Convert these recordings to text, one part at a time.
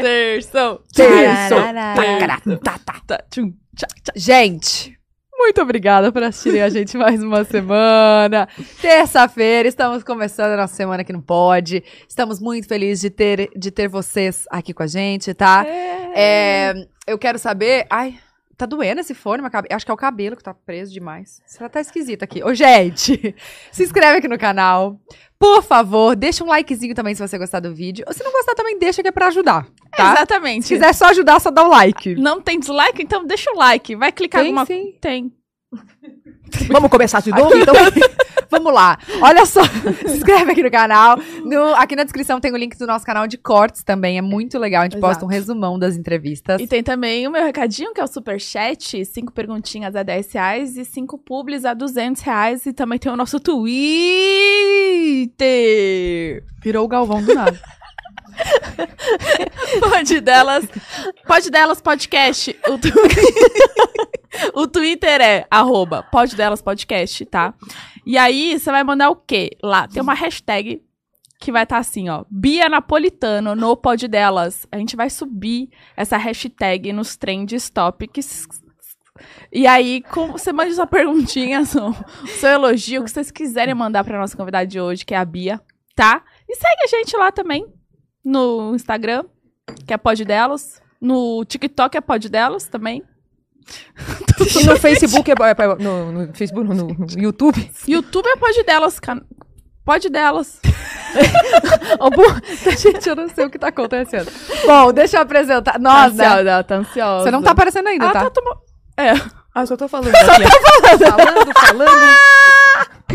Terção. Tararara, tacra, Tá, tchum, tchá, tchá. Gente, Muito obrigada por assistirem a gente mais uma semana. Terça-feira, estamos começando a nossa semana que não pode. Estamos muito felizes de ter, de ter vocês aqui com a gente, tá? É, eu quero saber. Ai, tá doendo esse fone? meu cabe- Acho que é o cabelo que tá preso demais. Será que tá esquisito aqui? Ô, gente, se inscreve aqui no canal. Por favor, deixa um likezinho também se você gostar do vídeo. Ou se não gostar também, deixa que é pra ajudar, tá? Se Exatamente. quiser só ajudar, só dá o like. Não tem dislike, então deixa o like. Vai clicar Tem alguma sim. Tem. vamos começar de novo? Aqui, então, vamos lá. Olha só, se inscreve aqui no canal. No- aqui na descrição tem o link do nosso canal de cortes também. É muito legal. A gente Exato. posta um resumão das entrevistas. E tem também o meu recadinho, que é o superchat. Cinco perguntinhas a 10 reais e cinco publis a 200 reais. E também tem o nosso Twitter. Virou o Galvão do nada. Pode delas. Pode delas podcast. O, tu- o Twitter é arroba pode delas podcast, tá? E aí você vai mandar o quê? Lá tem uma hashtag que vai estar assim, ó. Bia Napolitano no pod delas. A gente vai subir essa hashtag nos trends topics. E aí, com- você mande sua perguntinha, seu, seu elogio, o que vocês quiserem mandar pra nossa convidada de hoje, que é a Bia, tá? E segue a gente lá também, no Instagram, que é Pod Delas. No TikTok é Pod Delas também. E no Facebook, é- é- é- no, no Facebook, no, no YouTube, YouTube é Pod Delas. can- Pod Delas. gente, eu não sei o que tá acontecendo. Bom, deixa eu apresentar. Nossa, Tá ansiosa, ela tá ansiosa. você não tá aparecendo ainda, Ela tá? tá tomando... Ah, só tô falando. Só tô falando. Falando, falando.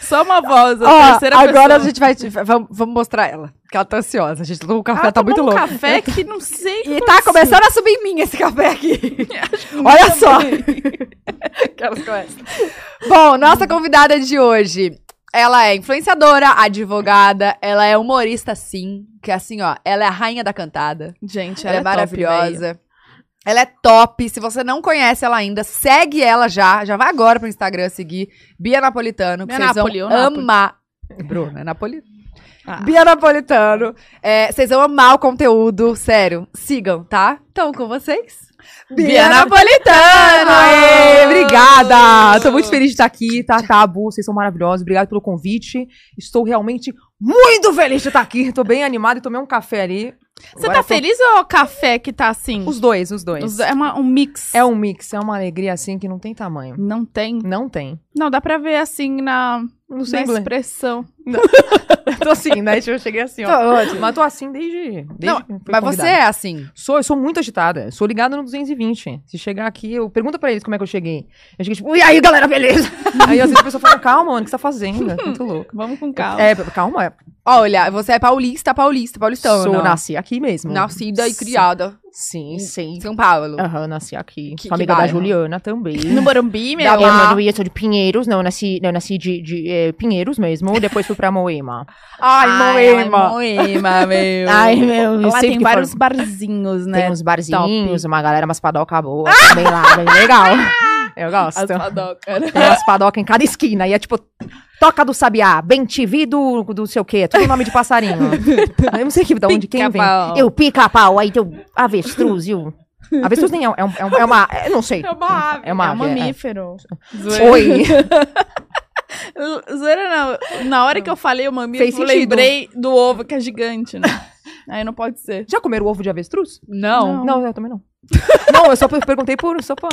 Só uma voz, a Ó, terceira agora a pessoa. gente vai. te- Vamos, vamos mostrar ela. Que ela tá ansiosa. A gente tomou um café, Ela tá muito tomou louco. um café que não sei... E tá começando a subir em mim esse café aqui. Olha só. Aquelas coisas. Bom, nossa convidada de hoje, ela é influenciadora, advogada, ela é humorista sim, que assim, ó, ela é a rainha da cantada. Gente, Ela, ela, é top, velho. maravilhosa. ela é top. Se você não conhece ela ainda, segue ela já. Já vai agora pro Instagram seguir Bia Napolitano, que Bia vocês Napoli, vão ou Napoli? amar. Bruno, é Napoli... Ah. Bia Napolitano. É, vocês vão amar o conteúdo, sério. Sigam, tá? Então, com vocês. Bia Napolitano! Aê, obrigada! Tô muito Oh. feliz de estar aqui, tá, tá, Bu? Vocês são maravilhosos. Obrigado pelo convite. Estou realmente muito feliz de estar aqui. Tô bem animada e tomei um café ali. Você Agora tá tô- feliz ou é o café que tá assim? Os dois, os dois. Os- É uma- um mix. É um mix, é uma alegria assim que não tem tamanho. Não tem. Não tem. Não, dá pra ver assim na, Não na sei, Blaine. expressão. Tô assim, né? Eu cheguei assim, ó. Mas tô assim desde. desde Não, que fui Mas convidada. você é assim. Sou, eu sou muito agitada. Sou ligada no 220. Se chegar aqui, eu pergunta pra eles como é que eu cheguei. Eu cheguei tipo, e aí, galera, beleza? aí às vezes a pessoa fala, calma, mano, o que você tá fazendo? Muito louco. Vamos com calma. É, calma, é. Olha, você é paulista, paulista, paulistano. sou, não? nasci aqui mesmo. Nascida e Sim. criada Sim, em sim. São Paulo. Aham, nasci aqui. Que- sou que amiga da bairro? Juliana também. No Morumbi, meu. Da lá. Emanuia, sou de Pinheiros. Não, eu nasci, não, eu nasci de, de, eh, Pinheiros mesmo. Depois fui pra Moema. Ai, ela é Moema. Moema, meu. meu, Lá tem vários barzinhos, barzinhos, né? Tem uns barzinhos, uma galera, umas padocas boas. Bem lá, bem legal. Eu gosto. então. Tem umas padocas em cada esquina. E é tipo, Toca do Sabiá, Bem TV do, do sei o quê. É tudo nome de passarinho. eu não sei que, da onde quem vem. Pica-pau. Eu pica-pau, aí teu avestruz, eu... Avestruz nem é, um- é, um- é um- é uma... É, não sei. É uma ave. É um uma ave, é. mamífero. Oi. Zoeira. Zoeira não. Na hora que eu falei o mamífero, Fez eu sentido. lembrei do ovo, que é gigante, né? Aí não pode ser. Já comeram ovo de avestruz? Não. Não, eu também não. não, eu só per- perguntei por... Só pra...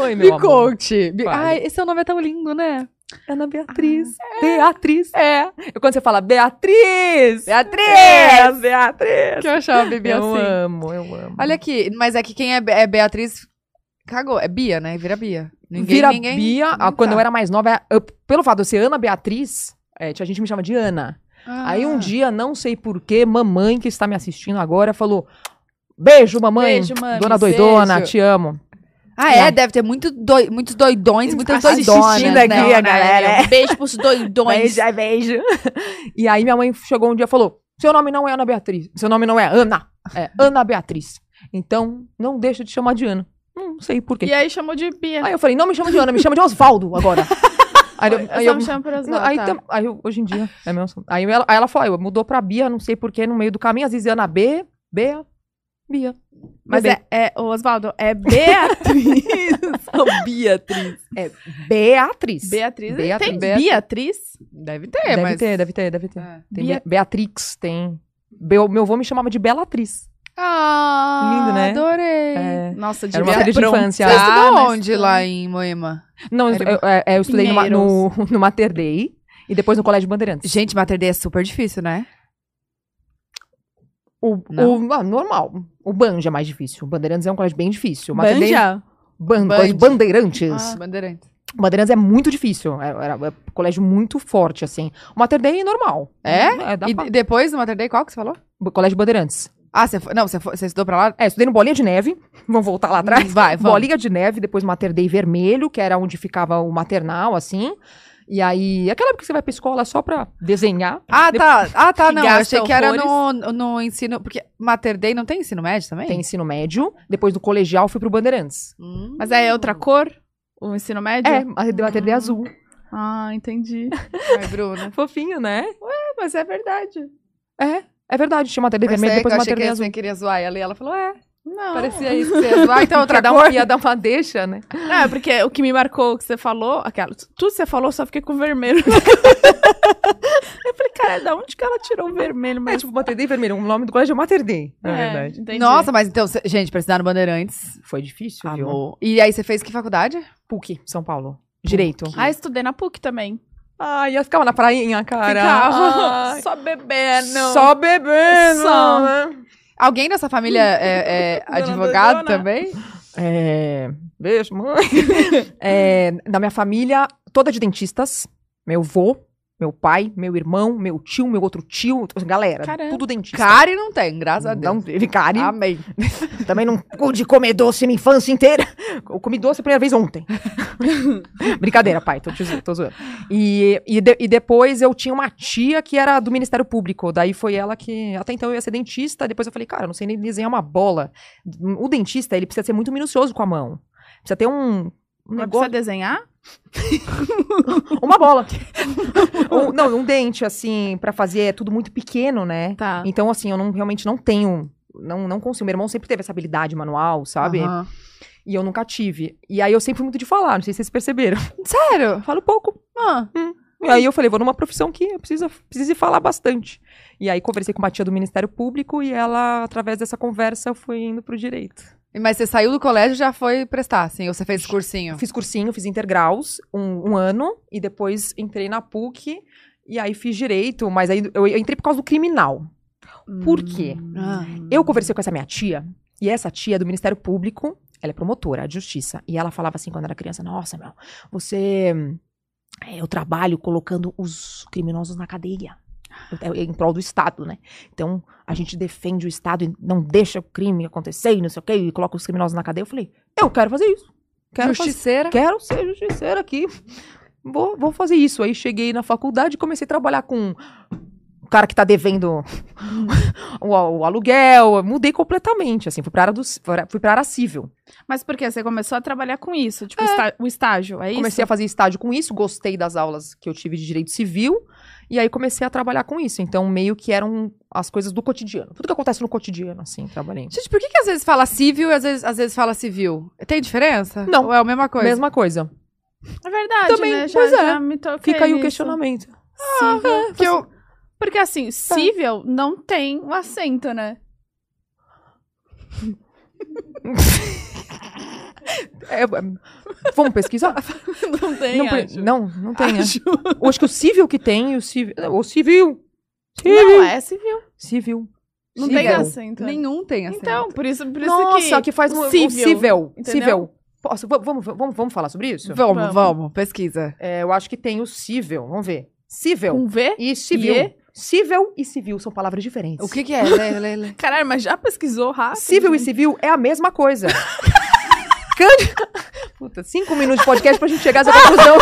Oi, Me meu amor. conte. Bi- Fale. Ai, esse seu nome é tão lindo, né? Ana Beatriz. Beatriz. Ah, É. Quando você fala Beatriz. É, Beatriz! Beatriz. Que eu achava a Bibi Eu assim. amo, eu amo. Olha aqui, mas é que quem é, Be- é Beatriz cagou. É Bia, né? Vira Bia. Ninguém, Vira ninguém... Bia. ah, não Quando tá. eu era mais nova, era- eu- pelo fato de eu ser Ana Beatriz, é, a gente me chama de Ana. Ah. Aí um dia, não sei porquê, mamãe que está me assistindo agora falou: Beijo, mamãe. Beijo, mami, Dona doidona, beijo." te amo. Ah, é? Deve ter muito doi- muitos doidões, muitas Tá Assistindo doidonas, aqui, né? a galera, Um beijo pros doidões. é beijo. e aí minha mãe chegou um dia e falou: Seu nome não é Ana Beatriz. Seu nome não é Ana. É Ana Beatriz. Então, não deixa de chamar de Ana. Não sei porquê. E é- aí chamou de Bia. Aí eu falei: Não me chama de Ana, me chama de Osvaldo agora. Aí eu- aí só eu- me chamo por Não, Oswaldo. aí, tá. tam- aí eu- hoje em dia, é meu som. Aí ela, aí ela falou, eu- mudou pra Bia, não sei porquê, no meio do caminho, às vezes Ana B, Bea, Bia. Mas Bebê. é, é ô, Oswaldo, é Beatriz. Ô, Beatriz. Beatriz. É, Beatriz. Beatriz. Tem Beatriz? Deve ter, deve mas... ter, deve ter, deve ter. É. Tem Bia- Be- Beatrix, tem. Be- meu avô me chamava de Belatriz. Ah, Lindo, né? adorei. É. Nossa, de Era uma filha de infância. Você estudou Ah, mas- onde lá em Moema? Não, eu, Era- eu- é, eu estudei numa- no, no Mater Dei e depois no Colégio Bandeirantes. Gente, Mater Dei é super difícil, né? O, Não. o- ah, normal. O Banja é mais difícil. O Bandeirantes é um colégio bem difícil. O Mater Dei- Banja? Ban, Band. colégio Bandeirantes. Ah. Bandeirantes. O Bandeirantes é muito difícil. Era, era- é um colégio muito forte, assim. O Mater Dei é normal. É? dá E pra- de- depois do Mater Dei, qual que você falou? B- Colégio Bandeirantes. Ah, você foi... Não, você, foi... você estudou pra lá? É, estudei no Bolinha de Neve. Vamos voltar lá atrás. Vai, vamos. Bolinha de Neve, depois Mater Dei Vermelho, que era onde ficava o maternal, assim. E aí, aquela época que você vai pra escola só pra desenhar. Ah, tá. Ah, tá, Que não. Eu gasta achei que era no, horrores. no ensino... Porque Mater Dei não tem ensino médio também? Tem ensino médio, depois do colegial fui pro Bandeirantes. Hum. Mas é outra cor? O ensino médio? É, Mater Dei azul. Ah, entendi. Ai, Bruno. Fofinho, né? Mas é verdade. É, é verdade. Tinha Mater Dei Mas vermelho, é que depois eu achei Mater que Dei eles azul. Ah. nem queria zoar ela e ela falou, é, Não. parecia isso que você ia zoar, então outra Ia dar cor. uma- ia dar uma deixa, né? Não, é porque o que me marcou, que você falou, aquela, tudo que você falou, só fiquei com vermelho. eu falei, cara, da onde que ela tirou o vermelho? É Mas... tipo Mater Dei vermelho. O nome do colégio é Mater Dei. entendi. Nossa, mas então, cê- gente, pra estudar no Bandeirantes, Foi Tá difícil, viu? amor. E aí você fez que faculdade? Ah, PUC, São Paulo. Direito. Ah, estudei na PUC também. Ai, Ah, ia ficar na prainha, cara. Ficava Ai, só É, bebendo. Só bebendo. Só. né? Alguém da sua família é, é Dona advogado Dodona. também? É... Beijo, mãe. É, na minha família, toda de dentistas. Meu vô, meu pai, meu irmão, meu tio, meu outro tio. tipo assim, Galera, Caramba. tudo dentista. Cari não tem, graças a Deus. Não teve cárie. Amém. Também não pude comer doce minha infância inteira. Eu comi doce a primeira vez ontem. Brincadeira, pai, tô, te zo- tô zoando. E, e, de- e depois eu tinha uma tia que era do Ministério Público. Daí foi ela que. Até então eu ia ser dentista. Depois eu falei, cara, eu não sei nem desenhar uma bola. O dentista, ele precisa ser muito minucioso com a mão. Precisa ter um. um Mas precisa negócio, desenhar? uma bola. Um- não, um dente, assim, pra fazer. É tudo muito pequeno, né? Tá. Então, assim, eu não, realmente não tenho. Não, não consigo. Meu irmão sempre teve essa habilidade manual, sabe? Aham. E eu nunca tive. E aí eu sempre fui muito de falar, não sei se vocês perceberam. Sério? Eu falo pouco. Ah, E aí eu falei, vou numa profissão que eu preciso, preciso falar bastante. E aí conversei com uma tia do Ministério Público e ela, através dessa conversa, eu fui indo pro direito. mas você saiu do colégio e já foi prestar, assim, ou você fez cursinho? Eu fiz cursinho, fiz integraus um, um ano e depois entrei na PUC e aí fiz direito, mas aí eu, eu entrei por causa do criminal. Por quê? Hum. Ah. Eu conversei com essa minha tia, e essa tia é do Ministério Público, ela é promotora de justiça, e ela falava assim quando era criança: Nossa, meu, você. é, eu trabalho colocando os criminosos na cadeia. Eu- eu- Em prol do Estado, né? Então, a gente defende o Estado e não deixa o crime acontecer e não sei o quê, e coloca os criminosos na cadeia. Eu falei: Eu quero fazer isso. Quero fazer Justiceira. quero ser justiceira aqui. Vou, vou fazer isso. Aí cheguei na faculdade, comecei a trabalhar com o cara que tá devendo o, o aluguel. Eu mudei completamente, assim. Fui pra área, do, fui pra área civil. Mas por quê? Você começou a trabalhar com isso? Tipo, está- o estágio, é isso? Comecei a fazer estágio com isso, gostei das aulas que eu tive de direito civil. E aí comecei a trabalhar com isso. Então, meio que eram as coisas do cotidiano. Tudo que acontece no cotidiano, assim, trabalhei. Gente, por que, que às vezes fala civil e às vezes, às vezes fala civil? Tem diferença? Não. Ou é a mesma coisa? Mesma coisa. É verdade, Também, né? pois é. me toquei Fica aí o nisso. questionamento. Ah, é, Cível. Que eu... Porque Tá. assim, cível não tem um acento, né? É, é, vamos pesquisar? Não tem, não, pre- acho. não, não tem. é. Acho. Eu acho que o civil que tem, e o civil. O civil! Não, é civil. Civil. Não Cível. tem acento. Nenhum tem assim. Então, por isso, por isso Nossa, que, que... faz o um civil, civil. Civil. entendeu? civil. Posso, va- vamos, vamos, vamos falar sobre isso? Vamos, Vamos. vamos, pesquisa. É, eu acho que tem o civil. Vamos ver. Civil Com V? e civil. e? Civil e civil são palavras diferentes. O que que é? Lê, lê, lê. Caralho, mas já pesquisou rápido. Civil e civil é a mesma coisa. Cândido. Puta, cinco minutos de podcast pra gente chegar a essa conclusão.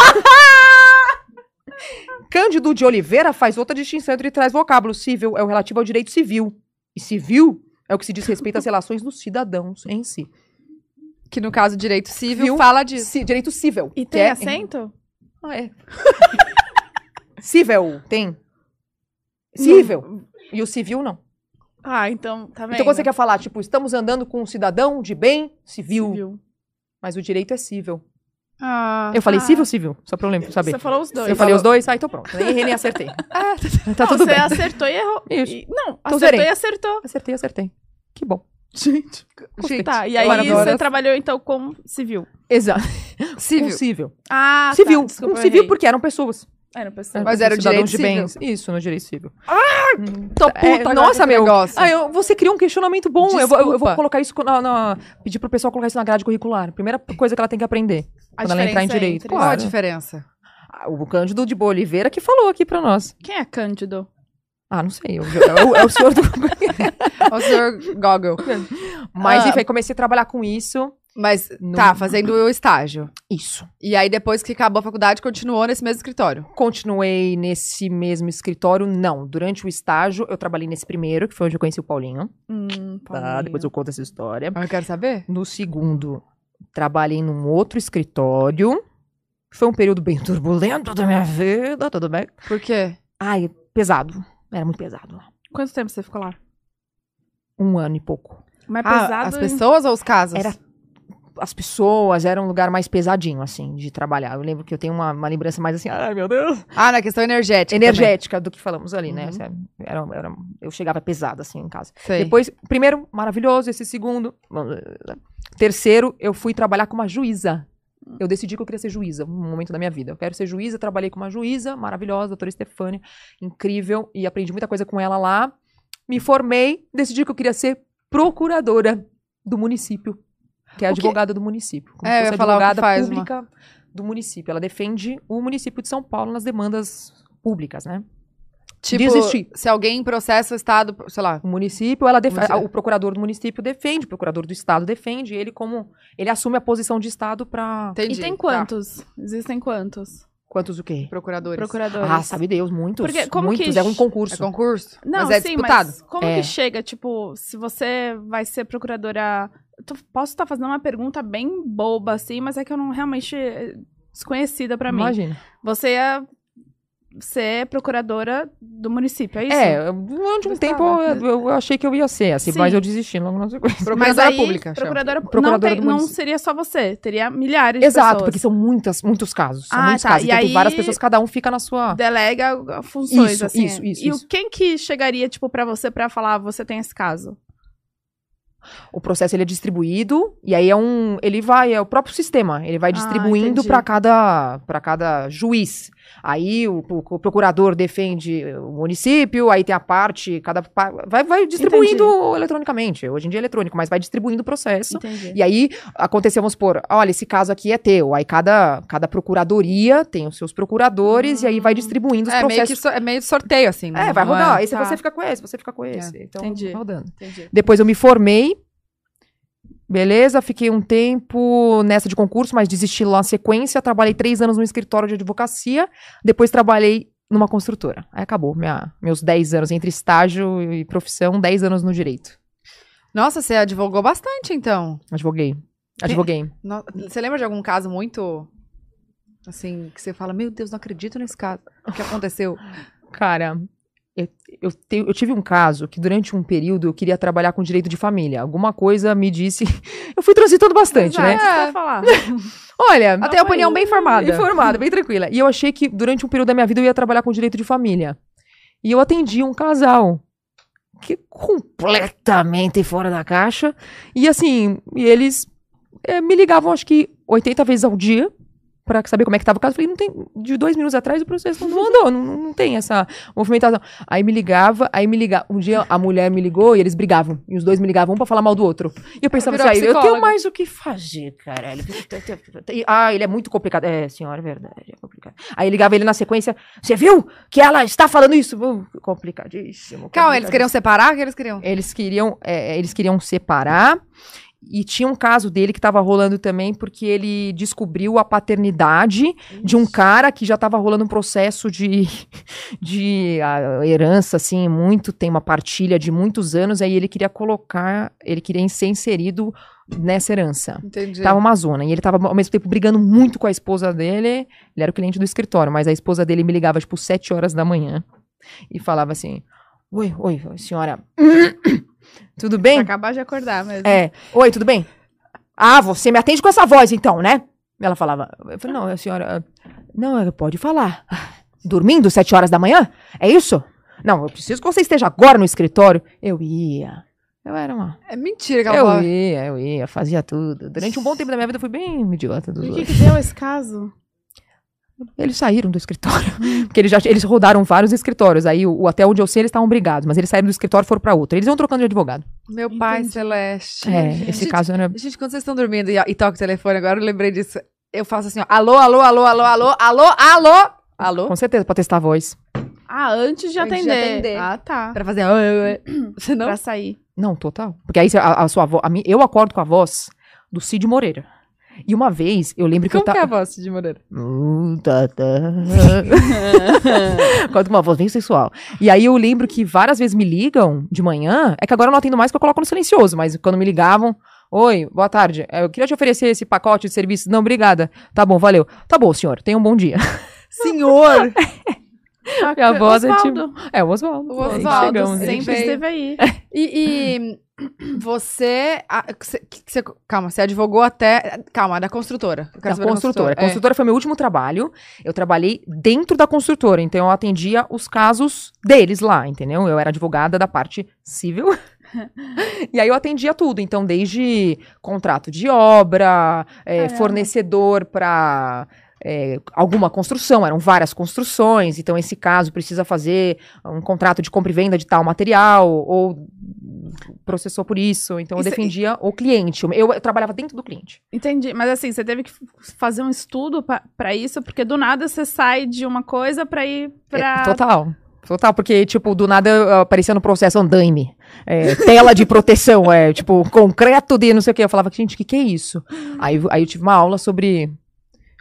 Cândido de Oliveira faz outra distinção entre traz vocábulos. Civil é o relativo ao direito civil. E civil é o que se diz respeito às relações dos cidadãos em si. Que no caso, direito civil Viu? fala disso. Ci- direito civil. E que tem é- acento? Ah, é. Cível, tem? Cível. E o civil, não. Ah, então, tá vendo? Então quando você quer falar, tipo, estamos andando com um cidadão de bem civil. Civil. Mas o direito é civil. Ah, Eu falei tá. civil ou civil? Só pra eu lembrar, saber. Você falou os dois. eu falei os dois? Ah, então pronto. Nem errei, nem acertei. Ah, Tá Não, tudo você bem. acertou e errou. Isso. E- não, Então, acertou zerei. e acertou. Acertei, acertei. Que bom. Gente. gente, Tá, e aí agora- você agora- trabalhou então com civil. Exato. Com civil. civil. Ah, tá, civil. desculpa, um eu civil É, errei. É, porque eram pessoas. Era pessoa. Mas era o cidadãos direito civil. de bens. Isso, no direito civil. Tô puta, É, agora com nossa, esse meu. Negócio. Ah, eu- você criou um questionamento bom. Eu vou, eu- eu vou Desculpa. colocar isso na, na- pedir pro pessoal colocar isso na grade curricular. Primeira coisa que ela tem que aprender A quando ela entrar em diferença é direito. entre- Qual a Claro. diferença? Ah, O Cândido de Boa Oliveira que falou aqui pra nós. Quem é Cândido? Ah, não sei. eu- eu- eu- é o senhor do. O senhor Goggle. Mas Ah. enfim, comecei a trabalhar com isso. Mas Não- tá, fazendo o estágio. Isso. E aí, depois que acabou a faculdade, continuou nesse mesmo escritório. Continuei nesse mesmo escritório? Não. Durante o estágio, eu trabalhei nesse primeiro, que foi onde eu conheci o Paulinho. Hum, Tá, depois eu conto essa história. Eu quero saber. No segundo, trabalhei num outro escritório. Foi um período bem turbulento da minha vida, tudo bem? Por quê? Ai, pesado. Era muito pesado. Quanto tempo você ficou Ah, lá? Um ano e pouco. Mas é Ah, pesado. as em- pessoas ou os casos? é- Era- As pessoas era um lugar mais pesadinho, assim, de trabalhar. Eu lembro que eu tenho uma, uma lembrança mais assim, ai meu Deus. Ah, na questão energética. Energética do que falamos ali, né? Uhum. Assim, Era, era- eu chegava pesada, assim, em casa. também. Sei. Depois, primeiro, maravilhoso. Esse segundo. Terceiro, eu fui trabalhar com uma juíza. Hum. Eu decidi que eu queria ser juíza, um momento da minha vida. Eu quero ser juíza, trabalhei com uma juíza maravilhosa, doutora Estefânia, incrível, e aprendi muita coisa com ela lá. Me formei, decidi que eu queria ser procuradora do município, que é O que- advogada do município. É, Como se eu ia fosse falar o que advogada faz uma- pública do município. Ela defende o município de São Paulo nas demandas públicas, né? tipo, desistir. se alguém processa o Estado, sei lá. O município, ela defe- é Município. o procurador do município defende, o procurador do estado defende, ele como ele assume a posição de estado pra Entendi. E tem Tá. quantos? Existem quantos? quantos o quê? Procuradores. Procuradores. Ah, sabe Deus, muitos, Porque como que muitos, é um ch- concurso. É concurso? Não, mas é sim, disputado. mas como É. que chega, tipo, se você vai ser procuradora... Eu tô- posso estar fazendo uma pergunta bem boba, assim, mas é que eu não realmente... é Desconhecida pra mim. Imagina. Você ia ser procuradora do município, é isso? É, eu- durante um Gostava. tempo eu, eu achei que eu ia ser, assim, Sim. mas eu desisti logo na sequência. Mas Procuradora aí, pública. chama. Procuradora, não, Procuradora tem- do não município. seria só você, teria milhares Exato, de porque pessoas. são muitas, muitos casos, são Ah, muitos tá, casos. e então aí- tem várias pessoas, cada um fica na sua... Delega funções, Isso, assim. isso, isso, E isso. o quem que chegaria, tipo, pra você pra falar, "Ah, você tem esse caso? O processo ele é distribuído e aí é um, ele vai é o próprio sistema, ele vai Ah, distribuindo entendi. para cada para cada juiz. Aí o, pro- o procurador defende o município, aí tem a parte, cada pa- vai vai distribuindo eletronicamente. Hoje em dia é eletrônico, mas vai distribuindo o processo. Entendi. E aí aconteceu, vamos supor, olha, esse caso aqui é teu. Aí cada, cada procuradoria tem os seus procuradores e aí vai Hum. distribuindo os É meio, que processos. so- é meio sorteio, assim. né? É, vai Não rodar. É. Esse Tá. você fica com esse, você fica com esse. Então, Entendi. vai rodando. Entendi. Depois eu me formei. Beleza, fiquei um tempo nessa de concurso, mas desisti lá na sequência. Trabalhei três anos num escritório de advocacia. Depois trabalhei numa construtora. Aí acabou minha- meus 10 anos entre estágio e profissão, 10 anos no direito. Nossa, você advogou bastante, então. Advoguei. Advoguei. No- Você lembra de algum caso muito. Assim, que você fala, meu Deus, não acredito nesse caso. O que aconteceu? Cara, eu, eu te- eu tive um caso que durante um período eu queria trabalhar com direito de família. Alguma coisa me disse. Eu fui transitando bastante, Exato, né? isso que eu ia É. falar. Olha, Até a opinião bem formada. Informada, bem tranquila. E eu achei que durante um período da minha vida eu ia trabalhar com direito de família. E eu atendi um casal que é completamente fora da caixa. E assim, e eles eh, me ligavam acho que 80 vezes ao dia pra saber como é que tava o caso. Eu Falei, não tem, de dois minutos atrás o processo não andou, não, não tem essa movimentação. Aí me ligava, aí me ligava. Um dia a mulher me ligou e eles brigavam. E os dois me ligavam um pra falar mal do outro. E eu pensava, Virou assim, "Ah, eu tenho psicóloga." mais o que fazer, caralho. E, Ah, ele é muito complicado. É, senhora, é verdade, é complicado. Aí ligava ele na sequência, você viu que ela está falando isso? Uh, Complicadíssimo. Calma, eles complicadíssimo. queriam separar? O que eles queriam? Eles queriam, é, eles queriam separar. E tinha um caso dele que tava rolando também, porque ele descobriu a paternidade de um cara que já tava rolando um processo de, de ah, herança, assim, muito, tem uma partilha de muitos anos, aí ele queria colocar, ele queria ser inserido nessa herança. Entendi. Tava uma zona. E ele tava, ao mesmo tempo, brigando muito com a esposa dele. Ele era o cliente do escritório, mas a esposa dele me ligava, tipo, sete horas da manhã. E falava assim: Oi, oi, senhora. Tudo Pra bem? acabar de acordar mesmo. É. Oi, tudo bem? Ah, você me atende com essa voz, então, né? Ela falava, eu falei, não, a senhora. ah, Não, ela pode falar. Dormindo sete horas da manhã? É isso? Não, eu preciso que você esteja agora no escritório. Eu ia. Eu era uma. É mentira que ela Eu falava. ia, eu ia, fazia tudo. Durante um bom tempo da minha vida eu fui bem idiota dos E o outros. que, que deu esse caso? Eles saíram do escritório. Porque eles já eles rodaram vários escritórios. Aí, o, o- até onde eu sei, eles estavam brigados. Mas eles saíram do escritório e foram pra outro. Eles iam trocando de advogado. Meu pai Entendi. celeste. É, esse Gente, caso era. Gente, quando vocês estão dormindo e, e toca o telefone, agora eu lembrei disso. Eu faço assim, ó. Alô, alô, alô, alô, alô, alô, alô. Alô? Com certeza, pra testar a voz. Ah, antes de Antes atender. de atender. Ah, tá. Pra fazer. "Oi, oi, oi". Você não? Pra sair. Não, total. Porque aí cê- a, a sua voz. a mi- eu acordo com a voz do Cid Moreira. E uma vez, eu lembro que Como eu que é a tava. voz de Moreira? Hum, tá, tá. Acordo com uma voz bem sensual. E aí eu lembro que várias vezes me ligam de manhã. É que agora eu não atendo mais porque eu coloco no silencioso, mas quando me ligavam. Oi, boa tarde. É, Eu queria te oferecer esse pacote de serviços. Não, obrigada. Tá bom, valeu. Tá bom, senhor. Tenha um bom dia. Senhor! Ah, Minha voz é Osvaldo. É o Oswaldo. O O Osvaldo, Aí Osvaldo chegamos, né? ele sempre veio. esteve aí. E, e você, a- que você- que você- Calma, você advogou até. Calma, é da construtora. Eu quero Da saber construtora. A É. construtora foi meu último trabalho. Eu trabalhei dentro da construtora, então eu atendia os casos deles lá, entendeu? Eu era advogada da parte civil. e aí eu atendia tudo, então desde contrato de obra, é, Caramba. fornecedor para alguma construção, eram várias construções, então esse caso precisa fazer um contrato de compra e venda de tal material, ou processou por isso, então Isso- é eu defendia o cliente, eu, eu trabalhava dentro do cliente. Entendi. Mas assim, você teve que f- fazer um estudo pa- pra isso, porque do nada você sai de uma coisa pra ir pra. É, total. Total, porque, tipo, do nada eu- eu aparecia no processo andaime. É, tela de proteção, é, tipo, concreto de não sei o quê. Eu falava, gente, o que, que é isso? Aí, eu- aí eu tive uma aula sobre,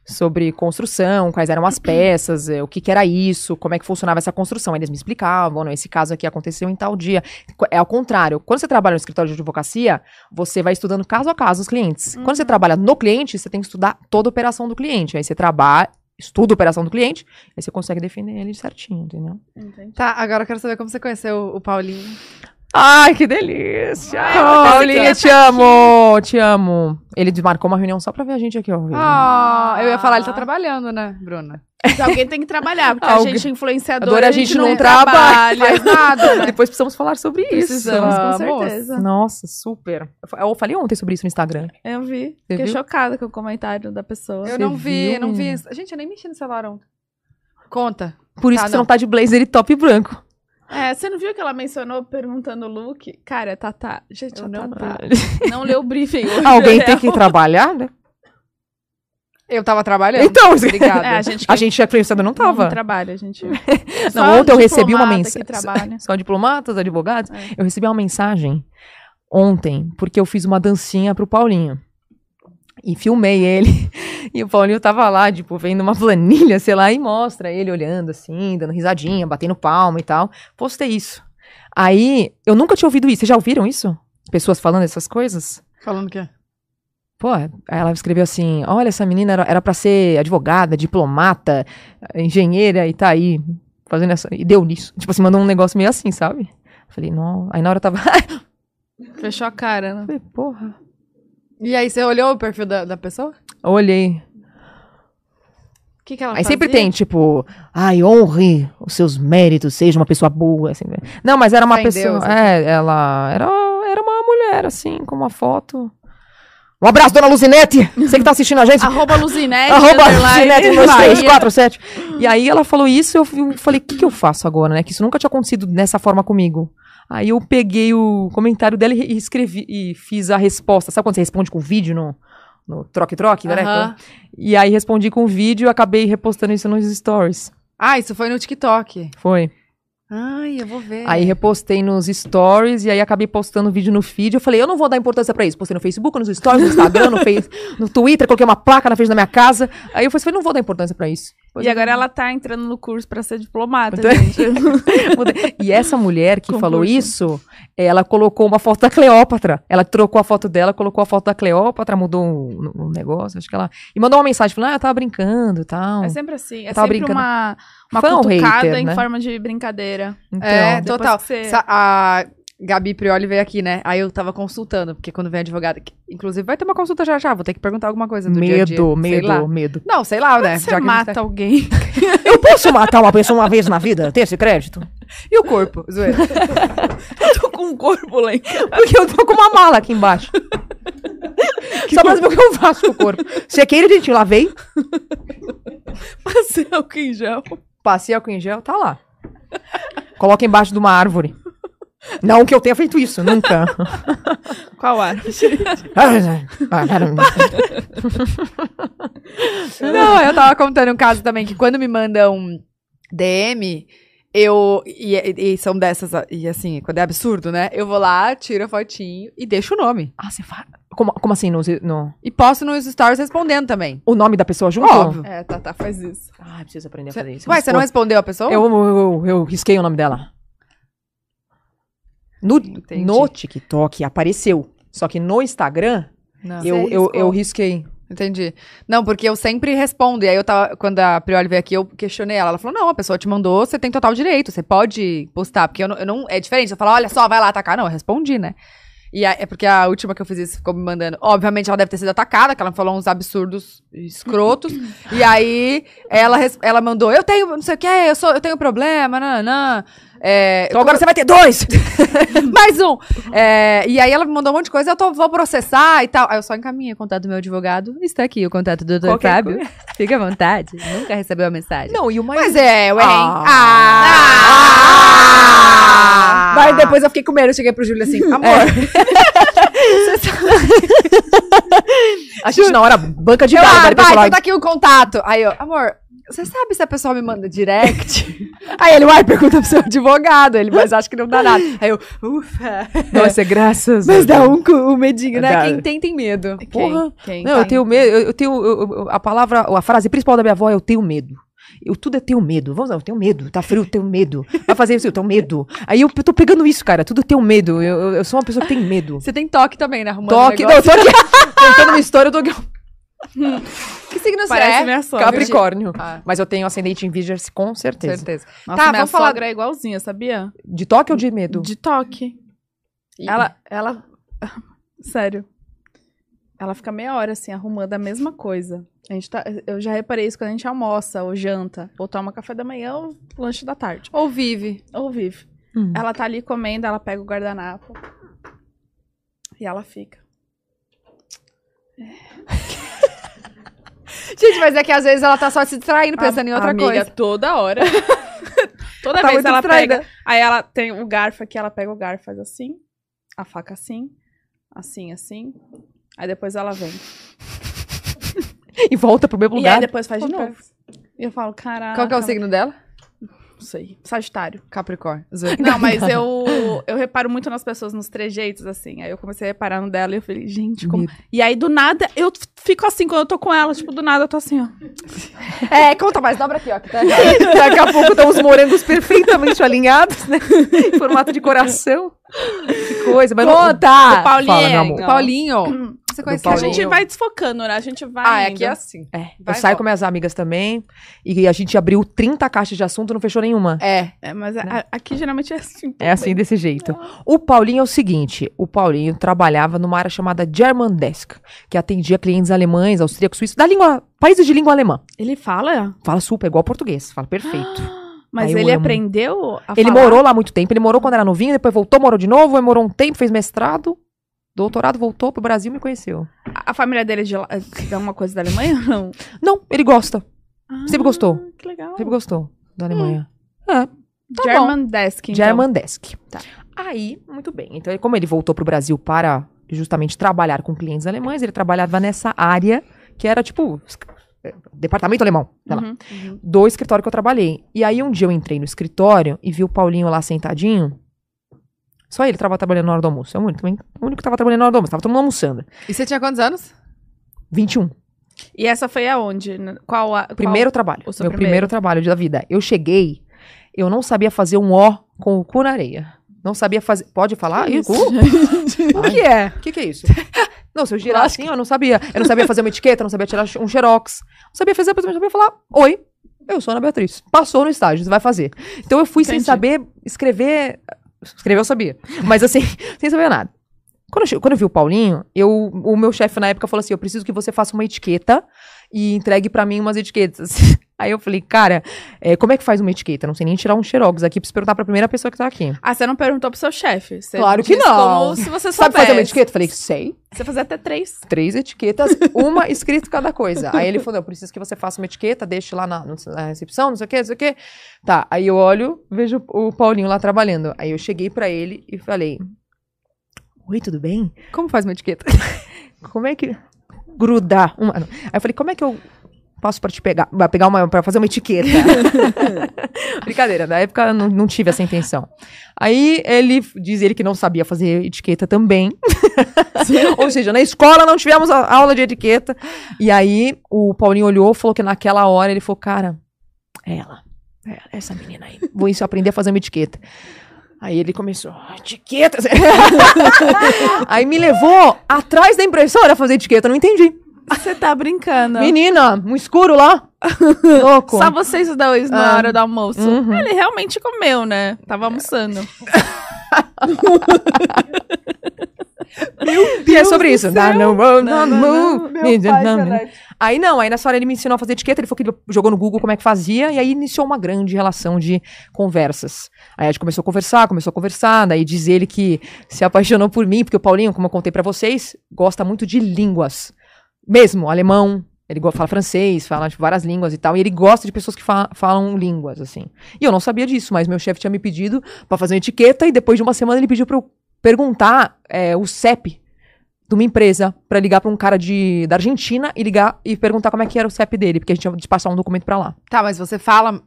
sobre construção, quais eram as peças, é, o que, que era isso, como é que funcionava essa construção. Aí eles me explicavam, não, esse caso aqui aconteceu em tal dia. Co- É ao contrário, quando você trabalha no escritório de advocacia, você vai estudando caso a caso os clientes. Quando você trabalha no cliente, você tem que estudar toda a operação do cliente. Aí você trabalha, estuda a operação do cliente. Aí você consegue defender ele certinho, entendeu? Entendi. Tá, agora eu quero saber como você conheceu o Paulinho. Ai, que delícia! Ai, Paulinha, eu te amo! Te amo! Ele desmarcou uma reunião só pra ver a gente aqui, ó. Ah, eu ia falar, ele tá Ah. trabalhando, né, Bruna? Então, alguém tem que trabalhar, porque Alguém- a gente é influenciadora. Adoro, a gente não trabalha. trabalha. Faz nada, né? Depois precisamos falar sobre Precisamos, isso. com Vamos. certeza. Nossa, super. Eu fa- Eu falei ontem sobre isso no Instagram. Eu vi. Você Fiquei viu? chocada com o comentário da pessoa. eu não vi, viu? eu não vi. isso. Gente, eu nem mexi no celular ontem. Conta. Por isso Tá, que você não. não tá de blazer e top branco. É, você não viu que ela mencionou perguntando o look? Cara, tá, tá. Gente, Eu a não Tatá não leu o briefing. hoje, Alguém né? tem que trabalhar, né? Eu tava trabalhando. Então, Obrigada. É, a gente, a gente já influenciada não não tava. trabalha, a gente. Não, Só ontem eu recebi uma diplomata que mensagem. trabalha. Só né? diplomatas, advogados. É. Eu recebi uma mensagem ontem, porque eu fiz uma dancinha pro Paulinho. E filmei ele. E o Paulinho tava lá, tipo, vendo uma planilha, sei lá, e mostra ele olhando assim, dando risadinha, batendo palma e tal. Postei isso. Aí, eu nunca tinha ouvido isso. Vocês já ouviram isso? Pessoas falando essas coisas? Falando é. o quê? Pô, aí ela escreveu assim: olha, essa menina era, era pra ser advogada, diplomata, engenheira e tá aí fazendo essa. E deu nisso. Tipo assim, mandou um negócio meio assim, sabe? Falei, não. Aí na hora eu tava. Fechou a cara, né? Falei, porra. E aí, você olhou o perfil da, da pessoa? Olhei. O que, que ela Aí sempre fazia? tem, tipo, ai, honre os seus méritos, seja uma pessoa boa. Assim. né? Não, mas era uma Fé em pessoa. Deus, é, ela era, era uma mulher, assim, com uma foto. Um abraço, dona Luzinete! Você que tá assistindo a gente. Arroba Luzinete. É Arroba underline, Ginete, um, dois, Maria. três, quatro, sete. E aí ela falou isso, eu fui- falei, o que, que eu faço agora, né? Que isso nunca tinha acontecido dessa forma comigo. Aí eu peguei o comentário dela e escrevi e fiz a resposta. Sabe quando você responde com vídeo no no troque-troque, né? Aham. E aí respondi com vídeo e acabei repostando isso nos stories. Ah, isso foi no TikTok. Foi. Ai, eu vou É. ver. Aí repostei nos stories e aí acabei postando vídeo no feed. Eu falei, eu não vou dar importância pra isso. Postei no Facebook, nos stories, no Instagram, no, face, no Twitter, coloquei uma placa na frente da minha casa. Aí eu falei, não vou dar importância pra isso. E agora ela tá entrando no curso pra ser diplomata, Então- gente. Mudei. E essa mulher que Concurso. falou isso, Ela colocou uma foto da Cleópatra. Ela trocou a foto dela, colocou a foto da Cleópatra, mudou um, um negócio, acho que ela. E mandou uma mensagem falando: Ah, eu tava brincando e tal. É sempre assim. É Tava sempre brincando. uma, uma Fã ou cutucada hater, em né? forma de brincadeira. Então, É, depois total. que você- Sa- A Gabi Prioli veio aqui, né? Aí eu tava consultando, porque quando vem advogada. que- Inclusive, vai ter uma consulta já já, vou ter que perguntar alguma coisa do dia a dia. medo, Sei lá. medo, medo. Não, sei lá, É, né? Você Já que a gente mata tá- alguém. Eu posso matar uma pessoa uma vez na vida, ter esse crédito? E o corpo? Zoeira. Tô com um corpo lá em casa. Porque eu tô com uma mala aqui embaixo. Só pra saber o que eu faço com o corpo. Sequei ele direitinho, lavei, Passei álcool em gel. passei álcool em gel, tá lá. Coloca embaixo de uma árvore. Não que eu tenha feito isso, nunca. Qual árvore? Não, eu tava contando um caso também que quando me mandam DM, eu. E, e- e são dessas. E assim, quando é absurdo, né? Eu vou lá, tiro a fotinho e deixo o nome. ah, você fala. Como, como assim? No, no- E posto nos stories respondendo também. o nome da pessoa junto? Óbvio. É, Tata faz isso. Ah, preciso aprender a Cê, fazer isso. ué, você não é respondeu a pessoa? Eu, eu, eu, eu risquei o nome dela. No, Entendi. no TikTok apareceu. Só que no Instagram, Não. eu, Você eu, riscou. eu risquei. Entendi. Não, porque eu sempre respondo. E aí eu tava. Quando a Prioli veio aqui, eu questionei ela. Ela falou: não, a pessoa te mandou, você tem total direito, você pode postar. Porque eu não. eu não- é diferente. Eu falo, olha só, vai lá atacar. Não, eu respondi, né? E aí- é porque a última que eu fiz isso ficou me mandando. Obviamente ela deve ter sido atacada, que ela falou uns absurdos escrotos. e aí ela, res- ela mandou: eu tenho, não sei o quê, eu, sou, eu tenho problema, nananã. É, Então agora você vai ter dois! mais um! É, e aí ela me mandou um monte de coisa, eu tô- vou processar e tal. Aí eu só encaminhei o contato do meu advogado. Está aqui o contato do Dr. Qualquer Fábio. Fica à vontade. Nunca recebeu a mensagem. Não, e o mais. Mas é, ué, hein? Ah. Ah! Ah! Daí depois eu fiquei com medo, eu cheguei pro Júlio assim, amor. a gente na hora banca de eu, galo, ah, daí vai, pra falar. então tá aqui o contato. Aí eu, amor, você sabe se a pessoa me manda direct? Aí ele, uai, pergunta pro seu advogado. Ele, mas acho que não dá nada. Aí eu, ufa. Nossa, é graças. Mas dá um, cu- um medinho, né? Dá. Quem tem, tem medo. Porra. Quem? Tá. Não, eu tenho medo. Eu, eu tenho. eu- eu- a palavra, a frase principal da minha avó é eu tenho medo. Eu tudo é tenho medo. Vamos lá, eu tenho medo. Tá frio, eu tenho medo. Vai fazer isso, eu tenho medo. Aí eu tô pegando isso, cara. Tudo eu tenho medo. Eu, eu- eu sou uma pessoa que tem medo. Você tem toque também, né? Arrumando Toque, negócio. não, eu tô aqui contando uma história, eu tô aqui. Que signo você Parece é? minha sogra. Capricórnio. Ah, Mas eu tenho ascendente em Virgem, com certeza. certeza. Nossa, Tá, minha vamos falar- sogra é igualzinha, sabia? De toque ou de medo? De toque. E- Ela, ela... Sério. Ela fica meia hora, assim, arrumando a mesma coisa. A gente tá... Eu já reparei isso quando a gente almoça, ou janta, ou toma café da manhã, ou lanche da tarde. Ou vive. Ou vive. Hum. Ela tá ali comendo, ela pega o guardanapo. E ela fica. Gente, mas é que às vezes ela tá só se distraindo, pensando em outra Amiga, coisa. toda hora. toda Tá vez muito ela distraída. pega. Aí ela tem o garfo aqui, ela pega o garfo, faz assim. A faca assim. Assim, assim. Aí depois ela vem. E volta pro mesmo E aí lugar. depois faz de novo. E eu falo, caraca. Qual que é o signo dela? Não sei. Sagitário. Capricórnio. Não, mas eu, eu reparo muito nas pessoas, nos trejeitos, assim. Aí eu comecei a reparar no dela e eu falei, gente, como. E aí do nada eu f- fico assim quando eu tô com ela. Tipo, do nada eu tô assim, ó. É, conta mais, dobra aqui, ó. Que tá Daqui a pouco estão os morangos perfeitamente alinhados, né? Em formato de coração. Que coisa, mas não. Conta! do Paulinho. fala, meu amor. Não. Paulinho. Você conhece A Paulinho. gente vai desfocando, né? A gente vai. Ah, é indo. aqui é assim. É, eu Vai, saio volta. com minhas amigas também. E a gente abriu 30 caixas de assunto, não fechou nenhuma. É. É, mas a- a- aqui geralmente é assim. Né? É assim desse jeito. O Paulinho é o seguinte: o Paulinho trabalhava numa área chamada German Desk, que atendia clientes alemães, austríacos, suíços, da língua, países de língua alemã. Ele fala? Fala super, igual português, fala perfeito. Mas Aí eu ele amo. aprendeu a Ele falar? morou lá muito tempo. Ele morou quando era novinho, depois voltou, morou de novo, aí morou um tempo, fez mestrado, doutorado, voltou pro Brasil e me conheceu. A a família dele é de lá, é de alguma coisa da Alemanha ou não? Não, ele gosta. Ah, Sempre gostou. Que legal. Sempre gostou da Alemanha. bom. German Desk, então. German Desk. Tá. Aí, muito bem. Então, ele- como ele voltou pro Brasil para justamente trabalhar com clientes alemães, ele trabalhava nessa área que era tipo es- eh, departamento alemão, sei Tá lá, Uhum. do escritório que eu trabalhei. E aí um dia eu entrei no escritório e vi o Paulinho lá sentadinho. Só ele tava trabalhando na hora do almoço. É o único, o único que tava trabalhando na hora do almoço. Tava todo mundo almoçando. E você tinha quantos anos? 21. E essa foi aonde? N- Qual a... qual- Primeiro trabalho. o Meu seu primeiro. primeiro trabalho da vida. Eu cheguei, eu não sabia fazer um O com o cu na areia. Não sabia fazer. Pode falar? Ih, Isso, cu? O que é? O que, que é isso? Não, se eu girar assim, eu não sabia. Eu não sabia fazer uma etiqueta, não sabia tirar um xerox. Não sabia fazer, não sabia falar, oi, eu sou a Ana Beatriz. Passou no estágio, você vai fazer. Então eu fui sem Entendi. saber escrever. Escrever eu sabia. Mas assim, sem saber nada. Quando eu, che- quando eu vi o Paulinho, eu, o meu chefe na época falou assim: eu preciso que você faça uma etiqueta e entregue pra mim umas etiquetas. Aí eu falei, cara, é, como é que faz uma etiqueta? Eu Não sei nem tirar um xerox aqui, preciso perguntar pra primeira pessoa que tá aqui. Ah, você não perguntou pro seu chefe. Você Claro que disse não. Como se você soubesse. Sabe fazer uma etiqueta? Eu falei, sei. Você fazia até três. três etiquetas, uma escrito cada coisa. Aí ele falou: eu preciso que você faça uma etiqueta, deixe lá na, na recepção, não sei o que, não sei o que. Tá, aí eu olho, vejo o Paulinho lá trabalhando. Aí eu cheguei pra ele e falei: Oi, tudo bem? Como faz uma etiqueta? Como é que. Grudar uma. não. Aí eu falei: Como é que eu faço pra te pegar? Pra, pegar uma, pra fazer uma etiqueta? Brincadeira, na época eu não, não tive essa intenção. Aí ele diz ele que não sabia fazer etiqueta também. Ou seja, na escola não tivemos a aula de etiqueta. E aí o Paulinho olhou, falou que naquela hora ele falou: Cara, é ela. É ela, é essa menina aí. Vou isso aprender a fazer uma etiqueta. Aí ele começou, "Ah, etiqueta. aí me levou atrás da impressora a fazer etiqueta, eu não entendi. Você tá brincando. Menina, um escuro lá. Louco. Só vocês dois na Ah. hora do almoço. Uhum. Ele realmente comeu, né? Tava almoçando. E é sobre isso. Não, não, não, não, não. não, né? não. Aí não, aí nessa hora ele me ensinou a fazer etiqueta, ele falou que ele jogou no Google como é que fazia, e aí iniciou uma grande relação de conversas. Aí a gente começou a conversar, começou a conversar, daí diz ele que se apaixonou por mim, porque o Paulinho, como eu contei pra vocês, gosta muito de línguas. Mesmo, alemão, ele go- fala francês, fala tipo, várias línguas e tal, e ele gosta de pessoas que fa- falam línguas, assim. E eu não sabia disso, mas meu chefe tinha me pedido pra fazer uma etiqueta, e depois de uma semana ele pediu pra eu perguntar é, o CEP de uma empresa pra ligar pra um cara de, da Argentina e ligar e perguntar como é que era o CEP dele, porque a gente ia passar um documento pra lá. Tá, mas você fala.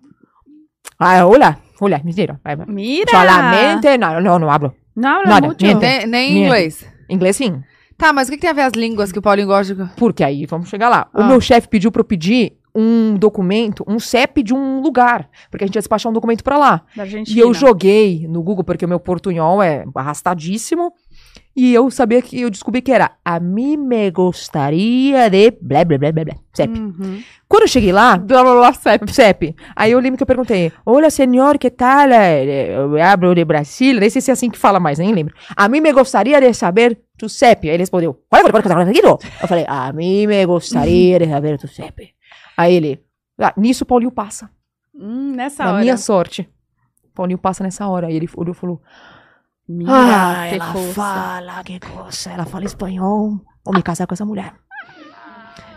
Ah, olha, olha, mentira. Mira! Solamente, não, não, não hablo. Não, não, Nada, muito. niente. Nem, nem em Minha. inglês. Inglês sim, Tá, mas o que, que tem a ver as línguas que o Paulinho gosta de. porque aí vamos chegar lá. O Ah. meu chefe pediu pra eu pedir um documento, um CEP de um lugar, porque a gente ia despachar um documento pra lá. Da Argentina. E eu joguei no Google, porque o meu portunhol é arrastadíssimo. E eu sabia que eu descobri que era a mim me gostaria de blá blá blá blá blá. CEP. Uhum. Quando eu cheguei lá, Blá blá blá, CEP. CEP. Aí eu lembro que eu perguntei: Olha, senhor, que tal? eh, Eu abro de Brasil. Nem sei se é assim que fala mais, nem lembro. A mim me gostaria de saber tu CEP. Aí ele respondeu: Olha, olha, olha, olha, olha, Eu falei: A mim me gostaria de saber tu CEP. Aí ele: ah, Nisso o Paulinho passa. Hum, nessa Na hora. minha sorte. O Paulinho passa nessa hora. Aí ele olhou e falou: Mira, Ah, que ela força. fala, que coisa. Ela fala espanhol. Vou me casar com essa mulher.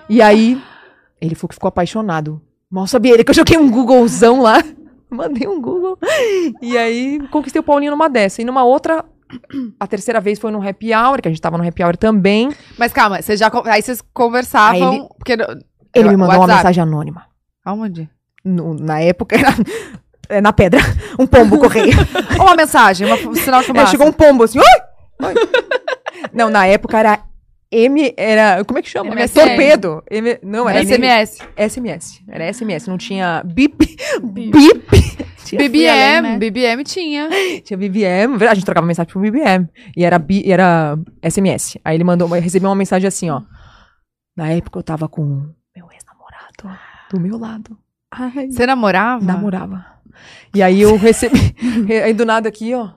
E aí, ele falou que ficou apaixonado. Mal sabia ele que eu joguei um Googlezão lá. Mandei um Google. E aí, conquistei o Paulinho numa dessa. E numa outra, a terceira vez foi num happy hour, que a gente tava no happy hour também. Mas calma, vocês já. con- Aí vocês conversavam. Aí ele- Porque. Ele me mandou uma WhatsApp. mensagem anônima. Aonde? No- na época, era, é, na pedra. Um pombo correio. Ou uma mensagem, uma- um sinal de Aí fumaça. chegou um pombo assim, oi! Oi. Não, na época era M, era, como é que chama? MSN. Torpedo. M- um É, não, era SMS. SMS. SMS. Era SMS, não tinha bip, bip. Tinha BBM, né? BBM tinha. Tinha BBM, a gente trocava mensagem pro BBM. E era, bi- e era SMS. Aí ele mandou, eu recebi uma mensagem assim, ó. Na época eu tava com meu ex-namorado do meu lado. Ai, Você namorava? Namorava. E aí eu recebi. aí do nada aqui, ó.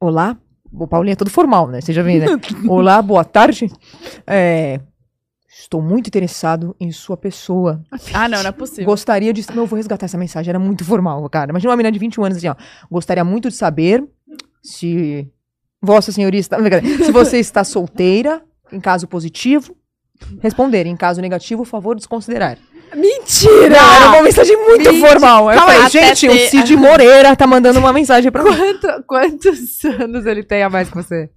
Olá. O Paulinho é todo formal, né? Você já vê, né? Olá, boa tarde. É, estou muito interessado em sua pessoa. Ah, não, não é possível. Gostaria de. Não, eu vou resgatar essa mensagem. Era muito formal, cara. Imagina uma menina de 21 anos assim, ó. Gostaria muito de saber se. Vossa senhoria está. brincadeira. Se você está solteira, em caso positivo, responder. Em caso negativo, favor desconsiderar. Mentira! Não, era uma mensagem muito Gente, formal. Eu calma falei, aí, gente, até o ter- Cid Moreira tá mandando uma mensagem pra mim. Quanto- quantos anos ele tem a mais que você?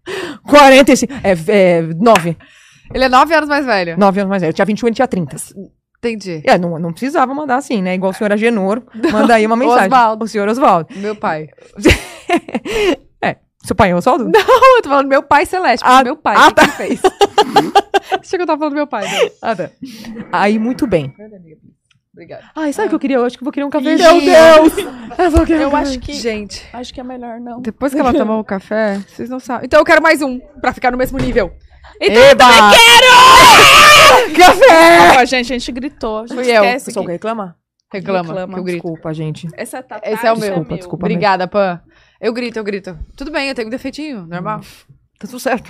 45. É, é, 9. Ele é nove anos mais velho. 9 anos mais velho. Eu tinha 21 e um, tinha 30. Entendi. É, não, não precisava mandar assim, né? Igual o senhor Agenor. Manda aí uma mensagem. Osvaldo. O senhor Oswaldo. Meu pai. Seu pai é Oswaldo? Não, eu tô falando meu pai celeste. Ah, meu pai. ah, o que que ele fez? Achei que eu tava falando meu pai. né? Ah, tá. Aí, muito bem. Obrigada. Ai, sabe o que eu queria? Eu acho que eu vou um querer um cafezinho. Meu Deus! Eu acho que- Gente, Acho que é melhor não. Depois que ela tomou o café, vocês não sabem. Então eu quero mais um, pra ficar no mesmo nível. Então, Eba! Café! Desculpa, gente, a gente gritou. A gente Fui eu. esquece Você só que- reclama? reclama, Reclama, que eu grito. Desculpa, gente. Essa tá Esse é o meu. Desculpa, desculpa. Obrigada, Pan. Eu grito, eu grito. Tudo bem, eu tenho um defeitinho, normal. Tá tudo certo.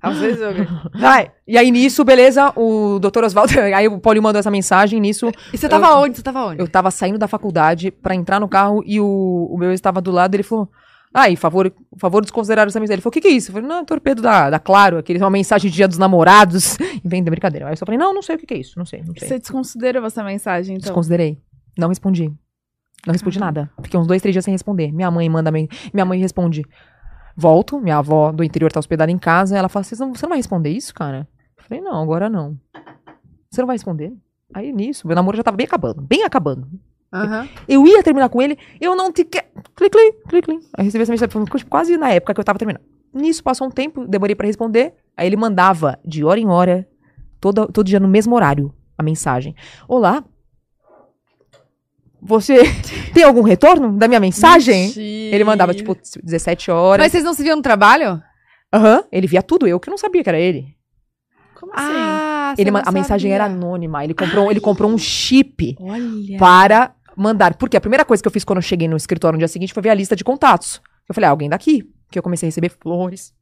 Às vezes eu grito. Vai. E aí, nisso, beleza, o doutor Oswaldo. Aí o Paulinho mandou essa mensagem. Nisso, E você tava Eu- onde? Você tava onde? eu tava saindo da faculdade pra entrar no carro e o, o meu ex estava do lado. Ele falou: Aí, favor, favor desconsiderar essa mensagem. Ele falou: O que, que é isso? Eu falei: Não, é torpedo da, da Claro, aquele, é uma mensagem de dia dos namorados. Inventa brincadeira. Aí eu só falei: Não, não sei o que, que é isso. Não sei, não sei. Você desconsiderou essa mensagem, então. Desconsiderei. Não respondi. Não respondi nada. Fiquei uns dois, três dias sem responder. Minha mãe manda. men- Minha mãe responde. Volto, minha avó do interior tá hospedada em casa. Ela fala: "Vocês não- Você não vai responder isso, cara? Eu falei: Não, agora não. Você não vai responder? Aí nisso, meu namoro já tava bem acabando, bem acabando. Aham. Eu ia terminar com ele, eu não te quero. Clic, clic, clic, clic. Aí recebi essa mensagem, foi quase na época que eu tava terminando. Nisso, passou um tempo, demorei pra responder. Aí ele mandava, de hora em hora, toda, todo dia no mesmo horário, a mensagem: Olá. Você tem algum retorno da minha mensagem? Ele mandava, tipo, 17 horas. Mas vocês não se viam no trabalho? Aham. Ele via tudo, eu que não sabia que era ele. Como assim? Ah, ele você ma- não a mensagem sabia. era anônima. Ele comprou, ele comprou um chip Olha. para mandar. Porque a primeira coisa que eu fiz quando eu cheguei no escritório no dia seguinte foi ver a lista de contatos. Eu falei, ah, alguém daqui. Que eu comecei a receber flores.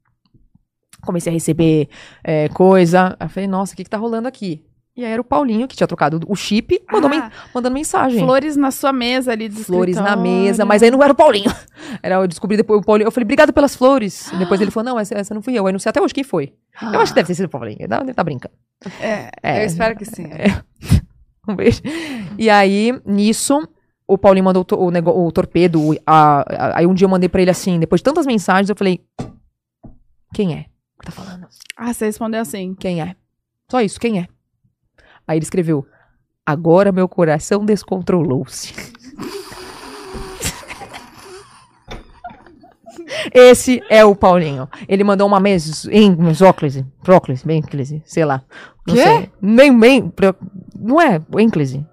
Comecei a receber é, coisa. Aí eu falei, nossa, o que que tá rolando aqui? E aí era o Paulinho que tinha trocado o chip, mandou men- Ah, mandando mensagem. flores na sua mesa ali do Flores na escritório. mesa, mas aí não era o Paulinho. Era, eu descobri depois o Paulinho. Eu falei, obrigado pelas flores. E depois ele falou, não, essa, essa não fui eu. Aí não sei até hoje quem foi. Eu acho que deve ter sido o Paulinho. Ele Deve estar brincando. É, Eu espero que sim. Um beijo. E aí, nisso, o Paulinho mandou o, to- o, nego- o torpedo. o- a- a- aí um dia eu mandei pra ele assim, depois de tantas mensagens, eu falei: Quem é? que Tá falando? Ah, você respondeu assim. Quem é? Só isso, quem é? Aí ele escreveu: Agora meu coração descontrolou-se. Esse é o Paulinho. Ele mandou uma mes em mesóclise, próclise, bênclise, sei lá. Não Quê? sei. Nem, nem, pro- não é, ênclise.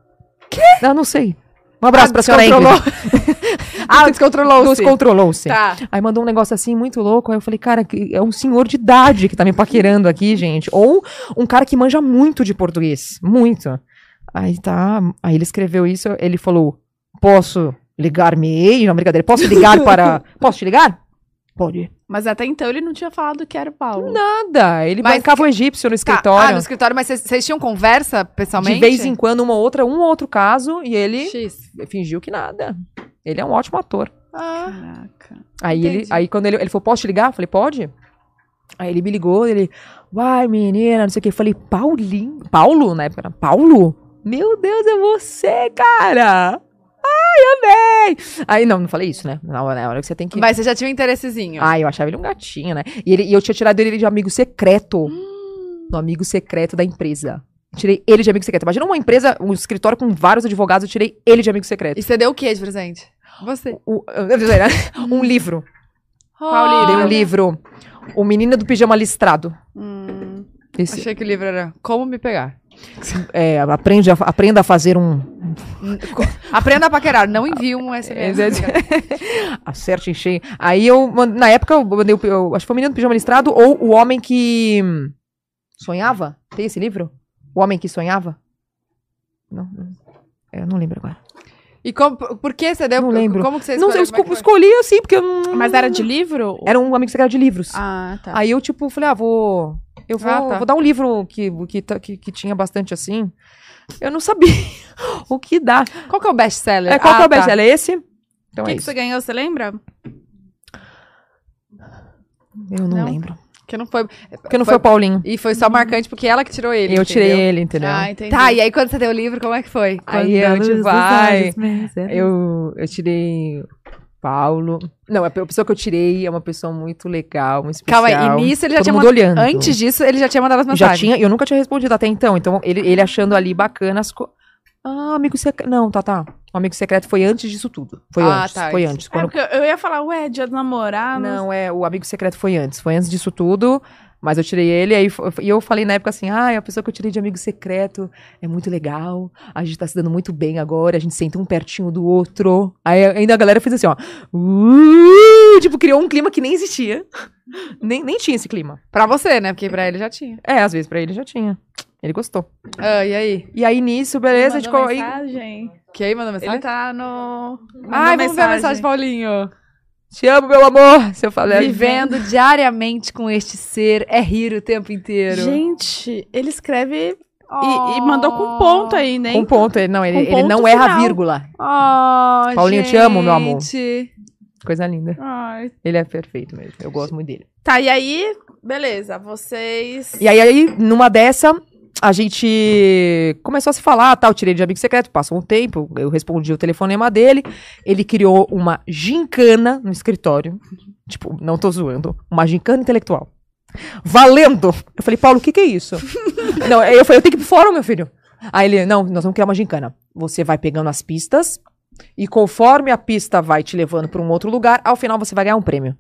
Quê? Eu não sei. Um abraço pra senhora descontrolou. Ênclise. Ah, descontrolou-se. Descontrolou-se. Tá. Aí mandou um negócio assim muito louco. Aí eu falei, cara, que- é um senhor de idade que tá me paquerando aqui, gente. Ou um cara que manja muito de português. Muito. Aí tá. Aí ele escreveu isso, ele falou: Posso ligar-me? Não, brincadeira. Posso ligar para. Posso te ligar? Pode. Mas até então ele não tinha falado que era o Paulo. Nada. Ele Mas- bancava o egípcio Tá, Ah, no no escritório. escritório, mas vocês- vocês tinham conversa pessoalmente? de vez em quando, uma outra, um ou outro caso, e ele X. fingiu que nada. Ele é um ótimo ator. Ah, Caraca. Aí ele, Entendi. aí quando ele, ele falou, posso te ligar? Eu falei, pode? Aí ele me ligou, ele, uai, menina, não sei o que. Eu falei, Paulinho, Paulo, na época era Paulo? Meu Deus, é você, cara! Ai, amei! Aí, não, não falei isso, né? Na hora, na hora que você tem que... mas você já tinha um interessezinho. Ai, eu achava ele um gatinho, né? E, ele, e eu tinha tirado ele de amigo secreto. No amigo secreto da empresa. Tirei ele de amigo secreto. Imagina uma empresa, um escritório com vários advogados, eu tirei ele de amigo secreto. E você deu o que de presente? Você. O- um livro. Qual Dei livro? um Olha, livro. O Menino do Pijama Listrado. Hum. Esse, Achei que o livro era Como Me Pegar. é, aprende a, aprenda a fazer um. Aprenda a paquerar, não envie um É SMS. Acerte, enchei. Aí eu. man- Na época, eu mandei o. eu- acho que foi o Menino do Pijama Listrado ou O Homem que. hum, Sonhava? Tem esse livro? O Homem que Sonhava? Não. não. É, Eu não lembro agora. E como, por que você deu? Não lembro. Como que você Não, escolheu? eu esco- Como é que foi? escolhi assim, porque eu não. Mas era de livro? Era um amigo secreto de livros. Ah, tá. Aí eu, tipo, falei, ah, vou. Eu vou, Ah, tá. vou dar um livro que, que, tá- que, que tinha bastante assim. Eu não sabia o que dá. Qual que é o best-seller? É, qual que é Ah, o best É esse? Então O que, é que isso. você ganhou, você lembra? Eu não, Não? lembro. Tá. Que não foi... Porque não foi, o Paulinho. E foi só marcante porque ela que tirou ele, eu tirei entendeu? ele, entendeu? Ah, entendi. Tá, e aí quando você deu o livro, como é que foi? Quando Aí a eu, luz tipo, dos ai, olhos me zerou. eu, eu tirei Paulo. Não, a pe- a pessoa que eu tirei é uma pessoa muito legal, muito especial. Calma aí, e nisso ele já Todo tinha mundo mandado... olhando. Antes disso, ele já tinha mandado as já mensagens. tinha, eu nunca tinha respondido até então. Então, ele, ele achando ali bacanas. co- Ah, amigo secreto. Não, tá, tá. O amigo secreto foi antes disso tudo. Foi Ah, antes. tá, Foi isso. antes. É, Quando... porque eu ia falar, ué, dia dos namorados. Não, é, o amigo secreto foi antes. Foi antes disso tudo. Mas eu tirei ele, aí fo- e eu falei na época assim: ah, a pessoa que eu tirei de amigo secreto é muito legal, a gente tá se dando muito bem agora, a gente senta um pertinho do outro. Aí ainda a galera fez assim, ó. "Uh", tipo, criou um clima que nem existia. nem, nem tinha esse clima. Pra você, né? Porque pra ele já tinha. É, às vezes pra ele já tinha. Ele gostou. Ah, e aí? E aí nisso, beleza, Mandou tipo, aí- mensagem. Que aí mandou Ele mensagem? tá no... Ai, mandou vamos ver a mensagem, Paulinho. te amo, meu amor. Se eu falei, né? Vivendo diariamente com este ser é rir o tempo inteiro. Gente, ele escreve e- e, mandou com ponto aí, né? Um ponto, ele não, ele, Um ele ponto não erra a final. vírgula. Oh, Paulinho, gente. te amo, meu amor. Coisa linda. Ai. Ele é perfeito mesmo. Eu gosto muito dele. Tá, e aí, beleza, vocês... E aí, aí, numa dessa, a gente começou a se falar, tal, tirei de amigo secreto, passou um tempo, eu respondi o telefonema dele, ele criou uma gincana no escritório, tipo, não tô zoando, uma gincana intelectual. Valendo! Eu falei, Paulo, o que que é isso? não, aí eu falei, eu tenho que ir pro fórum, meu filho. Aí ele, não, nós vamos criar uma gincana. Você vai pegando as pistas, e conforme a pista vai te levando pra um outro lugar, ao final você vai ganhar um prêmio.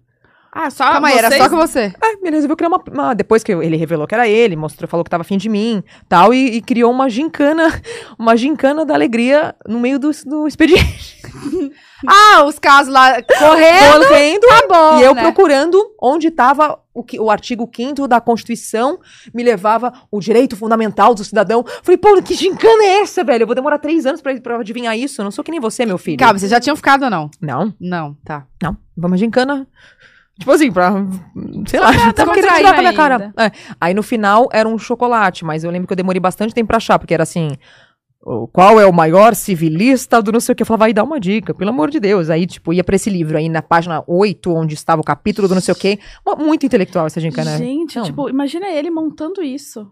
Ah, só Calma aí, vocês... era só com você. É, ele resolveu criar uma, uma- Depois que eu- ele revelou que era ele, mostrou, falou que tava afim de mim tal, e, e criou uma gincana, uma gincana da alegria no meio do, do expediente. Ah, os casos lá correndo. Correndo, tá bom, e eu né? procurando onde estava o, que- o artigo 5 da Constituição, me levava o direito fundamental do cidadão. Falei, Paulo, que gincana é essa, velho? Eu vou demorar três anos pra, pra adivinhar isso. Eu não sou que nem você, meu filho. Calma, vocês já tinham ficado ou não? Não, Não, tá. não. Vamos gincana. Tipo assim, pra. Sei lá, dar uma querendo tirar com a minha distraída. cara. É. Aí no final era um chocolate, mas eu lembro que eu demorei bastante tempo pra achar, porque era assim. o- Qual é o maior civilista do não sei o que? Eu falava, vai dar uma dica, pelo amor de Deus. Aí, tipo, ia pra esse livro, aí na página 8, onde estava o capítulo do não sei o que. Muito intelectual essa gincana. né? Gente, Não. tipo, imagina ele montando isso.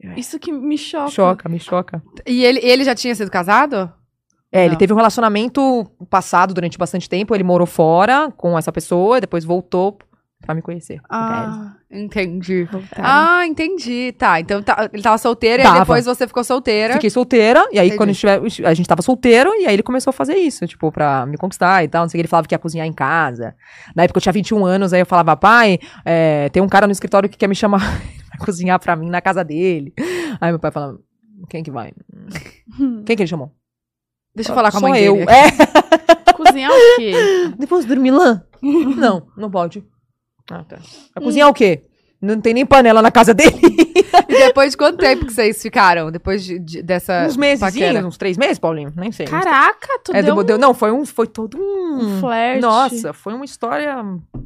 É. Isso que me choca. Choca, me choca. E ele, ele já tinha sido casado? É, ele Não. teve um relacionamento passado durante bastante tempo, ele morou fora com essa pessoa, depois voltou pra me conhecer. Ah, entendi. Voltaram. Ah, entendi. Tá, então tá- ele tava solteiro e aí Tava. depois você ficou solteira. Fiquei solteira, e aí Entendi. quando a gente, tiver- a gente tava solteiro, e aí ele começou a fazer isso, tipo, pra me conquistar e tal, não sei o que, ele falava que ia cozinhar em casa. Na época eu tinha 21 anos, aí eu falava, pai, é, tem um cara no escritório que quer me chamar pra cozinhar pra mim na casa dele. Aí meu pai falava, quem que vai? Quem que ele chamou? Deixa eu falar com a Só mãe eu. dele. É, Cozinhar o quê? depois dormir lá? não, não pode. Ah, tá. Vai cozinhar o quê? Não tem nem panela na casa dele. E depois de quanto tempo que vocês ficaram? Depois de- de- dessa uns meses, É, paquera? uns três meses, Paulinho? Nem sei. Caraca, tu É, deu deu- Não, foi um. Foi todo um. um flerte. Nossa, foi uma história.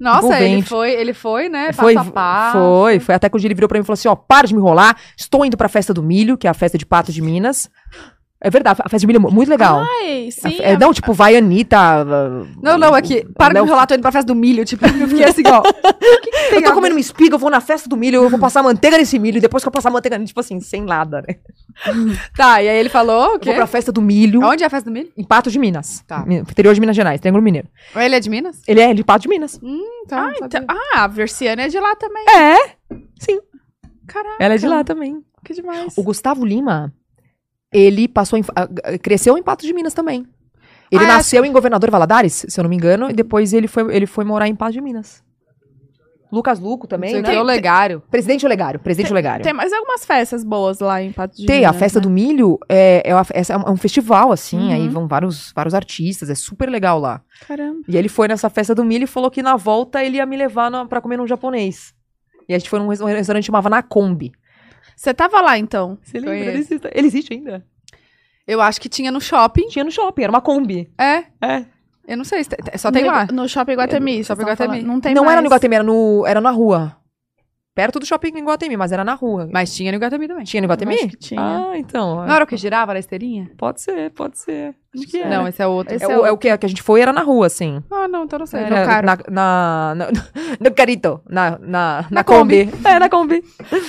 Nossa, ele envolvente. foi, ele foi, né? foi, passo a passo. foi, foi. Até que o dia ele virou pra mim e falou assim: ó, para de me enrolar, estou indo pra festa do milho, que é a festa de pato de Minas. É verdade, a festa de milho é mu- muito legal. Ai, A sim. fe- é, não, tipo, vai Anitta. Não, não, aqui. Para de Léo- me rolar, tô indo pra festa do milho. Tipo, eu fiquei assim, ó. Eu tô comendo uma espiga, eu vou na festa do milho, eu vou passar manteiga nesse milho, e depois que eu passar manteiga, tipo assim, sem nada, né? Tá, e aí ele falou o Eu vou quê? pra festa do milho, Onde é a festa do milho? em Pato de Minas. Tá. Mi- Interior de Minas Gerais, Triângulo Mineiro. Ele é de Minas? Ele é de Pato de Minas. Então, Ah, então- ah, a Versiane é de lá também. É, sim. Caraca. Ela é de lá também. Que demais. O Gustavo Lima, ele passou em, a- a- cresceu em Patos de Minas também. Ele Ah, é? nasceu em Governador Valadares, se eu não me engano, e depois ele foi, ele foi morar em Patos de Minas. Lucas Luco Não também, sei o né? que é o legário. Presidente Olegário, Presidente Olegário. Tem mais algumas festas boas lá em Pato de Tem a Minas, festa né? do milho, é, é, uma- essa é um- é um festival, assim, Uhum. aí vão vários, vários artistas, é super legal lá. Caramba. E aí ele foi nessa festa do milho e falou que na volta ele ia me levar na- pra comer num japonês. E a gente foi num res- um restaurante que chamava Nakombi. Você tava lá, então? Você lembra Ele existe, ele existe ainda? Eu acho que tinha no shopping. Tinha no shopping, era uma Kombi. É. É. Eu não sei, se te- só tem lá. No Shopping Guatemi. Shopping vocês estão Iguatemi. falando. Não tem não mais. era no Iguatemi, era, no, era na rua. Perto do shopping em Iguatemi, mas era na rua. Mas tinha no Iguatemi também. Tinha no Eu acho Iguatemi? que tinha. Ah, então. Não era o que girava na esteirinha? Pode ser, pode ser. Acho que é. Não, esse é outro. é, o, é o que a que a gente foi, era na rua, assim. Ah, não, então não sei. Era Não, cara. Na, na, na- no Carito, na, na, na, Na Kombi. É, na Kombi.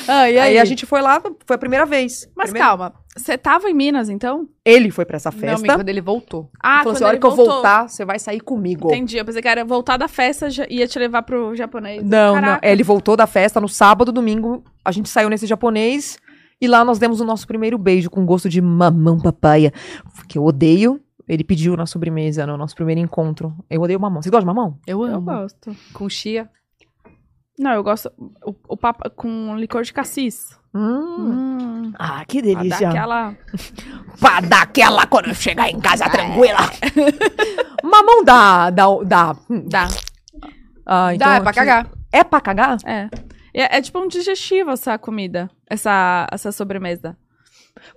Ah, e E aí, a gente foi lá, foi a primeira vez. Mas Primeira- calma, você tava em Minas, então? Ele foi pra essa Não, festa. amigo, quando ele voltou. Ah, falou assim, quando a hora ele que eu voltou. voltar, você vai sair comigo. Entendi. Eu pensei que era voltar da festa já ia te levar pro japonês. Não, É, Caraca. não. Ele voltou da festa no sábado, domingo. A gente saiu nesse japonês. E lá nós demos o nosso primeiro beijo com gosto de mamão papaya, que eu odeio. Ele pediu na sobremesa, no nosso primeiro encontro. Eu odeio mamão. Você gosta de mamão? Eu Eu amo. gosto. Com chia. Não, eu gosto o, o papa com licor de cassis. Hum. Hum. Ah, que pra dar delícia. aquela... Pra dar aquela quando eu chegar em Ah, é. casa tranquila. mamão dá, dá, dá. Dá. Ah, então Dá, é pra aqui- cagar. É pra cagar? É. É, é tipo um digestivo essa comida, essa, essa sobremesa.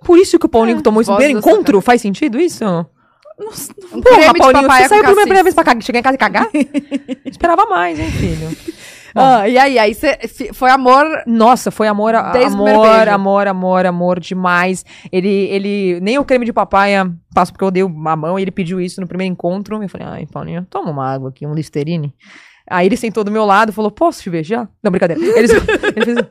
Por isso que o Paulinho tomou esse voz primeiro É, do seu encontro? Faz sentido isso? Não sei. Um Porra, creme de Paulinho, papaya você saiu com pela primeira cassis. vez pra cagar, chegar em casa e cagar? Esperava mais, hein, filho? Ah, e aí, aí cê, fi- foi amor. Nossa, foi amor, a- Desde o primeiro amor, beijo. amor, amor, amor demais. Ele, ele, nem o creme de papaya passa porque eu dei mamão e ele pediu isso no primeiro encontro. Eu falei, ai, Paulinho, toma uma água aqui, um Listerine. Aí ele sentou do meu lado e falou, posso te beijar? Não, brincadeira. Ele, só- ele fez-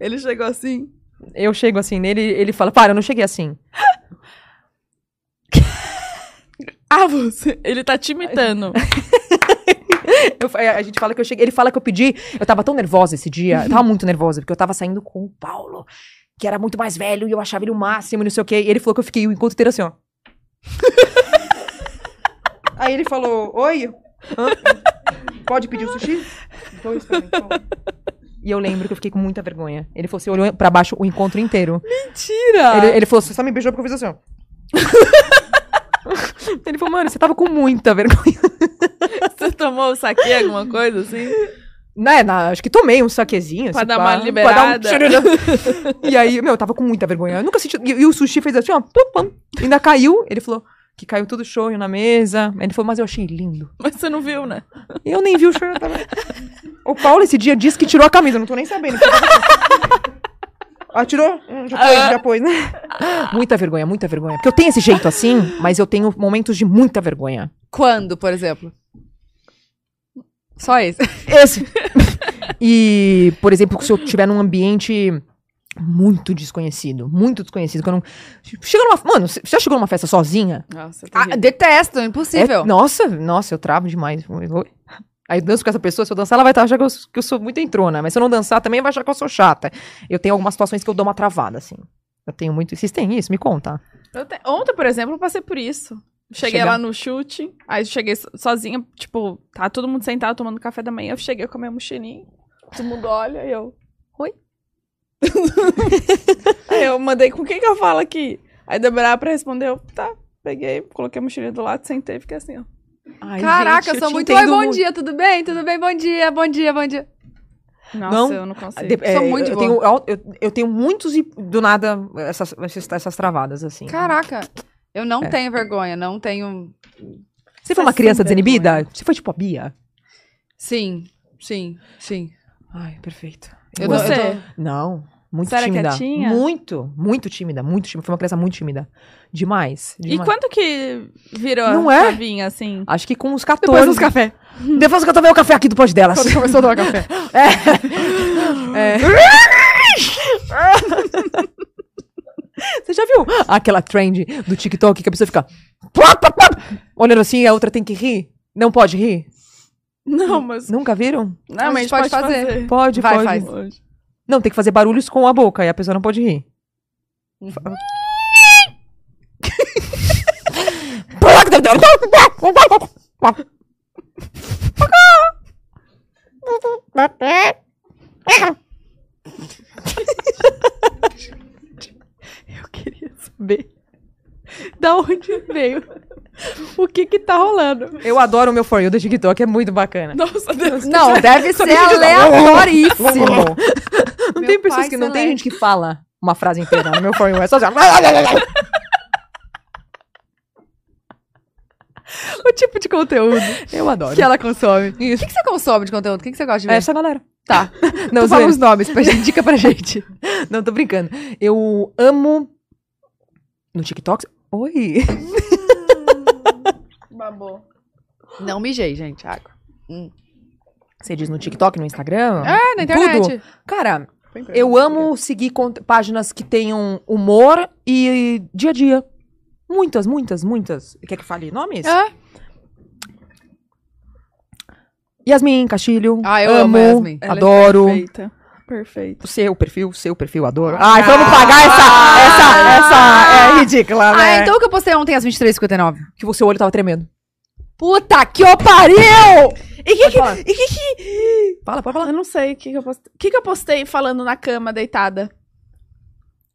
Ele chegou assim. eu chego assim nele, ele fala, para, eu não cheguei assim. Ah, você. Ele tá te imitando. Eu fa- a gente fala que eu cheguei. Ele fala que eu pedi. Eu tava tão nervosa esse dia. Eu tava muito nervosa, porque eu tava saindo com o Paulo, que era muito mais velho, e eu achava ele o máximo, e não sei o quê. E ele falou que eu fiquei o encontro inteiro assim, ó. Aí ele falou, oi? hã? Pode pedir o sushi? Então, Dois pra mim, por favor. E eu lembro que eu fiquei com muita vergonha. Ele falou, você olhou pra baixo o encontro inteiro. Mentira! Ele, ele falou, você só me beijou porque eu fiz assim, ó. ele falou, mano, você tava com muita vergonha. Você tomou o saque, alguma coisa assim? Né, na- acho que tomei um saquezinho. Pra assim, dar uma liberada. Pra dar um... e aí, meu, eu tava com muita vergonha. Eu nunca senti... E, e o sushi fez assim, ó. Pum, pum. Ainda caiu. Ele falou... Que caiu tudo show na mesa. Ele falou, mas eu achei lindo. Mas você não viu, né? Eu nem vi o show. eu tava- O Paulo esse dia disse que tirou a camisa. eu Não tô nem sabendo. Ah, tirou? Hum, já pôs, já pôs, né? Muita vergonha, muita vergonha. Porque eu tenho esse jeito assim, mas eu tenho momentos de muita vergonha. Quando, por exemplo? Só esse. Esse. e, por exemplo, se eu estiver num ambiente muito desconhecido, muito desconhecido, que eu não... Chega numa... Mano, você já chegou numa festa sozinha? Nossa, tá Ah, detesto, impossível. É- nossa, nossa, eu travo demais. Eu vou- Aí eu danço com essa pessoa, se eu dançar, ela vai achar que eu, que eu sou muito entrona. Mas se eu não dançar, também vai achar que eu sou chata. Eu tenho algumas situações que eu dou uma travada, assim. Eu tenho muito... Vocês têm isso? Me conta. Eu te- Ontem, por exemplo, eu passei por isso. Cheguei Chegar. lá no chute, aí cheguei so- sozinha, tipo, tá todo mundo sentado tomando café da manhã. Eu cheguei com a minha mochilinha, todo mundo olha e eu. Oi? aí eu mandei, com quem que eu falo aqui? Aí demorava pra responder, eu, tá, peguei, coloquei a mochilinha do lado, sentei e fiquei assim, ó. Caraca, eu sou muito. Oi, bom dia, tudo bem? Tudo bem? Bom dia, bom dia, bom dia. Nossa, Não. eu não consigo. De- Sou é, muito eu boa. tenho, al- eu, eu tenho muitos e do nada essas, essas, essas travadas, assim. Caraca, eu não É. tenho vergonha, não tenho. Você foi uma criança desinibida? Você foi tipo a Bia? Sim, sim, sim. Ai, perfeito. Eu não- Você? eu tô- Não, muito Você era tímida. quietinha? Muito, muito tímida, muito tímida. Foi uma criança muito tímida. Demais. E demais. quanto que virou Não a é? chavinha, assim? Acho que com uns 14. Depois dos café. Depois que eu tomei o café aqui do pós delas. É. Quando começou a tomar café. Você já viu aquela trend do TikTok que a pessoa fica plop, plop, plop, olhando assim e a outra tem que rir? Não pode rir? Não, mas. Nunca viram? Não, mas a gente pode pode, fazer. fazer. Pode, Vai, pode. faz. Pode. Não, tem que fazer barulhos com a boca e a pessoa não pode rir. Eu queria saber da onde veio. O que que tá rolando? Eu adoro o meu For You do TikTok, é muito bacana. Nossa, Deus. Não, deve ser aleatoríssimo. Não Meu tem pessoas pai que não tem celeste. gente que fala uma frase inteira no meu For You, é só assim. o tipo de conteúdo Eu adoro. que ela consome. O que, que você consome de conteúdo? O que, que você gosta de ver? Essa galera. Tá. Não, tu fala zoeira. os nomes, pra gente, dica pra gente. não, tô brincando. Eu amo no TikTok. Oi. É. Babou. Não mijei, gente, água. Você diz no TikTok, no Instagram? É, na internet. Cara, eu amo seguir cont- páginas que tenham humor e dia a dia. Muitas, muitas, muitas. Quer que eu fale nomes? É. Yasmin Castilho. Ah, eu amo a Yasmin. Ela é Adoro. perfeita. Perfeito. O seu perfil, o seu perfil, adoro. Ai, vamos pagar essa, essa, essa, é ridícula, né? Ah, então o que eu postei ontem às 23h59? Que o seu olho tava tremendo. Puta que eu pariu! E que que, falar. e que que... Fala, pode falar. Eu não sei o que que eu postei. O que que eu postei falando na cama, deitada?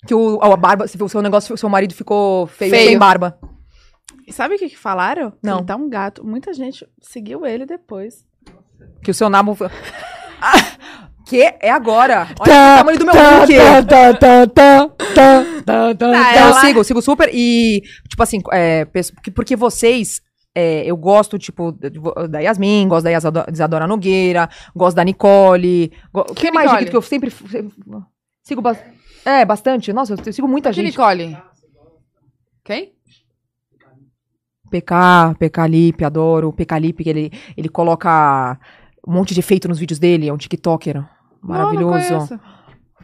Que o, a barba, você viu o seu negócio, o seu marido ficou feio, Feio. sem barba. E sabe o que que falaram? Não. Ele tá um gato. Muita gente seguiu ele depois. Que o seu nabo... que é agora. Olha Tá, o tamanho do meu tá, look. tá, tá, tá, tá, tá, tá, tá. Tá, Então, eu ela- sigo, eu sigo super. E, tipo assim, é, pes- porque- porque vocês. é, eu gosto, tipo, de vo- da Yasmin, gosto da Yasa- Isadora Nogueira, gosto da Nicole. Go... Quem mais Nicole? gente que eu sempre. f- sempre- Sigo bas- É, bastante. Nossa, eu eu sigo muita Que gente. Nicole? Quem? PK, PK Lipe, adoro. O PK Lipe, que ele, ele coloca um monte de efeito nos vídeos dele, é um Ah, TikToker. Maravilhoso.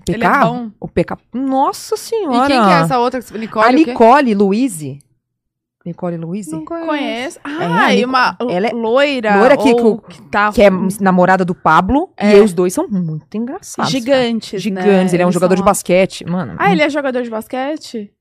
PK? Ele é bom. O PK. Nossa senhora. E quem que é essa outra? que- Nicole? A o quê? Nicole Luiz. Nicole Luiz? Conheço. É, Ah, a e Nico- uma ela é loira. loira que- ou que tá que é namorada do Pablo, e os dois são muito engraçados. É. gigantes, cara. né? Gigantes, ele é um Eles jogador de são- basquete, mano. Ah, ele é jogador de basquete?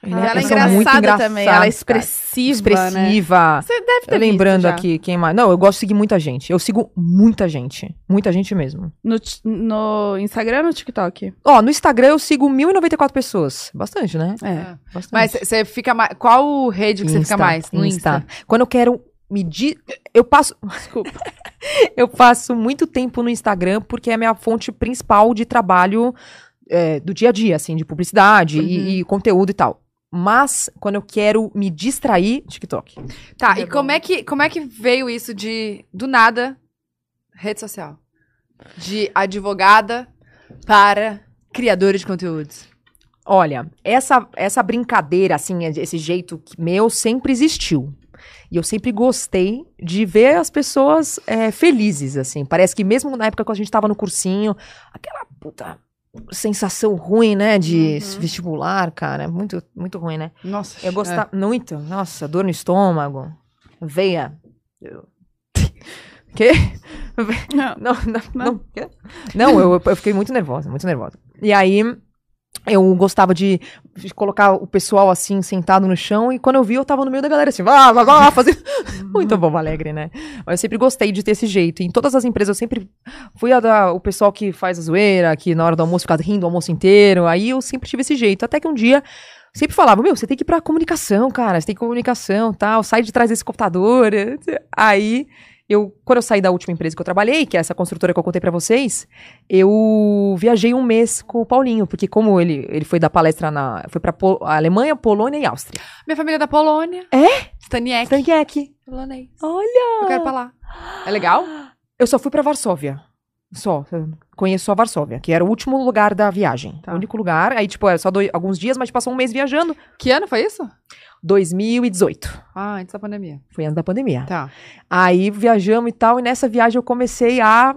Ele Ah, ela é eles são muito engraçada engraçados, também, ela é cara. expressiva, né? Expressiva. Você deve ter Eu Lembrando visto já. aqui quem mais. Não, eu gosto de seguir muita gente. Eu sigo muita gente. Muita gente mesmo. No, ti- no Instagram ou no TikTok? Ó, no Instagram eu sigo 1.094 pessoas. Bastante, né? É. Bastante. Mas você fica mais. Qual rede que você fica Insta, mais? No Insta. Quando eu quero medir. Eu passo. Desculpa. Eu passo muito tempo no Instagram porque é a minha fonte principal de trabalho é, do dia a dia, assim, de publicidade e, e conteúdo e tal. Mas quando eu quero me distrair, TikTok. Tá, É e bom. como é, que, como é que veio isso de, do nada, rede social? De advogada para criadora de conteúdos. Olha, essa, essa brincadeira, assim, esse jeito que meu sempre existiu. E eu sempre gostei de ver as pessoas é, felizes, assim. Parece que mesmo na época que a gente tava no cursinho, aquela puta sensação ruim, né, de Uhum. vestibular, cara, muito, muito ruim, né? Nossa. Eu gostava muito. Nossa, dor no estômago. Veia. Eu- Quê? Não. Não, não, não. quê? Não, eu, eu fiquei muito nervosa, muito nervosa. E aí, eu gostava de, de colocar o pessoal assim, sentado no chão, e quando eu vi, eu tava no meio da galera, assim, vá, vá, vá, fazer. muito bom, alegre, né? Mas eu sempre gostei de ter esse jeito. Em todas as empresas, eu sempre fui a da- o pessoal que faz a zoeira, que na hora do almoço fica rindo o almoço inteiro. Aí eu sempre tive esse jeito. Até que um dia sempre falava, meu, você tem que ir pra comunicação, cara, você tem comunicação, tal, sai de trás desse computador. Aí, eu, quando eu saí da última empresa que eu trabalhei, que é essa construtora que eu contei pra vocês, eu viajei um mês com o Paulinho, porque como ele, ele foi dar palestra na, foi pra Pol- Alemanha, Polônia e Áustria. Minha família é da Polônia. É? Staniek. Stankiek. Polonês. Olha! Eu quero ir pra lá. É legal? Eu só fui pra Varsóvia. Só. eu Conheço só Varsóvia, que era o último lugar da viagem. Tá. O único lugar. Aí, tipo, era só dois- alguns dias, mas passou um mês viajando. Que ano foi isso? 2018. Ah, antes da pandemia. Foi antes da pandemia. Tá. Aí viajamos e tal, e nessa viagem eu comecei a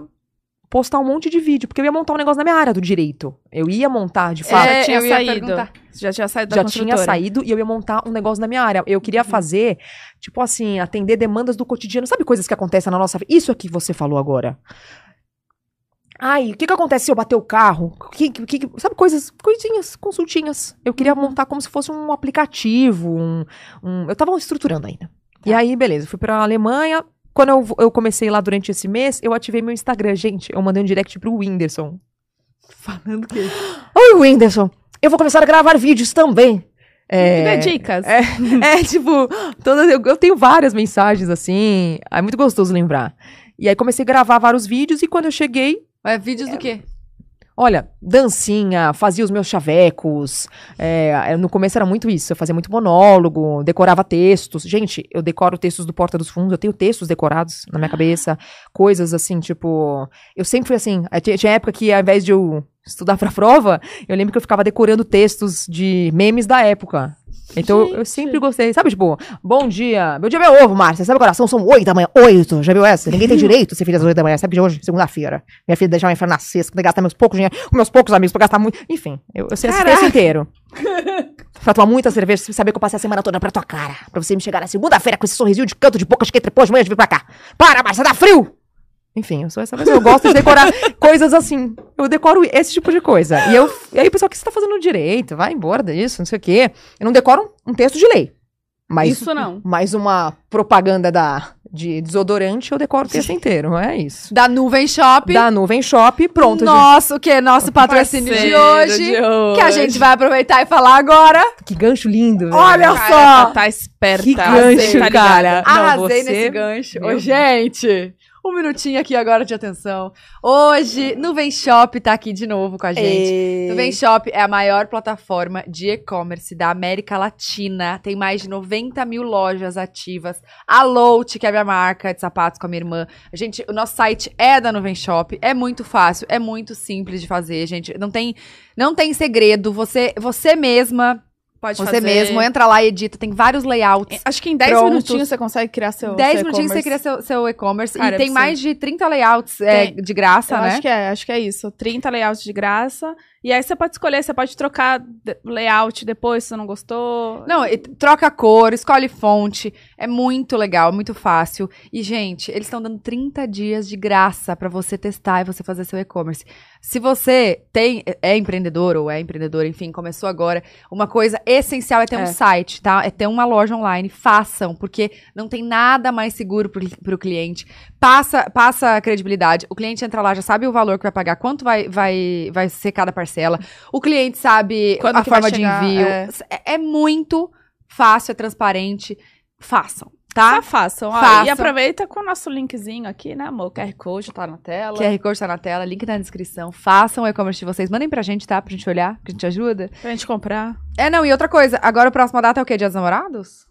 postar um monte de vídeo, porque eu ia montar um negócio na minha área do direito. Eu ia montar, de fato. já É, tinha eu ia saído. perguntar. Já tinha saído da já tinha construtora. saído e eu ia montar um negócio na minha área. Eu queria fazer, tipo assim, atender demandas do cotidiano. Sabe coisas que acontecem na nossa vida? Isso é que você falou agora. Ai, o que que acontece se eu bater o carro? O Que, que, que- sabe coisas, coisinhas, consultinhas. Eu queria montar como se fosse um aplicativo, um... um- eu tava estruturando ainda. E aí, beleza, fui pra Alemanha. Quando eu, eu comecei lá durante esse mês, eu ativei meu Instagram. Gente, eu mandei um direct pro Whindersson. Falando que. Oi, Whindersson! Eu vou começar a gravar vídeos também. Me dê É... dicas. é. É, tipo, todas, eu, eu tenho várias mensagens, assim. É muito gostoso lembrar. E aí comecei a gravar vários vídeos e quando eu cheguei, É vídeos do quê? olha, dancinha, fazia os meus chavecos. é, é, no começo era muito isso. Eu fazia muito monólogo, decorava textos. Gente, eu decoro textos do Porta dos Fundos, eu tenho textos decorados na minha cabeça. Coisas assim, tipo. Eu sempre fui assim. eh, Tinha, tinha época que ao invés de eu. Estudar pra prova, eu lembro que eu ficava decorando textos de memes da época. Então eu sempre gostei, sabe? Tipo, bom dia, meu dia é meu ovo, Márcia. Sabe o coração? São oito da manhã, oito. Já viu essa? Ninguém tem direito a ser filha às oito da manhã. Sabe que hoje, segunda-feira, minha filha deixar minha filha nascer, pra gastar meus poucos dinheiro, com meus poucos amigos, pra gastar muito. Enfim, eu, é eu sei esse texto inteiro. Pra tomar muita cerveja, pra saber que eu passei a semana toda pra tua cara. Pra você me chegar na segunda-feira com esse sorrisinho de canto de boca, acho que depois de manhã de vir pra cá. Para, Márcia, dá tá frio! Enfim, eu sou essa pessoa. Eu gosto de decorar coisas assim. Eu decoro esse tipo de coisa. E, eu, e aí o pessoal, o que você tá fazendo direito? Vai embora disso, não sei o quê. Eu não decoro um, um texto de lei. Mas Isso não. mais uma propaganda da, de desodorante, eu decoro o texto inteiro. É isso. Da Nuvem Shop. Da Nuvem Shop, pronto. gente. Nosso, o que? Nosso patrocínio de hoje, Que a gente vai aproveitar e falar agora. Que gancho lindo. velho. Olha Cara, tá, só! tá esperta. Que Arrasei, gancho, tá ligada. cara. Não, Arrasei você- nesse gancho. Meu Ô, gente, um minutinho aqui agora de atenção. Hoje, Nuvem Shop tá aqui de novo com a gente. Nuvem Shop é a maior plataforma de e-commerce da América Latina. Tem mais de 90 mil lojas ativas. A Lout, que é a minha marca de sapatos com a minha irmã. A gente, o nosso site é da Nuvem Shop. É muito fácil, é muito simples de fazer, gente. Não tem, não tem segredo. Você, você mesma, Pode você fazer. mesmo entra lá e edita. Tem vários layouts. Acho que em 10 Pronto. minutinhos você consegue criar seu. 10 Então, seu minutinhos você e-commerce. cria seu, seu e-commerce. Cara, E tem é mais de 30 layouts é, de graça, Eu né? Acho que é, acho que é isso. 30 layouts de graça. E aí você pode escolher, você pode trocar de- layout depois se você não gostou. Não, e troca cor, escolhe fonte. É muito legal, é muito fácil. E, gente, eles estão dando 30 dias de graça pra você testar e você fazer seu e-commerce. Se você tem, é empreendedor ou é empreendedor, enfim, começou agora, uma coisa essencial é ter um É. site, tá? É ter uma loja online. Façam, porque não tem nada mais seguro pro, pro cliente. Passa, passa a credibilidade. O cliente entra lá, já sabe o valor que vai pagar, quanto vai, vai, vai ser cada parcela. O cliente sabe Quando a que vai forma de chegar, envio. é. É- é muito fácil, é transparente. Façam, tá? Só façam, ó. Façam. E aproveita com o nosso linkzinho aqui, né, amor? O QR Code tá na tela. QR Code tá na tela, link na descrição. Façam o e-commerce de vocês. Mandem pra gente, tá? Pra gente olhar, que a gente ajuda. Pra gente comprar. É, não, e outra coisa. Agora a próxima data é o quê? Dia dos namorados?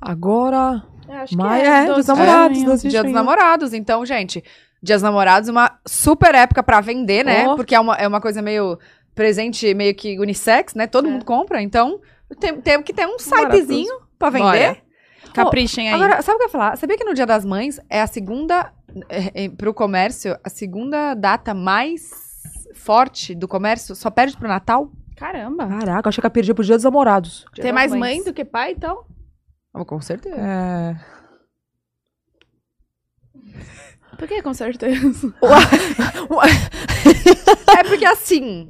Agora. acho Maia, é, dos namorados. dos Dia dos bichinhos. namorados. Então, gente, Dia dos namorados é uma super época pra vender, né? Oh. Porque é uma, é uma coisa meio presente, meio que unissex, né? Todo É. mundo compra. Então, tem, tem que ter um Bora, sitezinho pra vender. Bora. Caprichem aí. Agora, sabe o que eu ia falar? Sabia que no Dia das Mães é a segunda, é, é, pro comércio, a segunda data mais forte do comércio? Só perde pro Natal? Caramba. Caraca, achei que eu perdi pro dia dos namorados. Dia Tem das mais Mães. mãe do que pai, então? Ah, Com certeza. É. Por que, com certeza? É porque assim,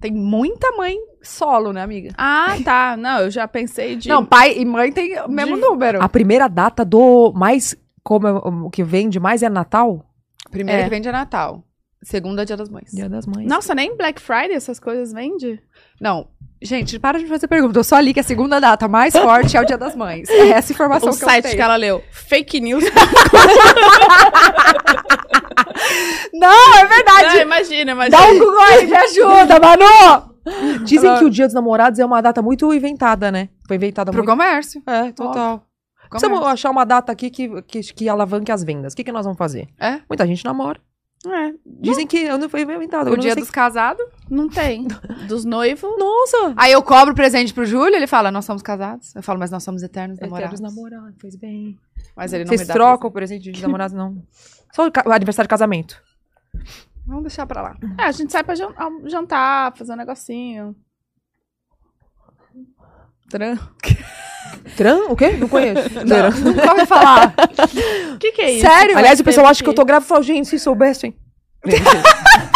tem muita mãe solo, né, amiga? Ah, tá. Não, eu já pensei de. Não, pai e mãe tem o mesmo De- número. A primeira data do mais. Como é- o que vende mais é Natal? primeira É. que vende é Natal. Segunda é Dia das Mães. Dia das Mães. Nossa, nem Black Friday essas coisas vende? Não. Gente, para de me fazer pergunta. Eu só li que é a segunda data mais forte é o Dia das Mães. É essa informação o que site eu que tenho. ela leu. Fake news. Não, é verdade. Não, imagina, imagina. Dá um Google aí, me ajuda, Manu! Dizem que o Dia dos Namorados é uma data muito inventada, né? Foi inventada Pro muito. comércio. É, total. Precisamos Comércio. achar uma data aqui que, que, que alavanque as vendas. O que, que nós vamos fazer? É. Muita gente namora. É, Dizem que eu não foi inventada. O dia dos casados. não tem. Dos noivos. Nossa! Aí eu cobro o presente pro Júlio, ele fala, nós somos casados. Eu falo, mas nós somos eternos namorados. Namorados. namorados, fez bem. Mas ele não Vocês me dá trocam o presente de namorados, não. Só o ca- o aniversário de casamento. presente. Vamos deixar pra lá. É, a gente sai pra jan- al- jantar, fazer um negocinho. Tran? O quê? Não conheço. Tran. Não corre falar. O que, que é isso? Sério? Aliás, o pessoal acha que eu tô grávida e fala, gente, se soubessem.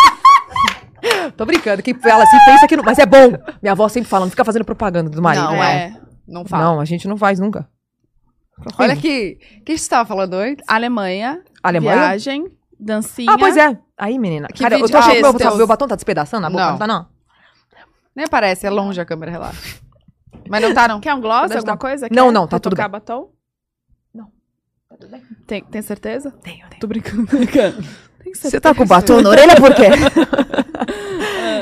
tô brincando. Quem fala assim, pensa que não. Mas é bom. Minha avó sempre fala, não fica fazendo propaganda do marido. né? Não, é. Não fala. Né? Não, a gente não faz nunca. Olha aqui. O que a gente tava falando antes? Ah, Alemanha, Alemanha? viagem, dancinha. Ah, pois é. Aí, menina. Que cara, eu tô vídeo- achando que meu, Ah, Deus. meu batom tá despedaçando na boca, Não. não, tá, não? Nem aparece, é longe a câmera, relaxa. Mas não tá, não. Quer um gloss, Deve alguma estar- coisa? Não, Quer não, tá tudo retocar batom? Tá Não. Tem, tem certeza? Tenho, tenho. Tô brincando. Tem certeza? Você tá com batom na orelha por quê?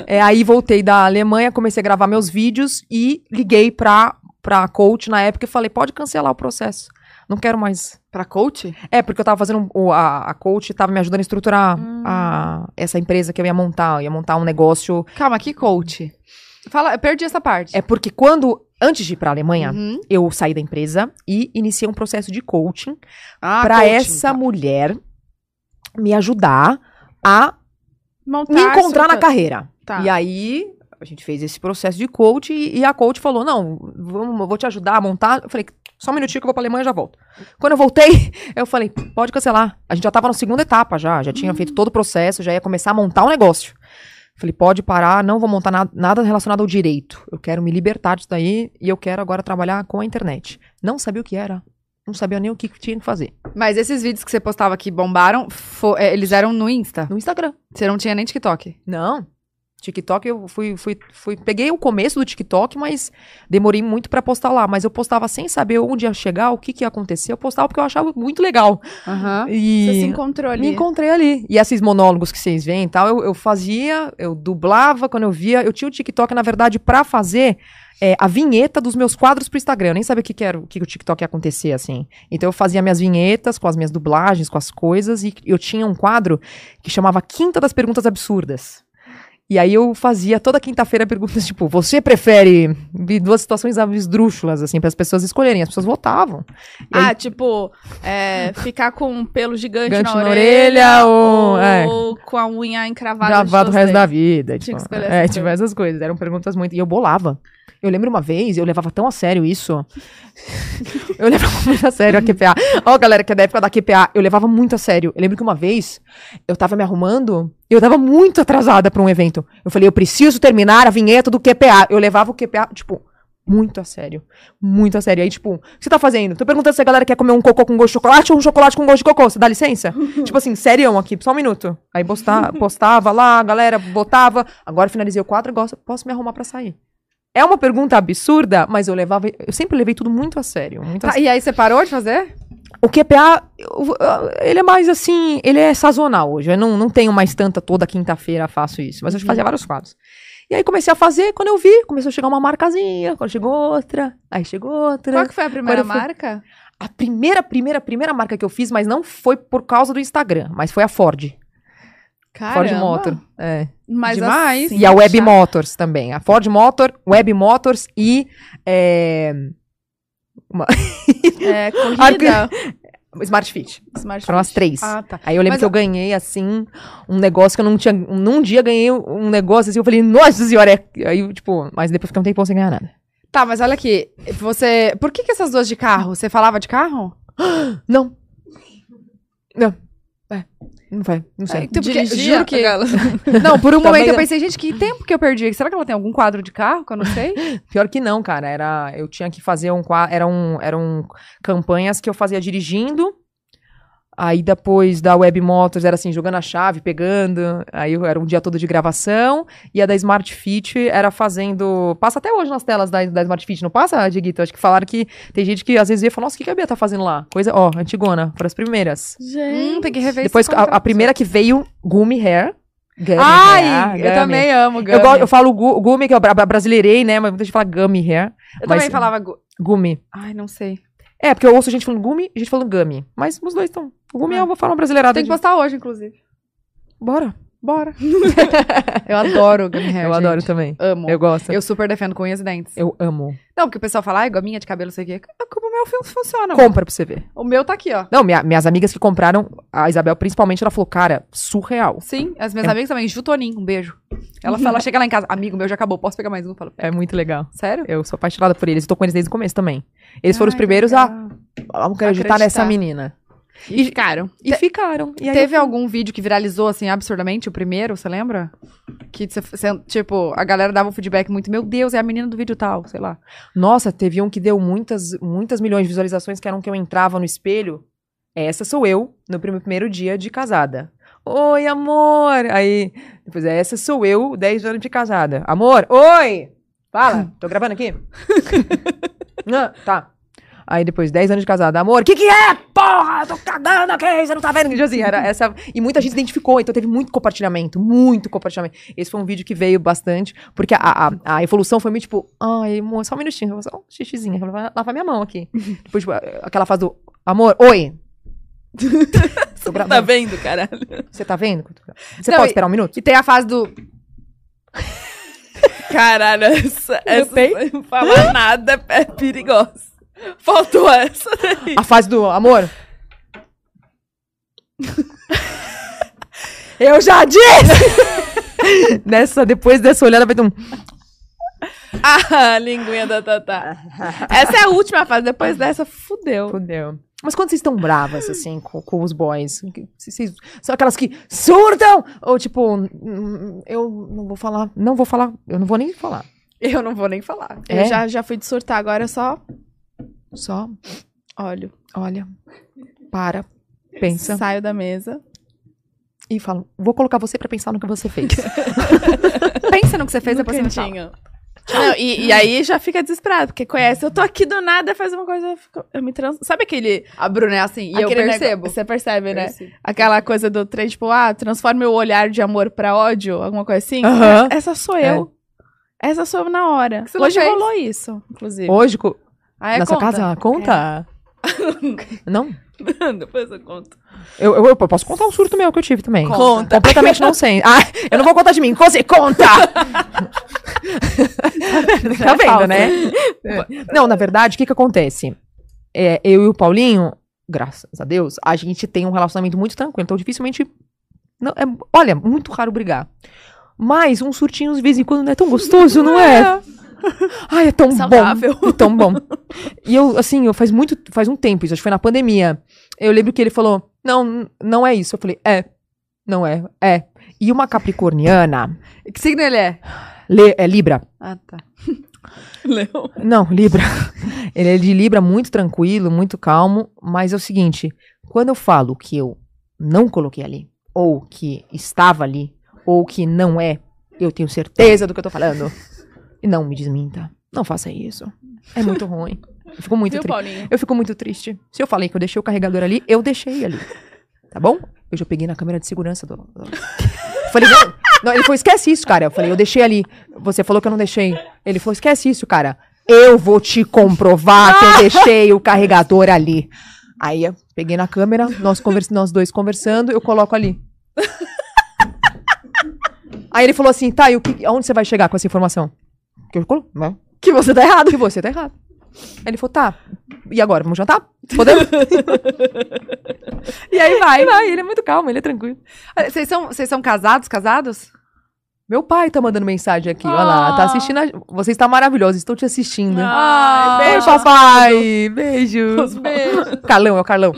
é, aí voltei da Alemanha, comecei a gravar meus vídeos e liguei pra, pra coach na época e falei, pode cancelar o processo. Não quero mais. Pra coach? É, porque eu tava fazendo. um- o- A, a coach tava me ajudando a estruturar a- Hum. essa empresa que eu ia montar. Eu ia montar um negócio. Calma, que coach? Fala, eu perdi essa parte. É porque quando. Antes de ir pra Alemanha, Uhum. eu saí da empresa e iniciei um processo de coaching Ah, pra é coaching, essa tá. mulher me ajudar a Montar, me encontrar Tá, na estrutura. carreira. Tá. E aí, a gente fez esse processo de coach e, e a coach falou: Não, vamos, eu vou te ajudar a montar. Eu falei: Só um minutinho que eu vou pra Alemanha e já volto. Quando eu voltei, eu falei: Pode cancelar. A gente já tava na segunda etapa já, já tinha feito todo o processo, já ia começar a montar o negócio. Falei: Pode parar, não vou montar nada, nada relacionado ao direito. Eu quero me libertar disso daí e eu quero agora trabalhar com a internet. Não sabia o que era, não sabia nem o que que tinha que fazer. Mas esses vídeos que você postava que bombaram, fo- é, eles eram no Insta? No Instagram. Você não tinha nem TikTok. Não. TikTok eu fui, fui, fui, peguei o começo do TikTok, mas demorei muito pra postar lá. Mas eu postava sem saber onde ia chegar, o que, que ia acontecer. Eu postava porque eu achava muito legal. Aham. Você se E encontrou ali. me encontrei ali. E esses monólogos que vocês veem e tal, eu, eu fazia, eu dublava quando eu via. Eu tinha o TikTok, na verdade, pra fazer é, a vinheta dos meus quadros pro Instagram. Eu nem sabia o que, que era, o que, que o TikTok ia acontecer, assim. Então eu fazia minhas vinhetas com as minhas dublagens, com as coisas. E eu tinha um quadro que chamava Quinta das Perguntas Absurdas. E aí eu fazia toda quinta-feira perguntas tipo, você prefere Vi duas situações esdrúxulas, assim, para as pessoas escolherem. As pessoas votavam. E aí- Ah, tipo, é, ficar com um pelo gigante Gigante na, na orelha orelha, ou- é. ou com a unha encravada. gravado o nos resto da dedos. vida. Tinha Tipo, que escolher é, essas tipo, essas coisas. Eram perguntas muito. E eu bolava. Eu lembro uma vez, eu levava tão a sério isso. eu levava muito a sério a QPA. Ó, galera, que é da época da QPA, eu levava muito a sério. Eu lembro que uma vez eu tava me arrumando e eu tava muito atrasada pra um evento. Eu falei, eu preciso terminar a vinheta do QPA. Eu levava o QPA, tipo. Muito a sério. Muito a sério. Aí, tipo, o que você tá fazendo? Tô perguntando se a galera quer comer um cocô com gosto de chocolate ou um chocolate com gosto de cocô. Você dá licença? tipo assim, serião aqui, só um minuto. Aí posta, postava lá, a galera botava. Agora eu finalizei o quadro, gosto, posso me arrumar pra sair. É uma pergunta absurda, mas eu levava. Eu sempre levei tudo muito a sério. Muito a Tá, e aí você parou de fazer? o QPA, eu- eu- ele é mais assim, ele é sazonal hoje. Eu não, não tenho mais tanta toda quinta-feira faço isso, mas eu Uhum. fazia vários quadros. E aí comecei a fazer, quando eu vi, começou a chegar uma marcazinha, quando chegou outra, aí chegou outra. Qual que foi a primeira eu fui- marca? A primeira, primeira, primeira marca que eu fiz, mas não foi por causa do Instagram, mas foi a Ford. Ford Caramba. Motor. É. Mas Demais. assim, E a Web já- Motors também. A Ford Motor, Web Motors e. é, É, corrida. Smart Fit. Smart Foram as três. Ah, tá. Aí eu lembro Mas que eu ganhei, assim, um negócio que eu não tinha. Num dia ganhei um negócio assim, eu falei, nossa senhora, é. Aí, eu, tipo, mas depois fiquei um tempão sem ganhar nada. Tá, mas olha aqui. Você. Por que, que essas duas de carro? Você falava de carro? Não. Não. É. Não vai, não sei. Tipo, Então, porque- Dirigia? juro que. Não, por um Também momento eu não. pensei, gente, que tempo que eu perdi? Será que ela tem algum quadro de carro que eu não sei? Pior que não, cara. Era, eu tinha que fazer um quadro. Eram, eram campanhas que eu fazia dirigindo. Aí depois da Web Motors era assim, jogando a chave, pegando. Aí eu- era um dia todo de gravação. E a da Smart Fit era fazendo. Passa até hoje nas telas da, da Smart Fit, não passa, Diguito? Acho que falaram que tem gente que às vezes ia falar, nossa, o que, que a Bia tá fazendo lá? Coisa, ó, antigona, para as primeiras. Gente. hum, tem que rever depois esse a, a contrato. primeira que veio, Gumi Hair. Gummy Ai, é eu Gummy. também amo Eu, Gummy. go- eu falo gu- Gumi, que eu bra- bra- brasileirei, né? Mas muita gente fala Gummy Hair. Eu mas- também falava. gu- Gumi. Ai, não sei. É, porque eu ouço gente falando gumi e gente falando gummy. Mas os dois estão. O gumi é uma forma brasileirada. Ah. Tem que de- postar hoje, inclusive. Bora. Bora. eu adoro Gummy Hair. eu gente. adoro também. Amo. Eu gosto. Eu, Eu super defendo com unhas e dentes. amo. Não, porque o pessoal fala, ai, gominha de cabelo, não sei o quê. Como o meu filme funciona. mano. Compra pra você ver. O meu tá aqui, ó. Não, minha- minhas amigas que compraram, a Isabel principalmente, ela falou, cara, surreal. Sim, as minhas amigas também. Jutonin, um beijo. Ela fala, chega lá em casa, amigo meu já acabou, posso pegar mais um? Eu falo, É muito legal. sério? Eu sou apaixonada por eles. Eu tô com eles desde o começo também. Eles foram os Ai, primeiros a, legal. a acreditar nessa Acreditar. menina. E ficaram. E ficaram. E aí Teve eu- algum vídeo que viralizou, assim, absurdamente, o primeiro, você lembra? Que, você- você- tipo, a galera dava um feedback muito, meu Deus, é a menina do vídeo tal, sei lá. Nossa, teve um que deu muitas, muitas milhões de visualizações, que era um que eu entrava no espelho. Essa sou eu, no prim- primeiro dia de casada. Oi, amor! Aí, depois, essa sou eu, 10 anos de casada. Amor, oi! Fala, tô gravando aqui? Não, tá. Aí depois, 10 anos de casada, amor, que que é? Porra, eu tô cagando aqui, você não tá vendo? Tipo Assim, era essa... E muita gente se identificou, então teve muito compartilhamento, muito compartilhamento. Esse foi um vídeo que veio bastante, porque a, a, a evolução foi meio tipo, ai, amor, só um minutinho, eu vou só um xixizinho, eu vou lavar- lavar minha mão aqui. depois, tipo, aquela fase do, amor, oi! Tá Tô gravando. vendo, caralho? Você tá vendo? Você Não, pode e- esperar um minuto? E tem a fase do, Caralho, essa, essa bem? sem falar nada é perigosa. Faltou essa. A fase do amor. Eu já disse! Nessa, depois dessa olhada, vai ter um. Ah, linguinha da Tatá. Essa é a última fase. Depois dessa, fudeu. Fudeu. Mas quando vocês estão bravas, assim, com, com os boys, que- se- vocês são aquelas que surtam? Ou tipo, "Hum, eu não vou falar, não vou falar, eu não vou nem falar. Eu não vou nem falar. É? Eu já, já fui de surtar, agora eu só Só, olho. olha, para, pensa Saio da mesa. e falo, vou colocar você pra pensar no que você fez. Pensa no que você fez, no depois você me fala. cantinho. Não, e, e aí já fica desesperado, porque conhece. Eu tô aqui do nada, faz uma coisa. Eu, fico- eu me trans... Sabe aquele. A Bruna é assim, e eu aquele negócio- percebo. Você percebe, né? Percebo. Uhum. Aquela coisa do trem, tipo, ah, transforme o olhar de amor pra ódio, alguma coisa assim. Aham. É. Essa sou eu. Essa sou eu na hora. que você não Hoje fez? rolou isso, inclusive. Hoje, co- Ah, é na sua conta. É. casa, conta. Não? Depois eu conto. Eu, eu, eu posso contar um surto meu que eu tive também. Conta. Completamente não sei. Ah, eu não vou contar de mim. Você conta! é tá É. vendo, né? Não, na verdade, o que que acontece? É, eu e o Paulinho, graças a Deus, a gente tem um relacionamento muito tranquilo. Então, dificilmente... não- é- olha, muito raro brigar. Mas uns surtinhos de vez em quando não é tão gostoso, não é? Ai, é tão Saudável. bom. É tão bom. E eu, assim, eu faz muito... Faz um tempo isso. Acho que foi na pandemia. Eu lembro que ele falou, não, não é isso. Eu falei, é, não é, é. E uma capricorniana, Que signo ele é? le- é Libra. Ah, tá. Leão. Não, Libra. Ele é de Libra muito tranquilo, muito calmo, mas é o seguinte, quando eu falo que eu não coloquei ali, ou que estava ali, ou que não é, eu tenho certeza do que eu tô falando. E não me desminta. Não faça isso. É muito ruim. Eu fico muito Viu, triste. Paulinho? Eu fico muito triste. Se eu falei que eu deixei o carregador ali, eu deixei ali. Tá bom? Eu já peguei na câmera de segurança do. do- Falei, não, não, ele falou, esquece isso, cara. Eu falei, eu deixei ali. Você falou que eu não deixei. Ele falou, esquece isso, cara. Eu vou te comprovar que eu deixei o carregador ali. Aí eu peguei na câmera, nós, convers... nós dois conversando, eu coloco ali. Aí ele falou assim, tá, e o que... aonde você vai chegar com essa informação? Que eu colo... né? Que você tá errado. Que você tá errado. Aí ele falou, tá, e agora, vamos jantar? Podemos? e aí vai. Vai, ele é muito calmo, ele é tranquilo. Olha, Vocês são, vocês são casados, casados? Meu pai tá mandando mensagem aqui, olha lá, tá Ah. assistindo, a... você está maravilhosa, estou te assistindo. Ai, Ai, Oi, beijo. papai, beijos. Carlão, é o Carlão.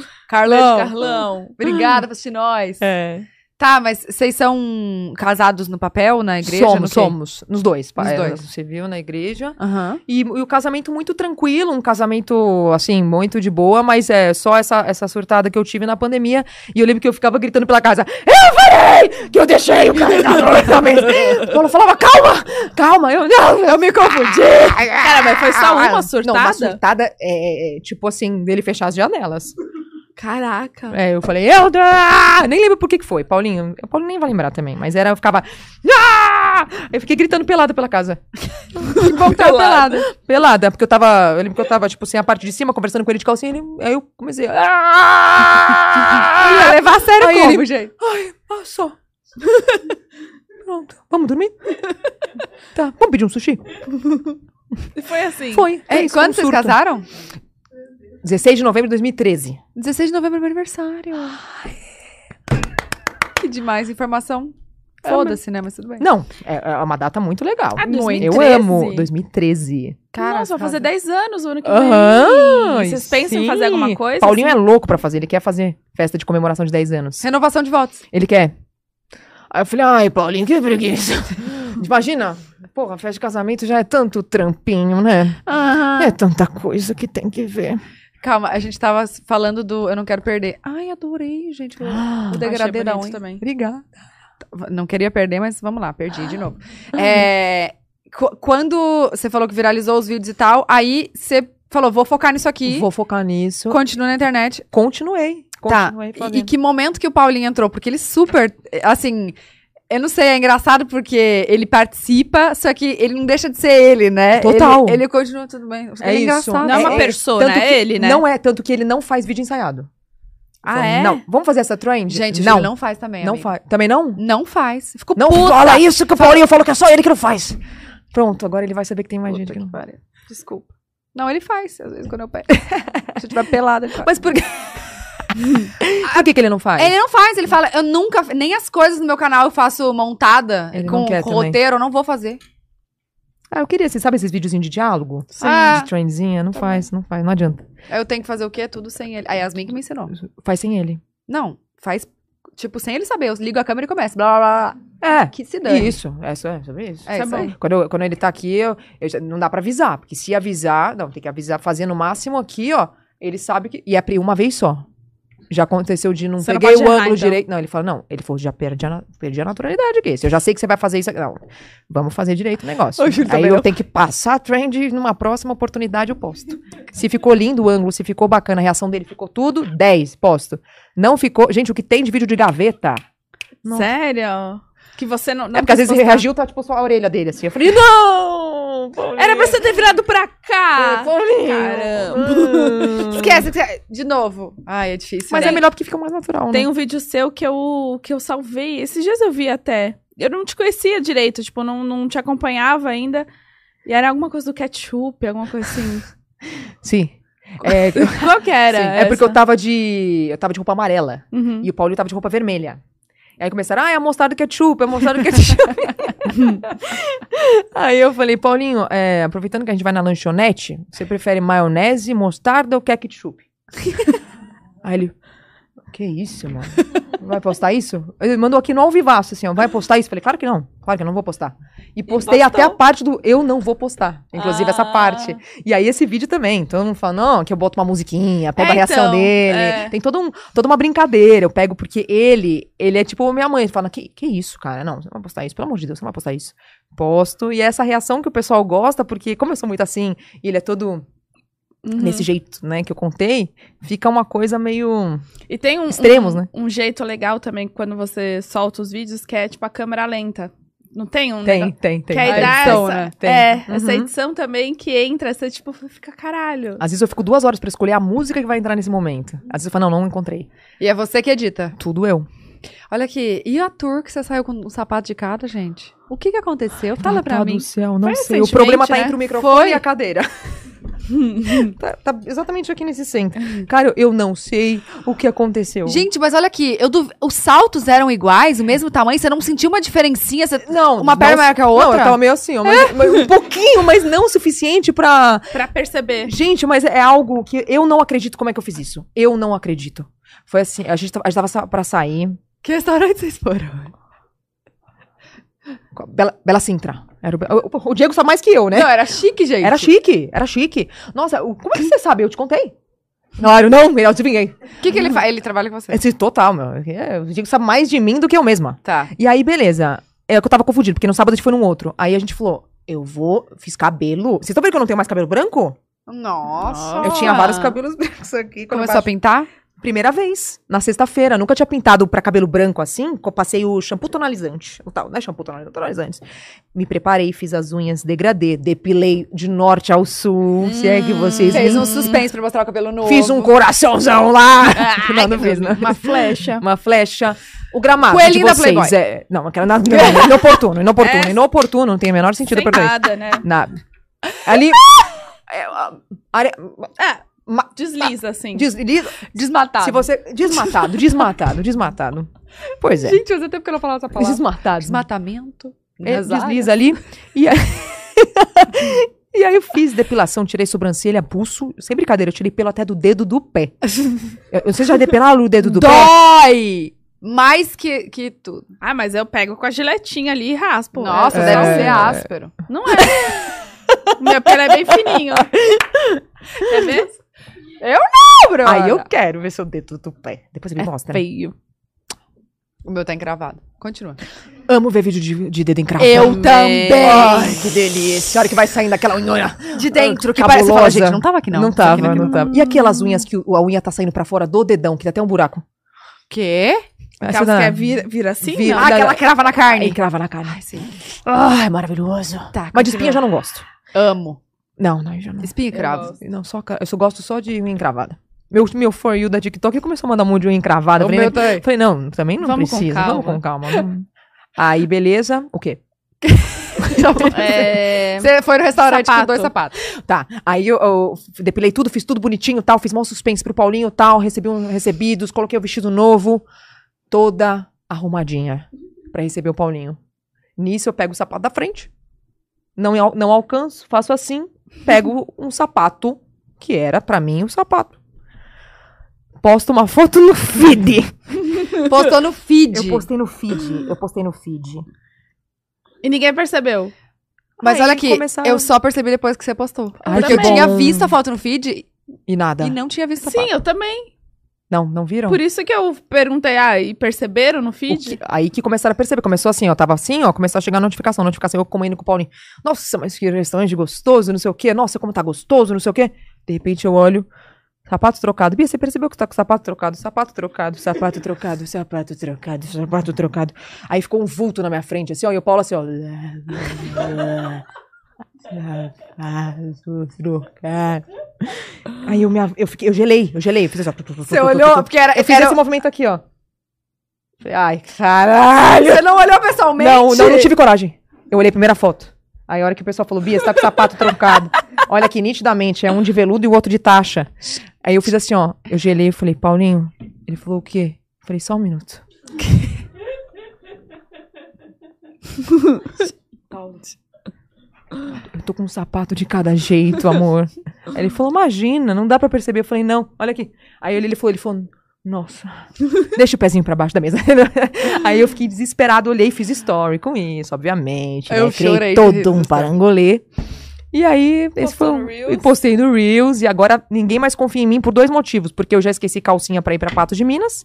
Beijo, Carlão, Carlão. obrigada por assistir nós. É. Tá, mas vocês são casados no papel, na igreja? no somos, quê? somos, nos dois. Nos É, dois. no Civil, na igreja. Aham. E, e o casamento muito tranquilo, um casamento, assim, muito de boa, mas é só essa, essa surtada que eu tive na pandemia. E eu lembro que eu ficava gritando pela casa: Eu falei que eu deixei o carregador também. Ela falava: Calma, calma, eu, não, eu me confundi. Cara, mas foi Ah, só uma surtada? Não, uma surtada é, é, tipo assim, dele fechar as janelas. Caraca. É, eu falei: Eu ah! nem lembro por que que foi, Paulinho. O Paulinho nem vai lembrar também, mas era, eu ficava. Ah! Eu fiquei gritando pelada pela casa. Voltar pelado. Pelada, porque eu tava. Eu lembro que eu tava, tipo assim, a parte de cima, conversando com ele de calcinha, ele, aí eu comecei. "Ah!" Ia levar a sério Aí como, ele- gente? Ah, só. Pronto. Vamos dormir? Tá. Vamos pedir um sushi? Foi assim. Foi. É, isso, quando foi um vocês surto. casaram? 16 de novembro de 2013. 16 de novembro, é meu aniversário. Que demais informação. É Foda-se, né? Mas tudo bem. Não, é, é uma data muito legal. Ah, Muito. 2013. Eu amo 2013. Nossa, vai fazer 10 anos o ano que vem. Aham. Né? Vocês pensam em sim. fazer alguma coisa? assim? Paulinho é louco pra fazer, ele quer fazer festa de comemoração de 10 anos. É. Renovação de votos. Ele quer. Aí eu falei, ai, Paulinho, que preguiça. Imagina, porra, festa de casamento já é tanto trampinho, né? Ah. É tanta coisa que tem que ver. Calma, a gente tava falando do Eu Não Quero Perder. Ai, adorei, gente. Ah. O, o degradê da bonito unha. também. Obrigada. Não queria perder, mas vamos lá, perdi de novo. É, qu- quando você falou que viralizou os vídeos e tal, aí você falou, vou focar nisso aqui. Vou focar nisso. Continua na internet. Continuei. Tá. Continuei E, e que momento que o Paulinho entrou? Porque ele super, assim... Eu não sei, é engraçado porque ele participa, só que ele não deixa de ser ele, né? Total. Ele, ele continua tudo bem. Ele É isso. engraçado. Não é uma É, é, persona, tanto é ele, né? Não é, tanto que ele não faz vídeo ensaiado. Ah, Falou, é? Não, vamos fazer essa trend? Gente, o não. Júlio não faz também, Não amigo. faz. Também não? Não faz. Ficou Não Tipo, puta. fala isso que o Paulinho falou que é só ele que não faz. Pronto, agora ele vai saber que tem mais Puta gente que que não faz. pariu. Desculpa. Não, ele faz, às vezes, quando eu pego. Se eu tiver pelada, ele faz. Mas por que... por que, que ele não faz? Ele não faz, ele fala, eu nunca, nem as coisas no meu canal eu faço montada Ele com, não quer com também. roteiro, eu não vou fazer. Ah, eu queria, assim, sabe esses videozinhos de diálogo? Sim. de trendzinha, Tá não faz, não faz, não adianta. Eu tenho que fazer o quê? Tudo sem ele. A Yasmin que me ensinou. Faz sem ele. Não, faz, tipo, sem ele saber. Eu ligo a câmera e começo. Blá, blá, blá. É. Que se dane. Isso, é, só- é sobre isso. É Tá isso bom. aí. Quando, eu- quando ele tá aqui, eu, eu já- não dá pra avisar. Porque se avisar, não, tem que avisar, fazer no máximo aqui, ó. Ele sabe que. E é pri- uma vez só. Já aconteceu de não Você não peguei pode o errar, ângulo então. direito. Não, ele falou, não. Ele falou, já perdi a, na- perdi a naturalidade aqui. Se eu já sei que você vai fazer isso aqui. Não, vamos fazer direito o negócio. Ô, Júlio, tá Aí também eu não. tenho que passar a trend e numa próxima oportunidade eu posto. Se ficou lindo o ângulo, se ficou bacana a reação dele, ficou tudo, 10, posto. Não ficou. Gente, o que tem de vídeo de gaveta? Nossa. Sério? Que você não. não é porque às quis vezes ele postar. reagiu, tá tipo só a orelha dele assim. Eu falei, não! tá- Era pra você ter virado pra Ah, cá. Caramba. Caramba! Esquece que você... De novo. Ai, é difícil. Mas né? é melhor porque fica mais natural, né? Tem um vídeo seu que eu, que eu salvei. Esses dias eu vi até. Eu não te conhecia direito, tipo, não, não te acompanhava ainda. E era alguma coisa do ketchup, alguma coisa assim. Sim. É, Qual que era? sim. É porque essa? eu tava de. Eu tava de roupa amarela. Uhum. E o Paulinho tava de roupa vermelha. E aí começaram, ah, é a mostarda do ketchup, é a mostarda do ketchup. aí eu falei, Paulinho, é, aproveitando que a gente vai na lanchonete, você prefere maionese, mostarda ou ketchup? aí ele, que isso, mano? Vai postar isso? Ele mandou aqui no ao vivaço, assim, ó, vai postar isso? Falei, claro que não, claro que eu não vou postar. E postei postou. até a parte do eu não vou postar, inclusive essa Ah. parte. E aí esse vídeo também, todo mundo fala, não, que eu boto uma musiquinha, pego É, a reação então, dele. é. Tem todo um, toda uma brincadeira, eu pego porque ele, ele é tipo minha mãe, ele fala, que, que isso, cara, não, você não vai postar isso, pelo amor de Deus, você não vai postar isso. Posto, e é essa reação que o pessoal gosta, porque como eu sou muito assim, e ele é todo Uhum. nesse jeito, né, que eu contei, fica uma coisa meio... E tem um, Extremos, um- né? um jeito legal também quando você solta os vídeos que é tipo a câmera lenta. Não tem um Tem, negócio? tem, tem. Ah, Que aí A dá edição, essa, né? Tem. É, Uhum. essa edição também que entra, você tipo, fica caralho. Às vezes eu fico duas horas pra escolher a música que vai entrar nesse momento. Às vezes eu falo, não, não encontrei. E é você que edita. Tudo eu. Olha aqui. E a tour que você saiu com um sapato de cada, gente? O que que aconteceu? Fala pra Tá mim. do céu, não Foi sei. O recentemente, problema tá né? entre o microfone Foi. e a cadeira. tá, tá exatamente aqui nesse centro. Cara, eu não sei o que aconteceu. Gente, mas olha aqui, eu duv- os saltos eram iguais, o mesmo tamanho, você não sentiu uma diferencinha? Você... não, Uma perna maior que a outra? Não, eu tava meio assim, ó, mas, mas um pouquinho, mas não o suficiente pra... Pra perceber. Gente, mas é algo que eu não acredito como é que eu fiz isso. Eu não acredito. Foi assim, a gente tava, a gente tava sa- pra sair, Que restaurante vocês foram? com a Bela, Bela Sintra. Era o, Be- o- o Diego sabe mais que eu, né? Não, era chique, gente. Era chique, era chique. Nossa, o- como é que você sabe? Eu te contei. Claro, não, eu te vinguei. O que que ele faz? Ele trabalha com você. Esse total, meu. É, o Diego sabe mais de mim do que eu mesma. Tá. E aí, beleza. É que eu tava confundido, porque no sábado a gente foi num outro. Aí a gente falou, eu vou, fiz cabelo. Vocês estão vendo que eu não tenho mais cabelo branco? Nossa. Eu tinha vários cabelos brancos aqui. Quando eu Ah. Começou a baixo- pintar? Primeira vez, na sexta-feira. Nunca tinha pintado pra cabelo branco assim. que Eu passei o shampoo tonalizante. O tal, né? Shampoo tonalizante, tonalizante. Me preparei, fiz as unhas degradê, depilei de norte ao sul. se é que vocês Fez me um suspense pra mostrar o cabelo novo. Fiz um coraçãozão lá. não, não fiz, não. Uma flecha. Uma flecha. O gramado Coelhinho da de vocês Playboy. é... Não, aquela... na- não, Inoportuno, inoportuno, É. inoportuno. Não tem o menor sentido Sem pra mim. nada, né? Nada. Ali... é, a- área- Ah, É. ma- desliza assim. des- li- Desmatado. Se você... Desmatado, desmatado, desmatado. Pois é. Gente, fazia tempo que eu não falava essa palavra. Desmatado. Desmatamento. É, nas áreas. desliza ali. E aí... e aí eu fiz depilação, tirei sobrancelha, pulso. Sem brincadeira, eu tirei pelo até do dedo do pé. Eu- Vocês já depilaram o dedo do pé? Dói! Mais que, que tudo. Ah, mas eu pego com a giletinha ali e raspo. Nossa, É, deve só- ser áspero. Não é. Minha pele é bem fininho. É Quer ver? Bro, Aí eu quero ver seu dedo do pé. Depois você me mostra. né? Feio. O meu tá encravado. Continua. Amo ver vídeo de, de dedo encravado. Eu também. Ai, que delícia. A hora que vai saindo aquela unha. De dentro, que Cabulosa. parece. Fala, gente, não tava aqui, não. Não Isso aqui tava, não tava. E aquelas unhas que o- a unha tá saindo pra fora do dedão, que dá até um buraco. Quê? Aquelas que é vira, vira assim, Vira. não? Ah, aquela crava na Aí carne. crava na cara. sim. Ai, maravilhoso. Tá, Mas de espinha eu já não gosto. Amo. Não, não, eu já não. Espinha e Eu cravo. gosto. Não, só, ca- eu só gosto só de unha encravada. Meu, meu for you da TikTok começou a mandar um monte de unha encravada. Eu O falei, meu né? também. falei, não, também não Vamos com precisa. Vamos calma. com calma. Não. Aí, beleza. O quê? É... Você foi no restaurante Sapato. com dois sapatos. Tá, aí eu, eu depilei tudo, fiz tudo bonitinho tal, fiz mal suspense pro Paulinho tal, recebi um recebidos, coloquei o vestido novo, toda arrumadinha pra receber o Paulinho. Nisso eu pego o sapato da frente, Não, al- não alcanço, faço assim, pego um sapato, que era pra mim um sapato. Posto uma foto no feed. Postou no feed. Eu postei no feed, eu postei no feed. E ninguém percebeu. Mas Aí olha aqui, começaram- eu só percebi depois que você postou. Ai, tá porque eu que tinha bom. visto a foto no feed E nada. e não tinha visto a Sim, foto. eu também. Não, não viram? Por isso que eu perguntei, ah, e perceberam no O feed? que- aí que começaram a perceber. Começou assim, ó. Tava assim, ó. Começou a chegar a notificação, notificação. Eu comendo com o Paulinho. Nossa, mas que restaurante gostoso, não sei o quê. Nossa, como tá gostoso, não sei o quê. De repente eu olho. Sapato trocado. Bia, você percebeu que tá com sapato trocado? Sapato trocado, sapato trocado, sapato trocado, sapato trocado. Aí ficou um vulto na minha frente, assim, ó. E o Paulo assim, ó. Sapato trocado. Aí eu, me, av- eu, fiquei, eu gelei, eu gelei. Eu fiz assim, ó. Você olhou, porque era, Eu fiz era- esse movimento aqui, ó. Ai, caralho. Você não olhou pessoalmente? Não, não, não tive coragem. Eu olhei a primeira foto. Aí a hora que o pessoal falou, Bia, você tá com o sapato trocado. Olha aqui, nitidamente, é um de veludo e o outro de taxa. Aí eu fiz assim, ó. Eu gelei e falei, Paulinho. Ele falou, o quê? Eu falei, só um minuto. Eu tô com um sapato de cada jeito, amor. Aí ele falou, imagina, não dá pra perceber. Eu falei, não, olha aqui. Aí ele, ele falou, ele falou, nossa, deixa o pezinho pra baixo da mesa. Aí eu fiquei desesperado, olhei, fiz story com isso, obviamente. né? Eu Criei chorei com isso, todo um story. parangolê. E aí, esse foi Postou um, no Reels? eu postei no Reels e agora ninguém mais confia em mim por dois motivos, porque eu já esqueci calcinha pra ir pra Patos de Minas.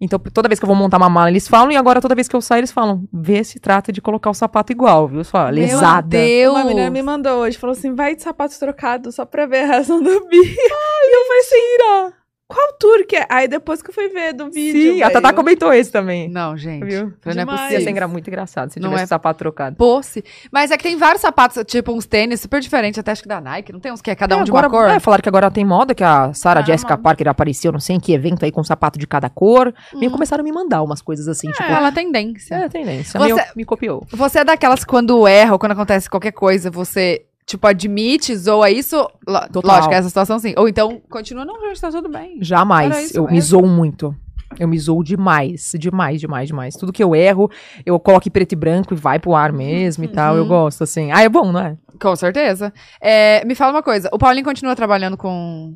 Então, toda vez que eu vou montar uma mala, eles falam, e agora toda vez que eu saio, eles falam: vê se trata de colocar o sapato igual, viu? Só Meu lesada. Deus. Uma menina me mandou hoje, falou assim: vai de sapato trocado só pra ver a reação do Bi. e eu falei assim: qual tour que é? Aí depois que eu fui ver do vídeo. Sim, a Tatá veio. comentou esse também. Não, gente. Viu? Falei, Não é Demais. Ia ser possível. engra- muito engraçado se Não tivesse é. o sapato trocado. Posse. Mas é que tem vários sapatos, tipo uns tênis super diferentes, até acho que da Nike. Não tem uns que é cada um É, de uma agora- cor? É, falaram que agora tem moda, que a Sarah Ah, Jessica moda. Parker apareceu, não sei em que evento aí, com um sapato de cada cor. Meio Uhum. começaram a me mandar umas coisas assim, tipo... Ela tendência. É, tendência. É. Você- Meio- me copiou. Você é daquelas que quando erra ou quando acontece qualquer coisa, você, tipo, admite, zoa isso? Lo- Total. Lógico, essa situação sim. Ou então, continua, não, gente, tá tudo bem. Era Jamais. isso eu me mesmo? zoo muito. Eu me zoo demais, demais, demais, demais. Tudo que eu erro, eu coloco em preto e branco e vai pro ar mesmo Uhum. e tal. Eu gosto, assim. Ah, é bom, não é? Com certeza. É, me fala uma coisa, o Paulinho continua trabalhando com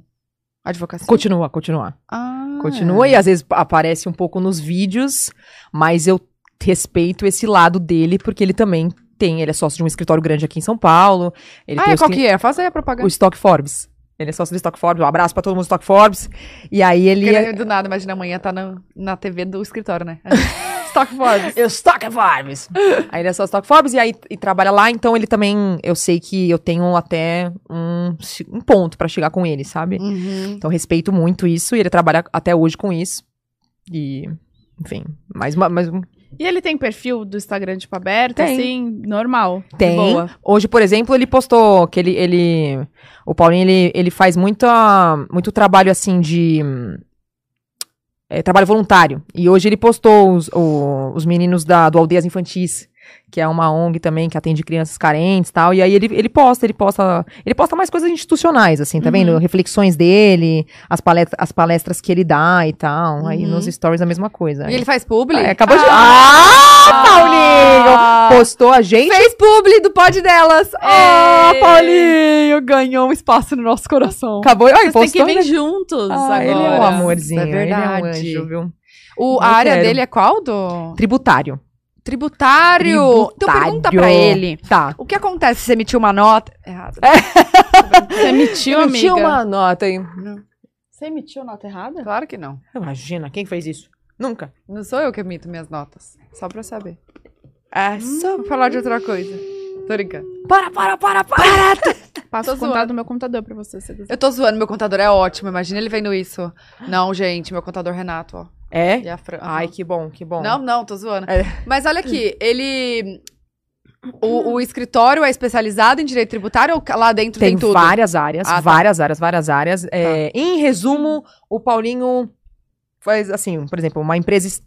advocacia? Continua, continua. Ah, Continua e às vezes aparece um pouco nos vídeos, mas eu respeito esse lado dele, porque ele também tem, ele é sócio de um escritório grande aqui em São Paulo. Ele ah, tem é os qual cli- que é? Faz aí a o propaganda. Stock Forbes. Ele é sócio do Stock Forbes, um abraço pra todo mundo do Stock Forbes. E aí ele. é Porque Do nada, imagina, amanhã tá na, na TV do escritório, né? Stock Forbes. Eu Stock Forbes. aí ele é só Stock Forbes e aí e trabalha lá, então ele também, eu sei que eu tenho até um, um ponto pra chegar com ele, sabe? Uhum. Então respeito muito isso e ele trabalha até hoje com isso. E enfim, mais uma, mais um E ele tem perfil do Instagram, tipo, aberto, Tem. assim, normal. de Tem. Boa. Hoje, por exemplo, ele postou que ele. ele o Paulinho, ele, ele faz muita, muito trabalho assim de. hum, é, trabalho voluntário. E hoje ele postou os, o- os meninos da, do Aldeias Infantis, que é uma ONG também que atende crianças carentes e tal. E aí ele, ele posta, ele posta. Ele posta mais coisas institucionais, assim, tá vendo? Reflexões dele, as palestras, as palestras que ele dá e tal. Aí Uhum. nos stories a mesma coisa. E ele faz publi? Ah, acabou de. Ah, Paulinho! Postou a gente. Fez publi do pod delas. Ah, Ei. Paulinho ganhou um espaço no nosso coração. Acabou. Ai, Vocês têm que postou, vir né? juntos Ah, agora. ele é um amorzinho. É verdade. Ele é um anjo, viu? O, Eu a área quero. dele é qual? Do... Tributário. Tributário. Então pergunta pra ele. Tá. O que acontece se você emitiu uma nota? Errado. É. Você emitiu, amiga? Tinha uma nota aí. Você emitiu nota errada? Claro que não. Imagina, quem fez isso? Nunca. Não sou eu que emito minhas notas. Só pra eu saber. Ah, Hum, só. Vou falar de outra coisa. Tô brincando. Para, para, para, para! Passo Tô o contato zoando. do meu computador pra você, se você quiser. Eu tô zoando, meu contador é ótimo. Imagina ele vendo isso. Não, gente, meu contador Renato, ó. É? E a Fran. Ai, que bom, que bom. Não, não, tô zoando. É. Mas olha aqui, ele. O, o escritório é especializado em direito tributário ou lá dentro tem, tem tudo? várias áreas, Ah, tá. várias áreas, várias áreas. É, Em resumo, o Paulinho faz assim, por exemplo, uma empresa es-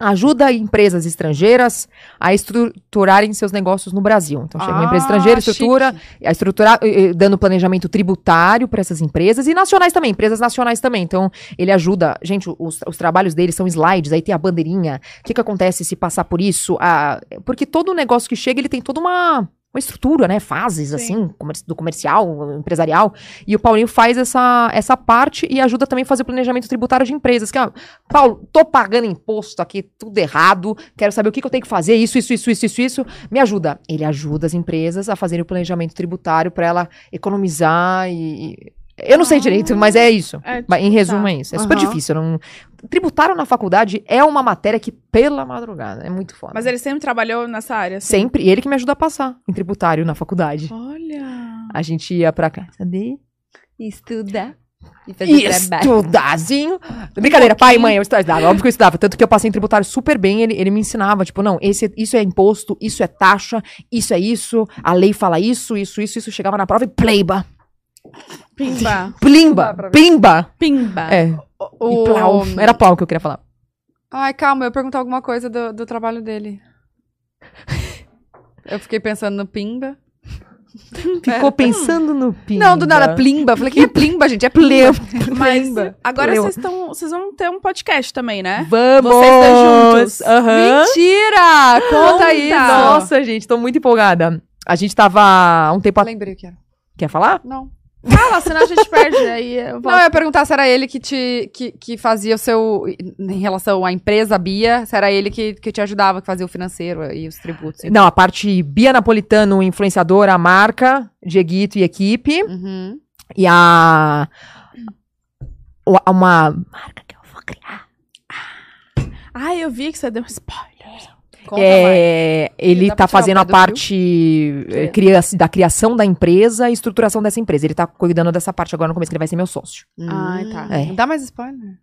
ajuda empresas estrangeiras a estruturarem seus negócios no Brasil. Então chega uma empresa Ah, estrangeira, estrutura, chique. a estruturar, eh, eh, dando planejamento tributário para essas empresas e nacionais também, empresas nacionais também. Então, ele ajuda. Gente, os, os trabalhos dele são slides, aí tem a bandeirinha. O que, que acontece se passar por isso? Ah, porque todo negócio que chega, ele tem toda uma uma estrutura, né? Fases, assim, comer- do comercial, empresarial. E o Paulinho faz essa, essa parte e ajuda também a fazer o planejamento tributário de empresas. Que, ó, Paulo, tô pagando imposto aqui, tudo errado. Quero saber o que, que eu tenho que fazer, isso, isso, isso, isso, isso, isso. Me ajuda. Ele ajuda as empresas a fazerem o planejamento tributário para ela economizar e. e- Eu não sei direito, mas é isso. É, tipo, Mas, em resumo, tá. é isso. É super Aham. difícil. eu Não... Tributário na faculdade é uma matéria que, pela madrugada, é muito foda. assim. Mas ele sempre trabalhou nessa área. assim? Sempre. Ele que me ajuda a passar em tributário na faculdade. Ah. Olha. A gente ia pra casa dele. Estuda. E fazer E um trabalho. estudazinho. Brincadeira, pai, mãe, eu estudava. é Óbvio que eu estudava. Tanto que eu passei em tributário super bem. Ele, ele me ensinava, tipo, não, esse, isso é imposto, isso é taxa, isso é isso, a lei fala isso, isso, isso, isso. Chegava na prova e pleiba. Pimba. Plimba, plimba. Pimba. É, Ah, e plau. Era pau que eu queria falar. Ai, calma, eu ia perguntar alguma coisa do, do trabalho dele. Eu fiquei pensando no Pimba. É. Ficou pensando no pimba. Não, do nada, Plimba. Eu Falei, que é Plimba, gente? É Plimba. Mas Plimba. agora Leu. vocês estão. Vocês vão ter um podcast também, né? Vamos! Vocês dois juntos. Aham. Mentira! Conta Conta. isso! Nossa, gente, tô muito empolgada. A gente tava um tempo atrás. Lembrei o que era. Quer falar? Não. Fala, senão a gente perde. Aí eu volto. Não, eu ia perguntar se era ele que te que, que fazia o seu. Em relação à empresa Bia, se era ele que, que te ajudava, que fazia o financeiro e os tributos. Não, a parte Bia Napolitano, influenciadora, a marca, Dieguito e equipe. Uhum. E a. o- Uma marca que eu vou criar. Ai, eu vi que você deu um spoiler. Conta mais. É, ele Dá pra tirar tá o fazendo pé a do parte eh, cria- da criação da empresa e estruturação dessa empresa. Ele tá cuidando dessa parte agora no começo, que ele vai ser meu sócio. Ai, tá. É. Dá mais spoiler.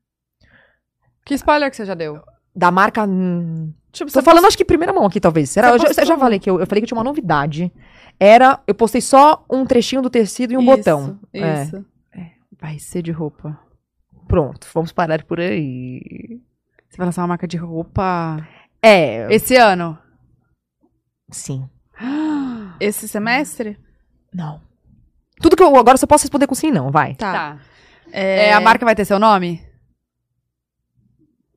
Que spoiler que você já deu? Da marca. hum, Tipo, Tô você falando, acho que primeira mão aqui, talvez. Será? Você Eu, já, eu postou. já falei que eu, eu falei que tinha uma novidade. Era, eu postei só um trechinho do tecido e um botão. É. Isso. Vai ser de roupa. Pronto, vamos parar por aí. Você vai lançar uma marca de roupa É, esse ano? sim. Esse semestre? Não. Tudo que eu agora eu só posso responder com sim, não, vai. Tá. É... a marca vai ter seu nome?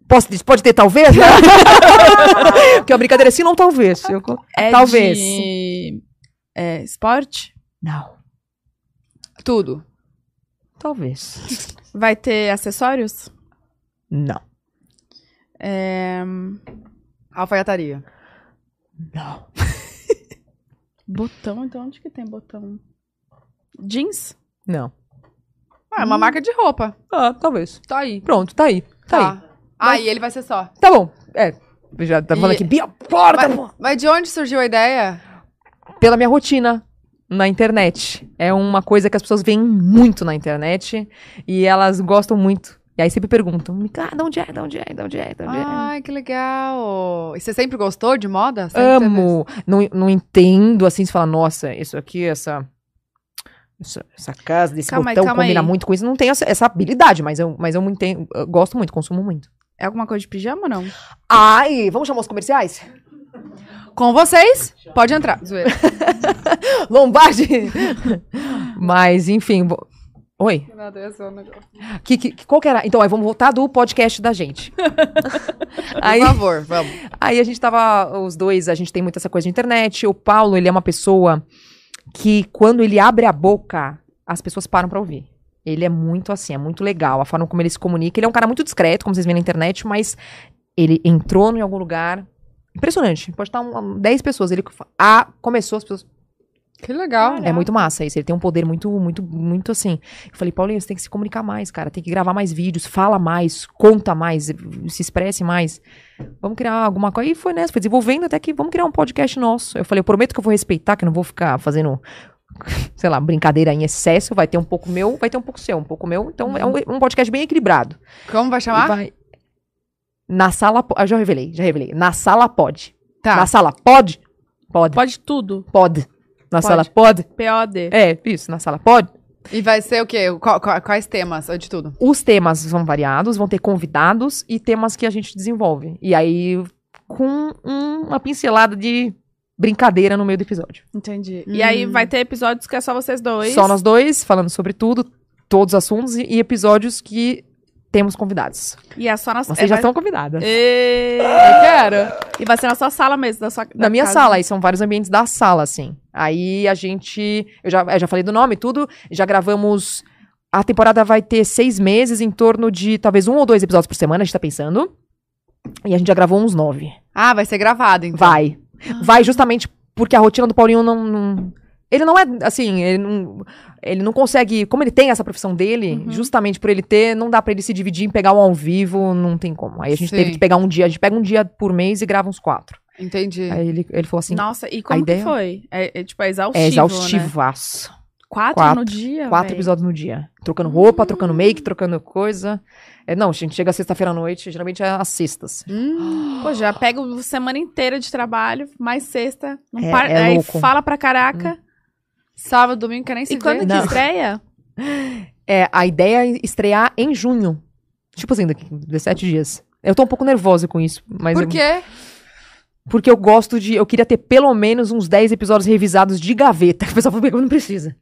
Posso, pode ter talvez? Né? Porque a brincadeira é sim, não, talvez. Eu co- É Talvez. de, é, esporte? Não, Tudo. talvez. Vai ter acessórios? Não, Alfaiataria. não. Botão? Então onde que tem botão? Jeans? Não. Ah, é uma marca de roupa. Ah, talvez. Tá aí. Pronto, tá aí. Tá, Tá. Ah, e ele vai ser só. aí. Tá bom. É. eu Já tá falando E- aqui, Bia, fora da Mas de onde surgiu a ideia? pela minha rotina na internet. É uma coisa que as pessoas veem muito na internet e elas gostam muito. E aí sempre perguntam, ah, de onde é, de onde é, de onde é, de onde Ah, é. Ai, que legal. E você sempre gostou de moda? Sempre é teve- Amo, não, não entendo, assim, você fala, nossa, isso aqui, essa... Essa, essa casa desse Calma aí, botão calma combina aí. muito com isso. Não tenho essa, essa habilidade, mas eu, mas eu, me entendo, eu gosto muito, consumo muito. É alguma coisa de pijama ou não? Ai, vamos chamar os comerciais? Com vocês? Pode entrar. Zoeira. Lombardi! mas, enfim... vo- Oi? Que, que, que- qual que era? Então, aí vamos voltar do podcast da gente. aí, Por favor, vamos. aí a gente tava, os dois, a gente tem muito essa coisa de internet. O Paulo, ele é uma pessoa que quando ele abre a boca, as pessoas param pra ouvir. Ele é muito assim, é muito legal. A forma como ele se comunica. Ele é um cara muito discreto, como vocês veem na internet, mas ele entrou em algum lugar. Impressionante. Pode estar um, 10 pessoas. Ele fa- ah, começou, as pessoas. Que legal. É muito massa isso. Ele tem um poder muito, muito, muito assim. Eu falei, Paulinho, você tem que se comunicar mais, cara. Tem que gravar mais vídeos, fala mais, conta mais, se expresse mais. Vamos criar alguma coisa. E foi nessa, foi desenvolvendo até que vamos criar um podcast nosso. Eu falei, eu prometo que eu vou respeitar, que eu não vou ficar fazendo, sei lá, brincadeira em excesso. Vai ter um pouco meu, vai ter um pouco seu, um pouco meu. Então é um, um podcast bem equilibrado. Como vai E chamar? vai- Na sala. po- Ah, já revelei, já revelei. Na sala pode. Tá. Na sala pode? Pode. Pode tudo. Pode. Na Pode. sala pode? POD. É, isso, na sala pode. E vai ser o quê? Qual- qual- quais temas? De tudo. Os temas são variados, vão ter convidados e temas que a gente desenvolve. E aí, com um- uma pincelada de brincadeira no meio do episódio. Entendi. Hum. E aí vai ter episódios que é só vocês dois. Só nós dois, falando sobre tudo, todos os assuntos, e, e episódios que temos convidados. E é só na Vocês já estão convidadas. Eu quero. E vai ser na sua sala mesmo, na sua Ah! Na minha casa. sala, aí são vários ambientes da sala, assim. Aí a gente. Eu já, eu já falei do nome e tudo. Já gravamos. A temporada vai ter seis meses, em torno de talvez um ou dois episódios por semana, a gente tá pensando. E a gente já gravou uns nove. Ah, vai ser gravado, então. Vai. Ah. Vai justamente porque a rotina do Paulinho não. não- ele não é, assim, ele não, ele não consegue. Como ele tem essa profissão dele, Uhum. justamente por ele ter, não dá pra ele se dividir em pegar um ao vivo, não tem como. Aí a gente Sim. teve que pegar um dia, a gente pega um dia por mês e grava uns quatro. Entendi. Aí ele, ele falou assim: Nossa, e como ideia- que foi? É, é, tipo, é exaustivo, é né? exaustivaço. Quatro, Quatro. no dia, Hum. Quatro véi. episódios no dia. Trocando roupa, trocando make, trocando coisa. É, não, a gente chega sexta-feira à noite, geralmente é às sextas. Hum, Pô, já pega uma semana inteira de trabalho, mais sexta, não É- para, é aí louco. Hum. fala pra caraca. sábado, domingo, que nem se E quando vê. que Não. estreia? É, a ideia é estrear em junho. Tipo assim, daqui 17 dias. Eu tô um pouco nervosa com isso, mas. é Por eu- quê? porque eu gosto de. Eu queria ter pelo menos uns 10 episódios revisados de gaveta. Que o pessoal falou, "Pegou, não precisa.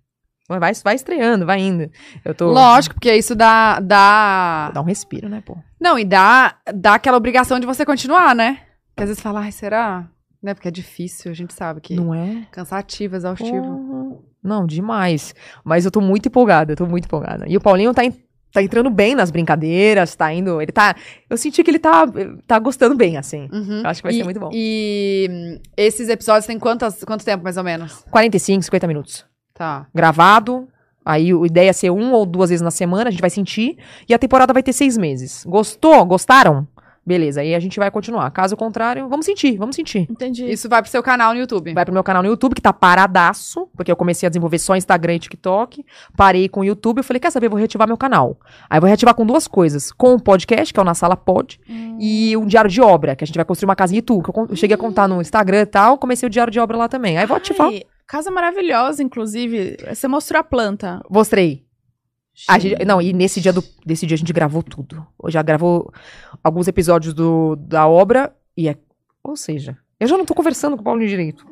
Mas Vai, vai estreando, vai indo. Eu tô. Lógico, porque isso dá, dá... Dá um respiro, né, pô? Não, e dá, dá aquela obrigação de você continuar, né? Porque às vezes fala, ai, será? Né? Porque é difícil, a gente sabe que... Não é? Cansativo, exaustivo. Porra. Não, demais. Mas eu tô muito empolgada, eu tô muito empolgada. E o Paulinho tá, en- tá entrando bem nas brincadeiras, tá indo. Ele tá. Eu senti que ele tá, tá gostando bem, assim. Uhum. Eu acho que vai e, ser muito bom. E hum, esses episódios têm quantas, quanto tempo, mais ou menos? 45, 50 minutos. Tá. Gravado. Aí a ideia é ser um ou duas vezes na semana, a gente vai sentir. E a temporada vai ter seis meses. Gostou? Gostaram? Beleza, aí a gente vai continuar. Caso contrário, vamos sentir, vamos sentir. Entendi. Isso vai pro seu canal no YouTube. Vai pro meu canal no YouTube, que tá paradaço, porque eu comecei a desenvolver só Instagram e TikTok. Parei com o YouTube e falei, quer saber, vou reativar meu canal. Aí eu vou reativar com duas coisas. Com o podcast, que é o Na Sala Pod, e um diário de obra, que a gente vai construir uma casa em Itu. Que eu con- eu cheguei a contar no Instagram e tal, comecei o diário de obra lá também. Aí vou ativar. Ai, casa maravilhosa, inclusive. Você mostrou a planta. Mostrei. A gente- não, e nesse dia, do, desse dia a gente gravou tudo. Eu já gravou alguns episódios do, da obra e é... Ou seja, eu já não tô conversando com o Paulinho direito.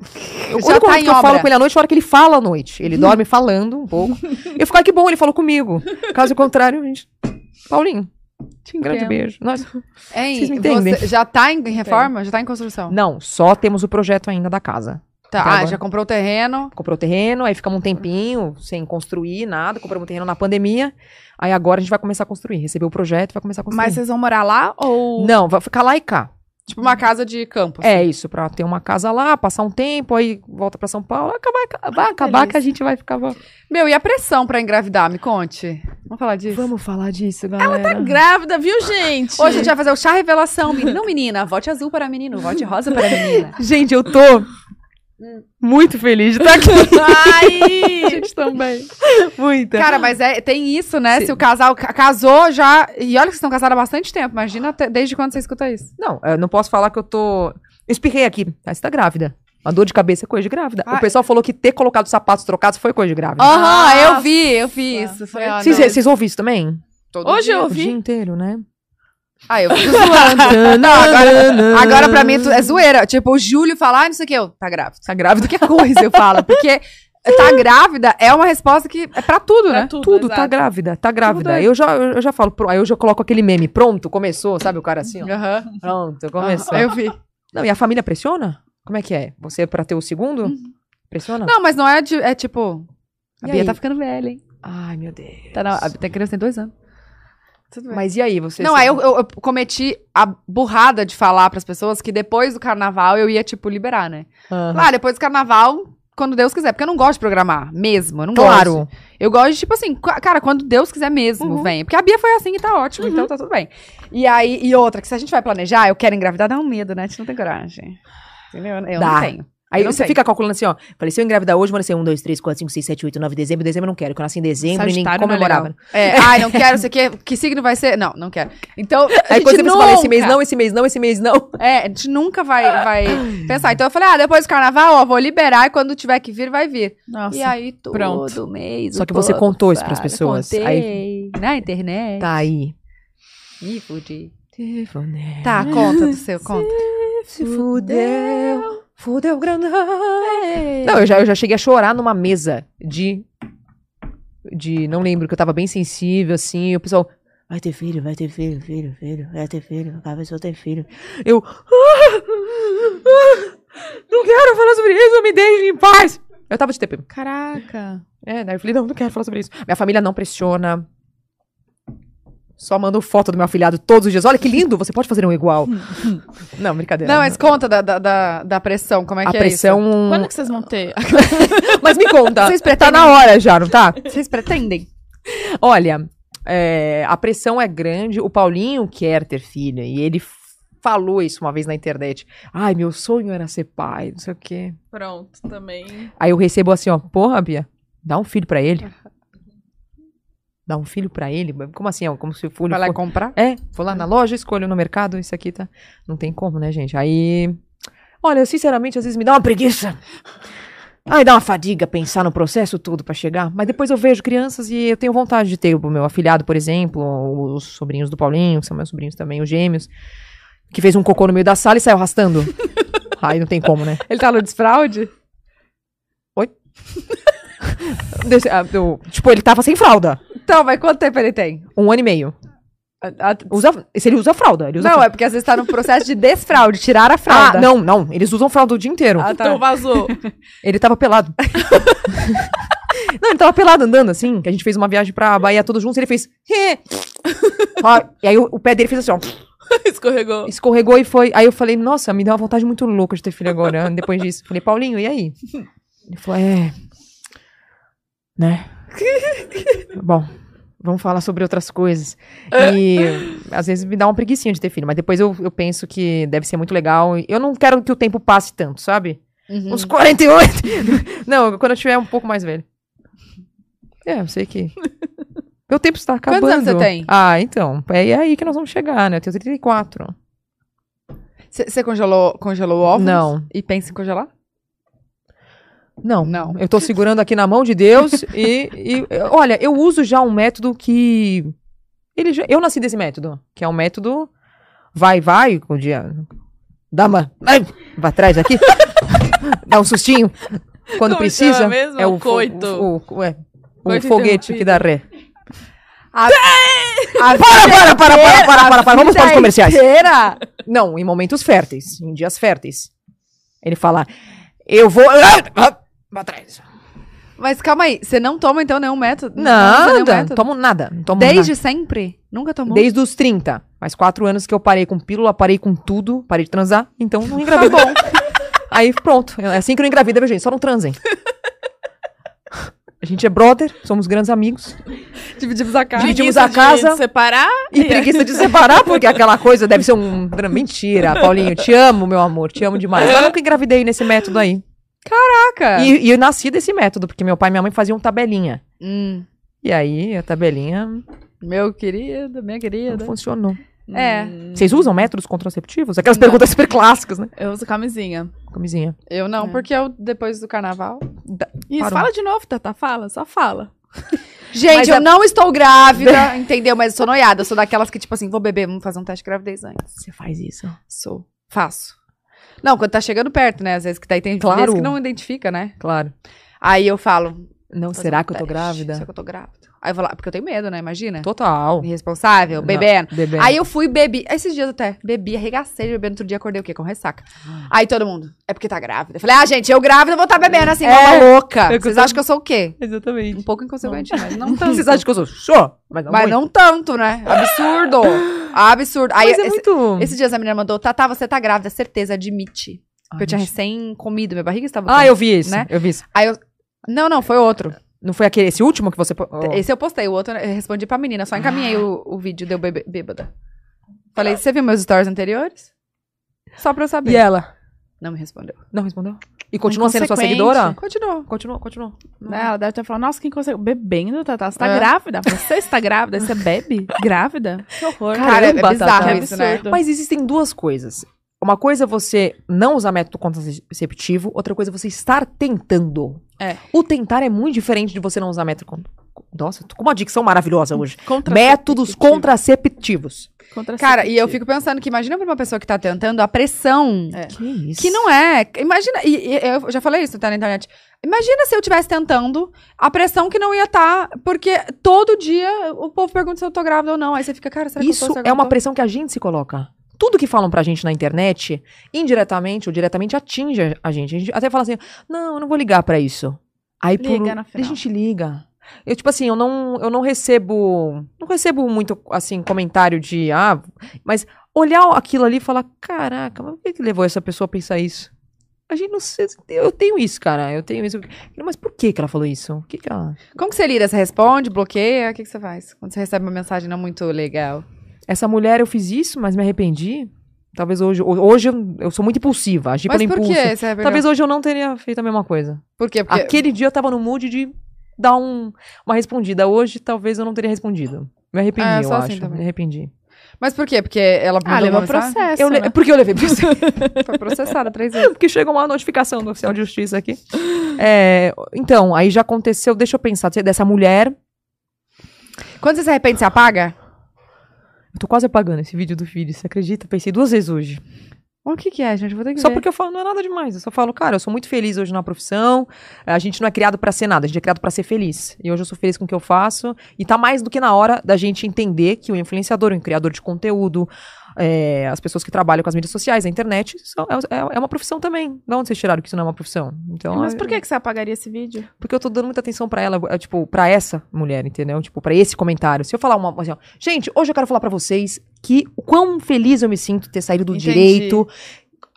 Eu, Já o tá único momento em que eu obra. falo com ele à noite é a hora que ele fala à noite. Ele dorme falando um pouco. Eu fico, ai que bom, ele falou comigo. Caso contrário, a gente... Paulinho, um grande beijo. Nós... Hein, Vocês me entendem? você já tá em, em reforma? Já tá em construção? Não, só temos o projeto ainda da casa. Tá, Até ah, agora. já comprou o terreno. Comprou o terreno, aí ficamos um tempinho sem construir nada, compramos o terreno na pandemia. Aí agora a gente vai começar a construir. Recebeu o projeto e vai começar a construir. Mas vocês vão morar lá ou... Não, vai ficar lá e cá. Tipo uma casa de campo. É isso, pra ter uma casa lá, passar um tempo, aí volta pra São Paulo, acabar, vai acabar que a gente vai ficar. Meu, e a pressão pra engravidar? Me conte. Vamos falar disso? Vamos falar disso, galera. Ela tá Grávida, viu, gente? é Hoje a gente vai fazer o chá revelação. menino- Não, menina, vote azul para menino, vote rosa para menina. Gente, eu tô muito feliz de estar aqui. Ai! também. Muita. Cara, mas é, tem isso, né? Se o casal ca- casou já. E olha que vocês estão casados há bastante tempo. Imagina até- desde quando você escuta isso. não, eu não posso falar que eu tô. Eu espirrei aqui. Ah, você tá grávida. A dor de cabeça é coisa de grávida. Ah. O pessoal falou que ter colocado sapatos trocados foi coisa de grávida. Aham, eu Nossa. vi, eu vi isso. Falei, ah, Vocês não, vocês ouviram isso também? todo Hoje dia. eu O dia ouvi. inteiro, né? Ah, eu fico zoando. não, agora, agora pra mim tu- é zoeira. Tipo, o Júlio falar, ah, não sei o que, eu, tá grávida. Tá grávida? Que coisa, eu falo. Porque tá grávida é uma resposta que é pra tudo, Pra né? tudo, Tudo, tá exato. grávida, tá grávida. Eu já, eu já falo, pro- aí eu já coloco aquele meme, pronto, começou, sabe o cara assim, ó. Aham. Pronto, começou. Uhum. Eu vi. Não, e a família pressiona? Como é que é? Você pra ter o segundo? Pressiona? Não, mas não é de. É tipo. A E Bia aí? tá ficando velha, hein? Ai, meu Deus. Tá na, a, tem criança tem dois anos. Tudo bem. Mas e aí, você? não, aí eu, eu- eu cometi a burrada de falar pras pessoas que depois do carnaval eu ia, tipo, liberar, né? Aham. Lá, depois do carnaval, quando Deus quiser. Porque eu não gosto de programar mesmo. Eu não gosto. Claro. Eu gosto de, tipo assim, ca- cara, quando Deus quiser mesmo, Uhum. vem. Porque a Bia foi assim e tá ótimo, então tá tudo bem. E aí, e outra, que se a gente vai planejar, eu quero engravidar, dá um medo, né? A gente não tem coragem. Entendeu? Eu não Dá. tenho. Aí Eu não você sei. fica calculando assim, ó. Falei, se eu engravidar hoje, vou nascer 1, 2, 3, 4, 5, 6, 7, 8, 9, dezembro. Dezembro eu não quero, que eu nasci em dezembro e nem Sagitário não é comemorava. É, ai, não quero, sei o quê. Que signo vai ser? Não, não quero. Então, a aí gente quando você pensa, fala, esse mês nunca- não, esse mês não, esse mês não. É, a gente nunca vai, vai pensar. Então eu falei, ah, depois do carnaval, ó, vou liberar e quando tiver que vir, vai vir. Nossa. e aí, todo pronto. mês. Só o que você povo contou isso fala, pras pessoas. Contei, Aí- na internet. Tá aí. Me fudi. Telefonema. Tá, conta do seu, conta. Se fudeu, fudeu grandão. É. Não, eu já, eu já cheguei a chorar numa mesa de. De. Não lembro, que eu tava bem sensível, assim. E o pessoal. Vai ter filho, vai ter filho, filho, filho, vai ter filho, cada pessoa tem filho. Eu. "Ah, Não quero falar sobre isso, me deixe em paz. Eu tava de TPM. Caraca. É, daí eu falei, não, não quero falar sobre isso. Minha família não pressiona. Só mando foto do meu afilhado todos os dias. Olha que lindo, você pode fazer um igual. não, brincadeira. Não, mas conta da, da, da, da pressão, como é a que pressão. Quando que vocês vão ter? Mas me conta. Vocês tá pretendem? na hora já, não tá? é isso? Vocês pretendem? Olha, é, a pressão é grande. O Paulinho quer ter filha e ele f- falou isso uma vez na internet. Ai, meu sonho era ser pai, não sei o quê. Pronto, também. Aí eu recebo assim, ó, porra, Bia, dá um filho pra ele. Dá um filho pra ele? Como assim? ó, Como se o filho Vai lá fosse- comprar? É, vou lá na loja, escolho no mercado, isso aqui tá. Não tem como, né, gente? Aí. Olha, sinceramente, às vezes me dá uma preguiça. Ai, dá uma fadiga pensar no processo todo pra chegar. Mas depois eu vejo crianças e eu tenho vontade de ter o meu afilhado, por exemplo, ou os sobrinhos do Paulinho, que são meus sobrinhos também, os gêmeos, que fez um cocô no meio da sala e saiu arrastando. Aí não tem como, né? Ele tá no desfraude? Deixa- ah, eu- tipo, ele tava sem fralda. Então, mas quanto tempo ele tem? Um ano e meio. A- a- Usa, se ele usa fralda, ele usa não, fralda. é porque às vezes tá no processo de desfraude, tirar a Ah, fralda. não, não. Eles usam fralda o dia inteiro. Ah, tá. Então vazou. Ele tava pelado. Não, ele tava pelado andando, assim, que a gente fez uma viagem pra Bahia todos juntos, e ele fez. "Hê". Ah, e aí o, o pé dele fez assim, ó, Escorregou. escorregou e foi. Aí eu falei, nossa, me deu uma vontade muito louca de ter filho agora, né, depois disso. Falei, Paulinho, e aí? Ele falou, é. Né? Bom, vamos falar sobre outras coisas. E às vezes me dá uma preguicinha de ter filho, mas depois eu, eu penso que deve ser muito legal. Eu não quero que o tempo passe tanto, sabe? Uhum. Uns 48! não, quando eu tiver um pouco mais velho. É, eu sei que. Meu tempo está acabando. anos você tem? Ah, então. É aí que nós vamos chegar, né? Eu tenho 34. Você congelou, congelou ovos? Não. E pensa em congelar? Não. Não. Eu tô segurando aqui na mão de Deus e, e- Olha, eu uso já um método que. Ele já- eu nasci desse método, que é um método. Vai, vai, com o dia. Dama, vai, vai atrás aqui. Dá um sustinho. Quando Como precisa. chama mesmo? É o fo- Coito. O, o- é, o Coito foguete que dá ré. Ah, A Para, para, para, para, para, para, para. Vamos para os vida comerciais. Inteira. Não, em momentos férteis, em dias férteis. Ele fala, eu vou. ah, Pra trás. Mas calma aí, você não toma então nenhum método? usa nenhum Nada, não método? tomo nada. Não tomo Desde sempre? Nunca nada. tomou? Desde os 30. Faz quatro anos que eu parei com pílula, parei com tudo, parei de transar, então não engravidei. Tá bom. Aí pronto, é assim que não engravida, viu, gente? Só não transem. A gente é brother, somos grandes amigos. Dividimos a casa. Dividimos Preguiça a casa. É. De separar? é. E preguiça de separar, porque aquela coisa deve ser um. Mentira, Paulinho, te amo, meu amor, te amo demais. Mas nunca engravidei nesse método aí. Caraca. E, e eu nasci desse método, porque meu pai e minha mãe faziam tabelinha. Hum, E aí a tabelinha meu querido, minha não querida. funcionou. Hum. É, Vocês usam métodos contraceptivos? Aquelas perguntas super clássicas, né? Eu uso camisinha. Camisinha. eu não, É. porque eu, depois do carnaval... Isso, Parou. fala de novo, Tata. Fala, só fala. Gente, Mas eu é- não estou grávida, entendeu? Mas eu sou noiada, eu sou daquelas que, tipo assim, vou beber, vamos fazer um teste de gravidez antes. Você faz isso. Sou. Faço. Não, quando tá chegando perto, né? Às vezes que daí tem Claro. vezes que não identifica, né? Claro. Aí eu falo. Não, fazer será um que eu tô teste, Será grávida? que eu tô grávida? Aí eu vou lá, porque eu tenho medo, né? Imagina. Total. Irresponsável, Não, bebendo. Bebendo. Aí eu fui bebi. Esses dias até bebi, arregacei de beber. No outro dia acordei o quê? Com ressaca. Aí todo mundo, é porque tá grávida. Eu falei, ah, gente, eu grávida, eu vou estar bebendo assim, igual uma louca. É. eu Vocês tô- acham que eu sou o quê? Um Exatamente. pouco inconsequente, mas não tanto. Vocês acham que eu sou show? Mas não. Mas muito. não tanto, né? Absurdo. Absurdo. Aí Mas é esse- muito. esses dias a menina mandou, Tatá, você tá grávida, certeza, admite. Porque eu tinha Ai, recém comido, minha barriga estava. Ah, eu vi isso. Né? Eu vi isso. Aí eu. Não, não, foi outro. Não foi aquele, esse último que você. po- Oh. Ah. Esse eu postei, o outro eu respondi pra menina, só encaminhei o, o vídeo, deu bebê, bêbada. Falei, você viu meus stories anteriores? Só pra eu saber. E ela? Não me respondeu. Oh. Não respondeu? E continua sendo é sua seguidora? Continuou. Continua, continua. Né, Ela deve ter falado, nossa, quem consegue? Bebendo, Tata. Você tá É. grávida? Você está grávida? Você bebe? Grávida? Que horror. Cara, é Caramba, tá. bizarro Tatá. isso, né? Mas existem duas coisas. Uma coisa é você não usar método contraceptivo, outra coisa é você estar tentando. É. O tentar é muito diferente de você não usar método con- Nossa, tô com uma dicção maravilhosa hoje. Contra Métodos contraceptivos. Contra Cara, e eu fico pensando que imagina pra uma pessoa que tá tentando a pressão. Que isso? Que não é. Imagina. E, e eu já falei isso tá na internet. Imagina se eu estivesse tentando a pressão que não ia estar. porque todo dia o povo pergunta se eu tô grávida ou não. Aí você fica, cara, será que eu tô? Isso Será que é eu uma tô? pressão que a gente se coloca. Tudo que falam pra gente na internet, indiretamente ou diretamente, atinge a- a gente. A gente até fala assim, não, eu não vou ligar pra isso. Aí por- Liga na A final. gente liga. Eu, tipo assim, eu não, eu não recebo. Não recebo muito, assim, comentário de. Ah, mas olhar aquilo ali e falar: caraca, mas o que, que levou essa pessoa a pensar isso? A gente não sei. Eu tenho isso, cara. Eu tenho isso. Mas por que, que ela falou isso? O que, que ela. Como que você lida? Você responde, bloqueia? O que, que você faz? Quando você recebe uma mensagem não muito legal. Essa mulher, eu fiz isso, mas me arrependi. Talvez hoje. ho- Hoje eu, eu sou muito impulsiva, agi Mas pelo por impulso. que você arrependeu? Talvez hoje eu não teria feito a mesma coisa. Por quê? Porque Aquele dia eu tava no mood de dar um- uma respondida. Hoje talvez eu não teria respondido. Me arrependi, Ah, eu eu, sou assim acho. também. me arrependi. Mas por quê? Porque ela mandou Ah, levou uma mensagem? processo. Eu le- né? Porque eu levei pra você. Foi processada três vezes. Porque chegou uma notificação do oficial de justiça aqui. É, então, aí já aconteceu, deixa eu pensar, dessa mulher. Quando você se arrepende, você apaga? Eu tô quase apagando esse vídeo do filho, você acredita? Eu Pensei duas vezes hoje. O que que é, gente? Vou ter que Só ver. porque eu falo, não é nada demais. Eu só falo, cara, eu sou muito feliz hoje na profissão. A gente não é criado pra ser nada, a gente é criado pra ser feliz. E hoje eu sou feliz com o que eu faço. E tá mais do que na hora da gente entender que o influenciador, o criador de conteúdo, é, as pessoas que trabalham com as mídias sociais, a internet, são- é, é- é uma profissão também. Da onde vocês tiraram que isso não é uma profissão? Então, Mas eu- por que, que você apagaria esse vídeo? Porque eu tô dando muita atenção pra ela, é, tipo, pra essa mulher, entendeu? Tipo, pra esse comentário. Se eu falar uma. Assim, ó, gente, hoje eu quero falar pra vocês que o quão feliz eu me sinto de ter saído do Entendi. direito.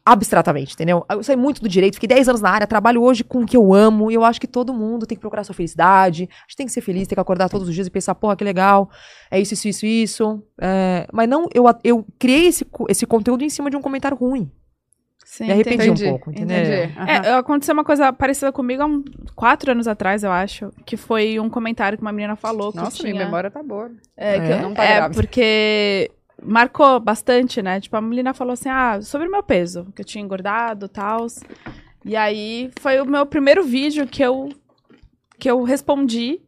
Abstratamente, entendeu? Eu saí muito do direito, fiquei 10 anos na área, trabalho hoje com o que eu amo, e eu acho que todo mundo tem que procurar sua felicidade, a gente tem que ser feliz, tem que acordar todos os dias e pensar, porra, que legal, é isso, isso, isso, isso. É, mas não, eu, a- eu criei esse, co- esse conteúdo em cima de um comentário ruim. Sim, Me arrependi entendi. um pouco, entendeu? Entendi. É, Aham. aconteceu uma coisa parecida comigo há um- quatro anos atrás, eu acho. Que foi um comentário que uma menina falou. Que Nossa, tinha... minha memória tá boa. É, que É? eu- Não tá é, grávida. porque marcou bastante, né? Tipo, a menina falou assim, ah, sobre o meu peso, que eu tinha engordado e tal. E aí foi o meu primeiro vídeo que eu, que eu respondi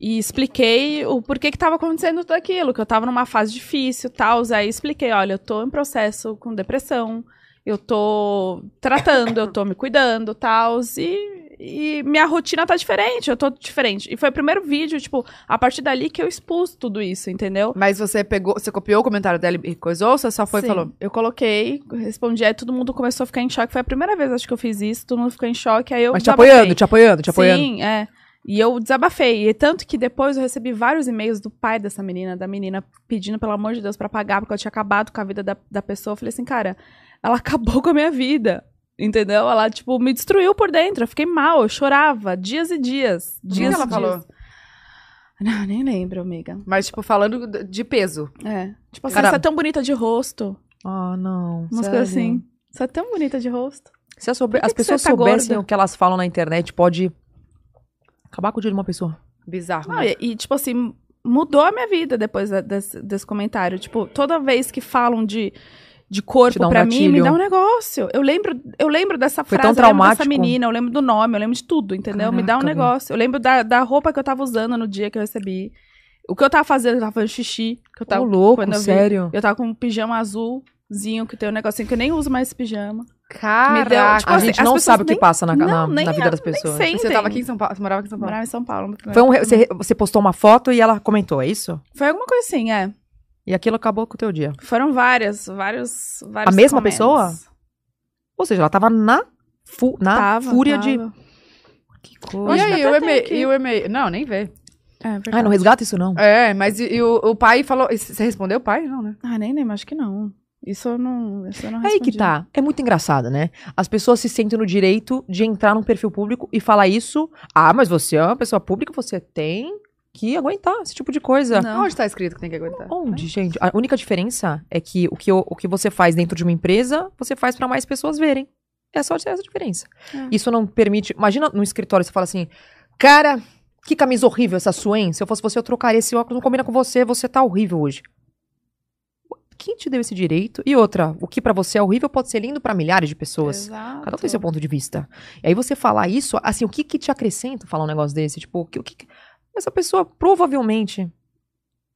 e expliquei o porquê que tava acontecendo tudo aquilo, que eu tava numa fase difícil e tal. Aí expliquei, olha, eu tô em processo com depressão, eu tô tratando, eu tô me cuidando tal, e... E minha rotina tá diferente, eu tô diferente. E foi o primeiro vídeo, tipo, a partir dali que eu expus tudo isso, entendeu? Mas você pegou, você copiou o comentário dela e coisou, ou você só foi e Sim, falou? Eu coloquei, respondi, aí todo mundo começou a ficar em choque. Foi a primeira vez, acho que eu fiz isso, todo mundo ficou em choque, aí eu Mas te desabafei. apoiando, te apoiando, Tá te apoiando. Sim, é. E eu desabafei. E tanto que depois eu recebi vários e-mails do pai dessa menina, da menina, pedindo, pelo amor de Deus, pra pagar, porque eu tinha acabado com a vida da, da pessoa. Eu falei assim, cara, ela acabou com a minha vida. Entendeu? Ela, tipo, me destruiu por dentro. Eu fiquei mal, eu chorava dias e dias. O que Dias ela e falou? dias. Não, nem lembro, amiga. Mas, tipo, falando d- de peso. É. Tipo assim, Cara- você é tão bonita de rosto. Ah, não. Umas sério? coisas assim. Você é tão bonita de rosto. Se a sobre- Por que as que pessoas você tá soubessem gorda? o que elas falam na internet, pode acabar com o dia de uma pessoa. Bizarro. Não, né? e, e, tipo assim, mudou a minha vida depois da- desse, desse comentário. Tipo, toda vez que falam de, de Te corpo dá um pra mim, me gatilho. dá um negócio. Eu lembro, eu lembro dessa Foi tão frase, eu lembro dessa traumático. menina, eu lembro do nome, eu lembro de tudo, entendeu? me dá um Caraca, velho. negócio. Eu lembro da, da roupa que eu tava usando no dia que eu recebi. O que eu tava fazendo, eu tava fazendo xixi. Que eu Ô, tava, louco, Tá, quando eu vi- sério. eu tava com um pijama azulzinho, que tem um negocinho que eu nem uso mais esse pijama. Caraca. me deu, tipo, a assim, gente as não pessoas sabe o que nem- passa na, na- não, nem- na vida das pessoas. Nem Você sentem. tava aqui em São Paulo? Você morava aqui em São Paulo? Morava em São Paulo. porque- Foi um re- você, você postou uma foto e ela comentou, é isso? Foi alguma coisa assim, é. E aquilo acabou com o teu dia. Foram várias, vários, vários. A mesma comentários. pessoa? Ou seja, ela tava na, fu- na Tava, fúria tava. de. Que E coisa. Hoje aí, eu o até tenho e-mail, aqui. e o e-mail? Não, nem vê. É, verdade. Ah, não resgata isso, não. É, mas e, e o, o pai falou. e Você respondeu o pai? Não, né? Ah, nem lembro, acho que não. Isso eu não, isso eu não Aí que respondi. tá. É muito engraçado, né? As pessoas se sentem no direito de entrar num perfil público e falar isso. Ah, mas você é uma pessoa pública, você tem que aguentar esse tipo de coisa. Não. Onde tá escrito que tem que aguentar? Onde, gente? A única diferença é que o que, eu- o que você faz dentro de uma empresa, você faz pra mais pessoas verem. É só essa a diferença. É. Isso não permite. Imagina no escritório, você fala assim, cara, que camisa horrível essa sua, hein? Se eu fosse você, eu trocaria esse óculos, não combina com você, você tá horrível hoje. Quem te deu esse direito? E outra, o que pra você é horrível pode ser lindo pra milhares de pessoas. Ah, tá Exato. Cada um tem seu ponto de vista. E aí você falar isso, assim, o que que te acrescenta falar um negócio desse? Tipo, o que, o que que- Essa pessoa provavelmente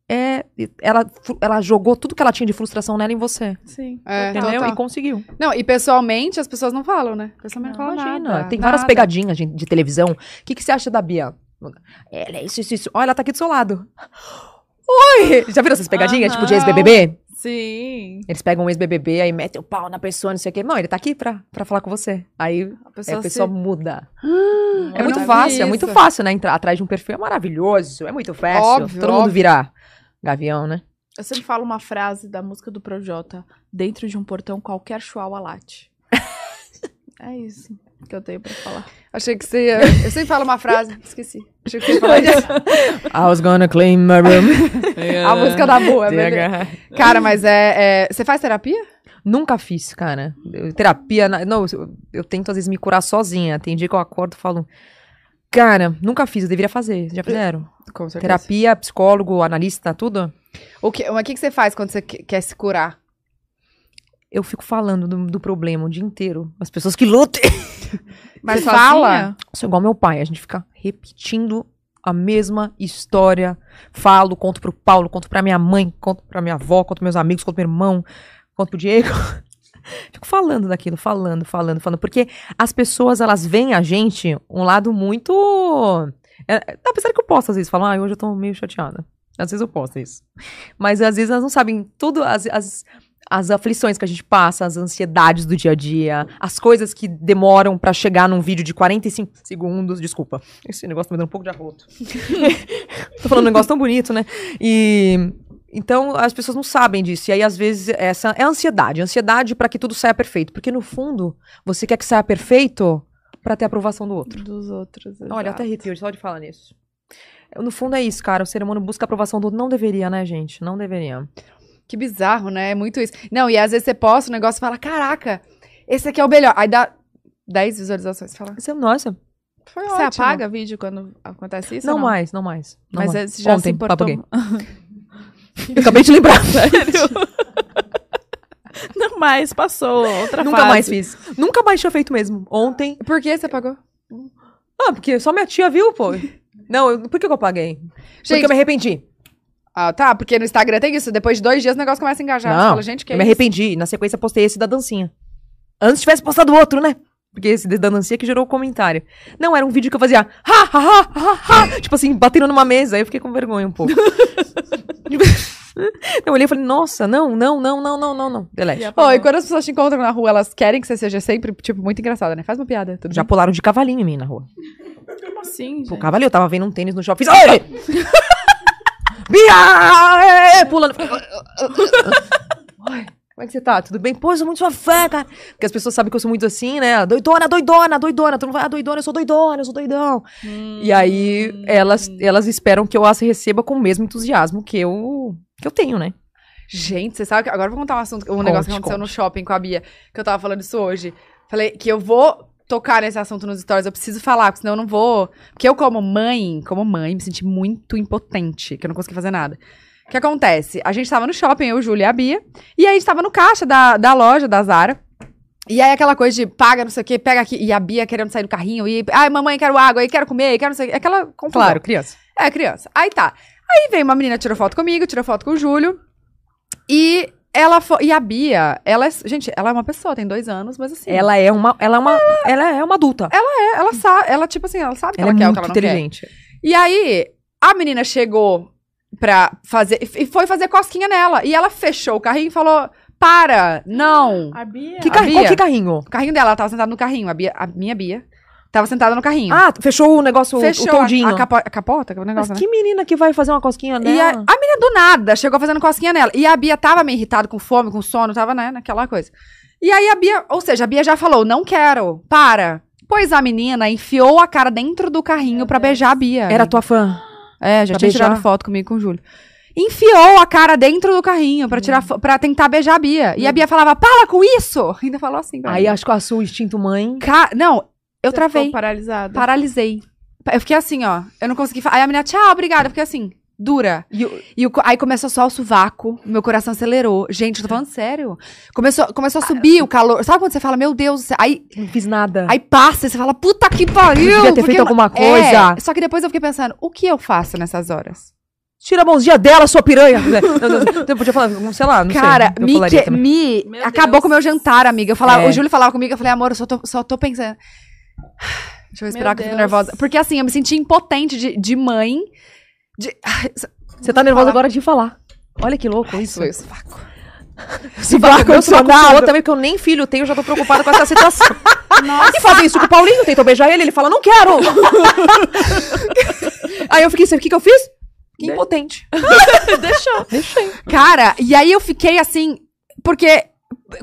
é ela fru- ela jogou tudo que ela tinha de frustração nela em você, Sim. É, entendeu? total. E conseguiu. Não, e pessoalmente as pessoas não falam, né? Pessoalmente não, não falam Imagina, nada. tem várias nada. pegadinhas de, de televisão. O que que você acha da Bia? Ela é isso, isso, isso. Olha, ela tá aqui do seu lado. Oi! Já viram essas pegadinhas? Tipo de Ah, ex-BBB? Sim. Eles pegam um ex-BBB, aí metem o pau na pessoa, não sei o quê. Não, ele tá aqui pra, pra falar com você. Aí A aí a pessoa, pessoa se... muda. É eu muito não vi fácil, é isso. muito fácil, né? Entrar atrás de um perfil é maravilhoso, é muito fácil. Óbvio, Todo mundo óbvio. virar gavião, né? Eu sempre falo uma frase da música do Projota. Dentro de um portão, qualquer chual late. é isso que eu tenho pra falar. Achei que você ia... Eu sempre falo uma frase, esqueci. Achei que você ia falar isso. I was gonna clean my room. A música da é boa, beleza. Cara, mas é... é- Você faz terapia? Nunca fiz, cara. Eu- terapia, na- não, eu, eu tento às vezes me curar sozinha. Tem dia que eu acordo e falo, cara, nunca fiz, eu deveria fazer. Já fizeram? Com certeza. Terapia, psicólogo, analista, tudo? O que, mas o que, que você faz quando você que- quer se curar? Eu fico falando do, do problema o dia inteiro. As pessoas que lutem. Mas Você fala? sozinha? Sou igual meu pai, a gente fica repetindo a mesma história. Falo, conto pro Paulo, conto pra minha mãe, conto pra minha avó, conto meus amigos, conto pro meu irmão, conto pro Diego. Fico falando daquilo, falando, falando, falando. Porque as pessoas, elas veem a gente um lado muito. é, apesar que eu posso, às vezes, falar, ah, hoje eu tô meio chateada. Às vezes eu posso isso. Mas às vezes elas não sabem tudo, as, as, as aflições que a gente passa, as ansiedades do dia a dia, as coisas que demoram pra chegar num vídeo de 45 segundos. Desculpa, esse negócio tá me dando um pouco de arroto. Tô falando um negócio tão bonito, né? E. Então, as pessoas não sabem disso. E aí, às vezes, essa é a ansiedade. Ansiedade pra que tudo saia perfeito. Porque, no fundo, você quer que saia perfeito pra ter a aprovação do outro. dos outros. Olha, exato. até arrepio só de falar nisso. Eu, No fundo é isso, cara. O ser humano busca a aprovação do outro. Não deveria, né, gente? Não deveria. Que bizarro, né? É muito isso. Não, e às vezes você posta um negócio e fala, caraca, esse aqui é o melhor. Aí dá 10 visualizações. Você Fala, Você- é, nossa, foi Você ótimo. apaga vídeo quando acontece isso? não, ou não? mais, não mais. não Mas mais. você já se Ontem, importou. apaguei. Eu acabei de lembrar. Não mais, passou. Outra Nunca fase. mais fiz. Nunca mais tinha feito mesmo. Ontem. Por que você apagou? Ah, porque só minha tia viu, pô. Não, eu- por que, que eu apaguei? Gente, Porque eu me arrependi. ah, tá, porque no Instagram tem isso. Depois de dois dias o negócio começa a engajar. Você Não, fala, gente, que eu me isso? arrependi. Na sequência, postei esse da dancinha. Antes tivesse postado outro, né? Porque esse da dancinha que gerou o comentário. Não, era um vídeo que eu fazia. Ha, ha, ha, ha, ha, tipo assim, batendo numa mesa. Aí eu fiquei com vergonha um pouco. eu olhei e falei, nossa, não, não, não, não, não, não, não. Delete. E a- Pô, e quando as pessoas te encontram na rua, elas querem que você seja sempre, tipo, muito engraçada, né? Faz uma piada, tudo Já bem? pularam de cavalinho em mim na rua. Como assim, É. O gente? cavalinho, eu tava vendo um tênis no shopping. Fiz. Ai, ai. Bia! é, Pulando. Ai, Como é que você tá? Tudo bem? Pô, eu sou muito sua fã, cara. Porque as pessoas sabem que eu sou muito assim, né? Doidona, doidona, doidona. Todo mundo fala, ah, doidona, eu sou doidona, eu sou doidão. Hum. E Hum. aí, elas, elas esperam que eu as receba com o mesmo entusiasmo que eu, que eu tenho, né? Gente, você sabe que. Agora eu vou contar um assunto, um negócio que aconteceu conte. no shopping com a Bia, que eu tava falando isso hoje. Falei que eu vou tocar nesse assunto nos stories, eu preciso falar, porque senão eu não vou. Porque eu, como mãe, como mãe, me senti muito impotente, que eu não consegui fazer nada. O que acontece? A gente tava no shopping, eu, Júlia e a Bia, e aí a gente tava no caixa da, da loja, da Zara. E aí aquela coisa de paga, não sei o quê, pega aqui, e a Bia querendo sair do carrinho, e ai, mamãe, quero água, aí quero comer, aí quero não sei o quê. Aquela confusão. criança. É, criança. Aí tá. Aí veio uma menina, tirou foto comigo, tirou foto com o Júlio. E ela foi. E a Bia, ela é. Gente, ela é uma pessoa, tem dois anos, mas assim. Ela é uma, ela é uma, ela é uma adulta. é, ela sabe. Ela, tipo assim, ela sabe que Ela, ela, é quer o que muito ela não quer. inteligente. E aí, a menina chegou pra fazer. E foi fazer cosquinha nela. E ela fechou o carrinho e falou: Para, não. A Bia. Que A carrinho? Qual Bia? que carrinho? O carrinho dela, ela tava sentada no carrinho. A, Bia, a minha Bia tava sentada no carrinho. Ah, fechou o negócio, fechou o a- toldinho. a, capo- a capota, que é o negócio, Mas né? que menina que vai fazer uma cosquinha E a, a nela? menina do nada chegou fazendo cosquinha nela. E a Bia tava meio irritada, com fome, com sono, tava, né, naquela coisa. E aí a Bia, ou seja, a Bia já falou, não quero, para. Pois a menina enfiou a cara dentro do carrinho pra beijar a Bia. Era tua fã. É, já pra tinha beijar? tirado foto comigo e com o Júlio. Enfiou a cara dentro do carrinho pra Hum. tirar para tentar beijar a Bia. E a Bia falava, para com isso! Ainda falou assim. pra Aí mim. acho que passou o instinto mãe. Ca- Não, eu Ficou travei. paralisada. Paralisei. Eu fiquei assim, ó. Eu não consegui falar. Aí a menina, tchau, obrigada. Eu fiquei assim. dura. E, o- e o co- aí começou só o sovaco, meu coração acelerou. Gente, eu tô falando sério. Começou, Ah, começou a subir o calor. Sabe quando você fala, meu Deus, do céu? aí, Não fiz nada. aí passa e você fala, puta que Eu pariu! devia ter porque feito eu- alguma É, coisa. só que depois eu fiquei pensando, o que eu faço nessas horas? Tira a mãozinha dela, sua piranha. Não, não, não, eu podia falar, sei lá, não Cara, sei. eu me, falaria que- também. me Meu acabou Deus. com o meu jantar, amiga. Eu falava, É. O Júlio falava comigo, eu falei, amor, eu só tô, só tô pensando. Deixa eu respirar Meu que eu Deus. fico nervosa. Porque assim, eu me senti impotente de, de mãe. De... Ai, isso- Você tá nervosa falar. agora de falar. Olha que louco isso isso. foi o sovaco. Se falar condicionado também, porque eu nem filho tenho, eu já tô preocupada com essa situação. Nossa. E fazem isso com o Paulinho, tentam beijar ele, ele fala, não quero. Aí eu fiquei, sabe o que, que eu fiz? Fiquei impotente. Cara, e aí eu fiquei assim, porque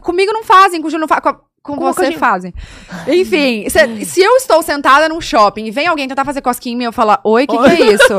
comigo não fazem, com o Júlio não fazem, com, a- com Com a você gente. fazem. Enfim, se, se eu estou sentada num shopping e vem alguém tentar fazer cosquinha em mim, eu falar, oi, o que, que é isso?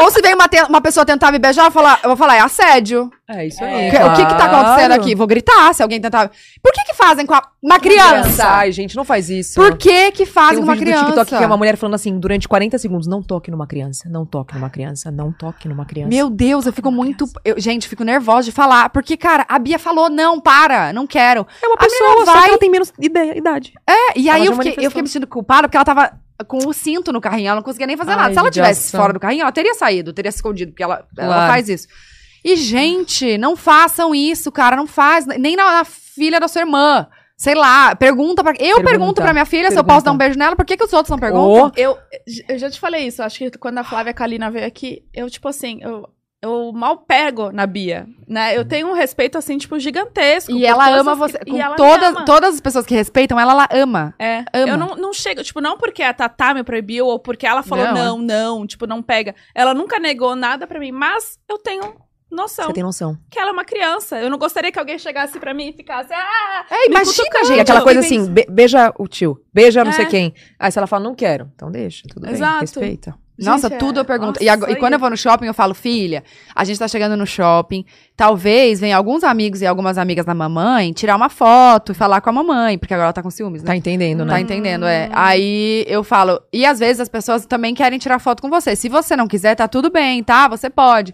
Ou se vem uma, te- uma pessoa tentar me beijar, eu, falar, eu vou falar, é assédio. É isso Que- O que que tá acontecendo aqui? Vou gritar se alguém tentar. Por que que fazem com a- uma criança? Ai, gente, não faz isso. Por que que fazem Tem um com uma vídeo criança? do TikTok que é uma mulher falando assim, durante 40 segundos, não toque numa criança, não toque numa criança, não toque numa criança. Meu Deus, eu fico muito. Eu, gente, eu fico nervosa de falar. Porque, cara, a Bia falou: não, para, não quero. é uma a menina só que vai- ela tem menos ideia, idade. É, e Ela aí já eu fiquei, eu manifestou. fiquei me sentindo culpada porque ela tava com o cinto no carrinho, ela não conseguia nem fazer Ai, nada. Se ela tivesse judiação. fora do carrinho, ela teria saído, teria se escondido, porque ela, ela Claro. faz isso. E, gente, não façam isso, cara, não faz. Nem na, na filha da sua irmã. Sei lá, pergunta pra. Eu pergunto Pergunta. pra minha filha se eu Pergunta. posso dar um beijo nela, por que, que os outros não perguntam? Eu, eu já te falei isso, acho que quando a Flávia Kalina veio aqui, eu, tipo assim, eu, eu mal pego na Bia, né? Eu tenho um respeito, assim, tipo, gigantesco. E por ela todas ama as- você. e Com ela me todas, ama. todas as pessoas que respeitam ela, ela ama. É, Ama. eu não, não chego, tipo, não porque a Tatá me proibiu ou porque ela falou Não, é. não, não, tipo, não pega. Ela nunca negou nada pra mim, mas eu tenho noção Você tem noção. que ela é uma criança. Eu não gostaria que alguém chegasse pra mim e ficasse, ah, É, imagina, cutucando. gente. E aquela eu coisa fiquei assim, be- beija o tio, beija não É. sei quem. Aí se ela fala, não quero, então deixa, tudo bem, Exato. respeita. Nossa, Gente, é- tudo eu pergunto. nossa, e, agora- e isso aí. quando eu vou no shopping, eu falo, filha, a gente tá chegando no shopping. Talvez venha alguns amigos e algumas amigas da mamãe tirar uma foto e falar com a mamãe, porque agora ela tá com ciúmes, né? Tá entendendo, né? Tá entendendo, é. Hum. Aí eu falo, e às vezes as pessoas também querem tirar foto com você. Se você não quiser, tá tudo bem, tá? Você pode.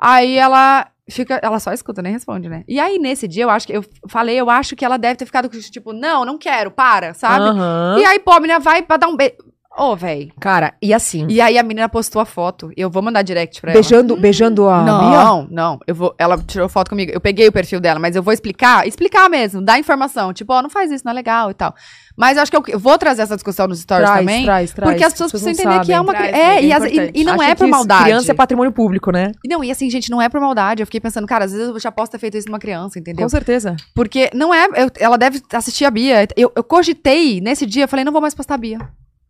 Aí ela fica, ela só escuta, nem responde, né? E aí nesse dia eu acho que eu falei, eu acho que ela deve ter ficado com isso, tipo, não, não quero, para, sabe? Aham. E aí, pô, a menina vai pra dar um beijo. Ô, véi. Cara, e assim, E aí a menina postou a foto. Eu vou mandar direct pra ela. beijando, beijando a Bia? Não, não, eu vou. Ela tirou foto comigo. Eu peguei o perfil dela, mas eu vou explicar, explicar mesmo, dar informação. Tipo, ó, não faz isso, não é legal e tal. Mas eu acho que eu, eu vou trazer essa discussão nos stories Traz, também. traz, traz. porque as pessoas precisam não entender que é sabem. uma. Traz, cri- é, amiga, e, é as- e- e não Acham é que por isso- maldade. Criança é patrimônio público, né? E Não, e assim, gente, não é por maldade. Eu fiquei pensando, cara, às vezes eu já posso ter feito isso numa criança, entendeu? Com certeza. Porque não é. eu- ela deve assistir a Bia. Eu, eu cogitei nesse dia, eu falei, não vou mais postar a Bia.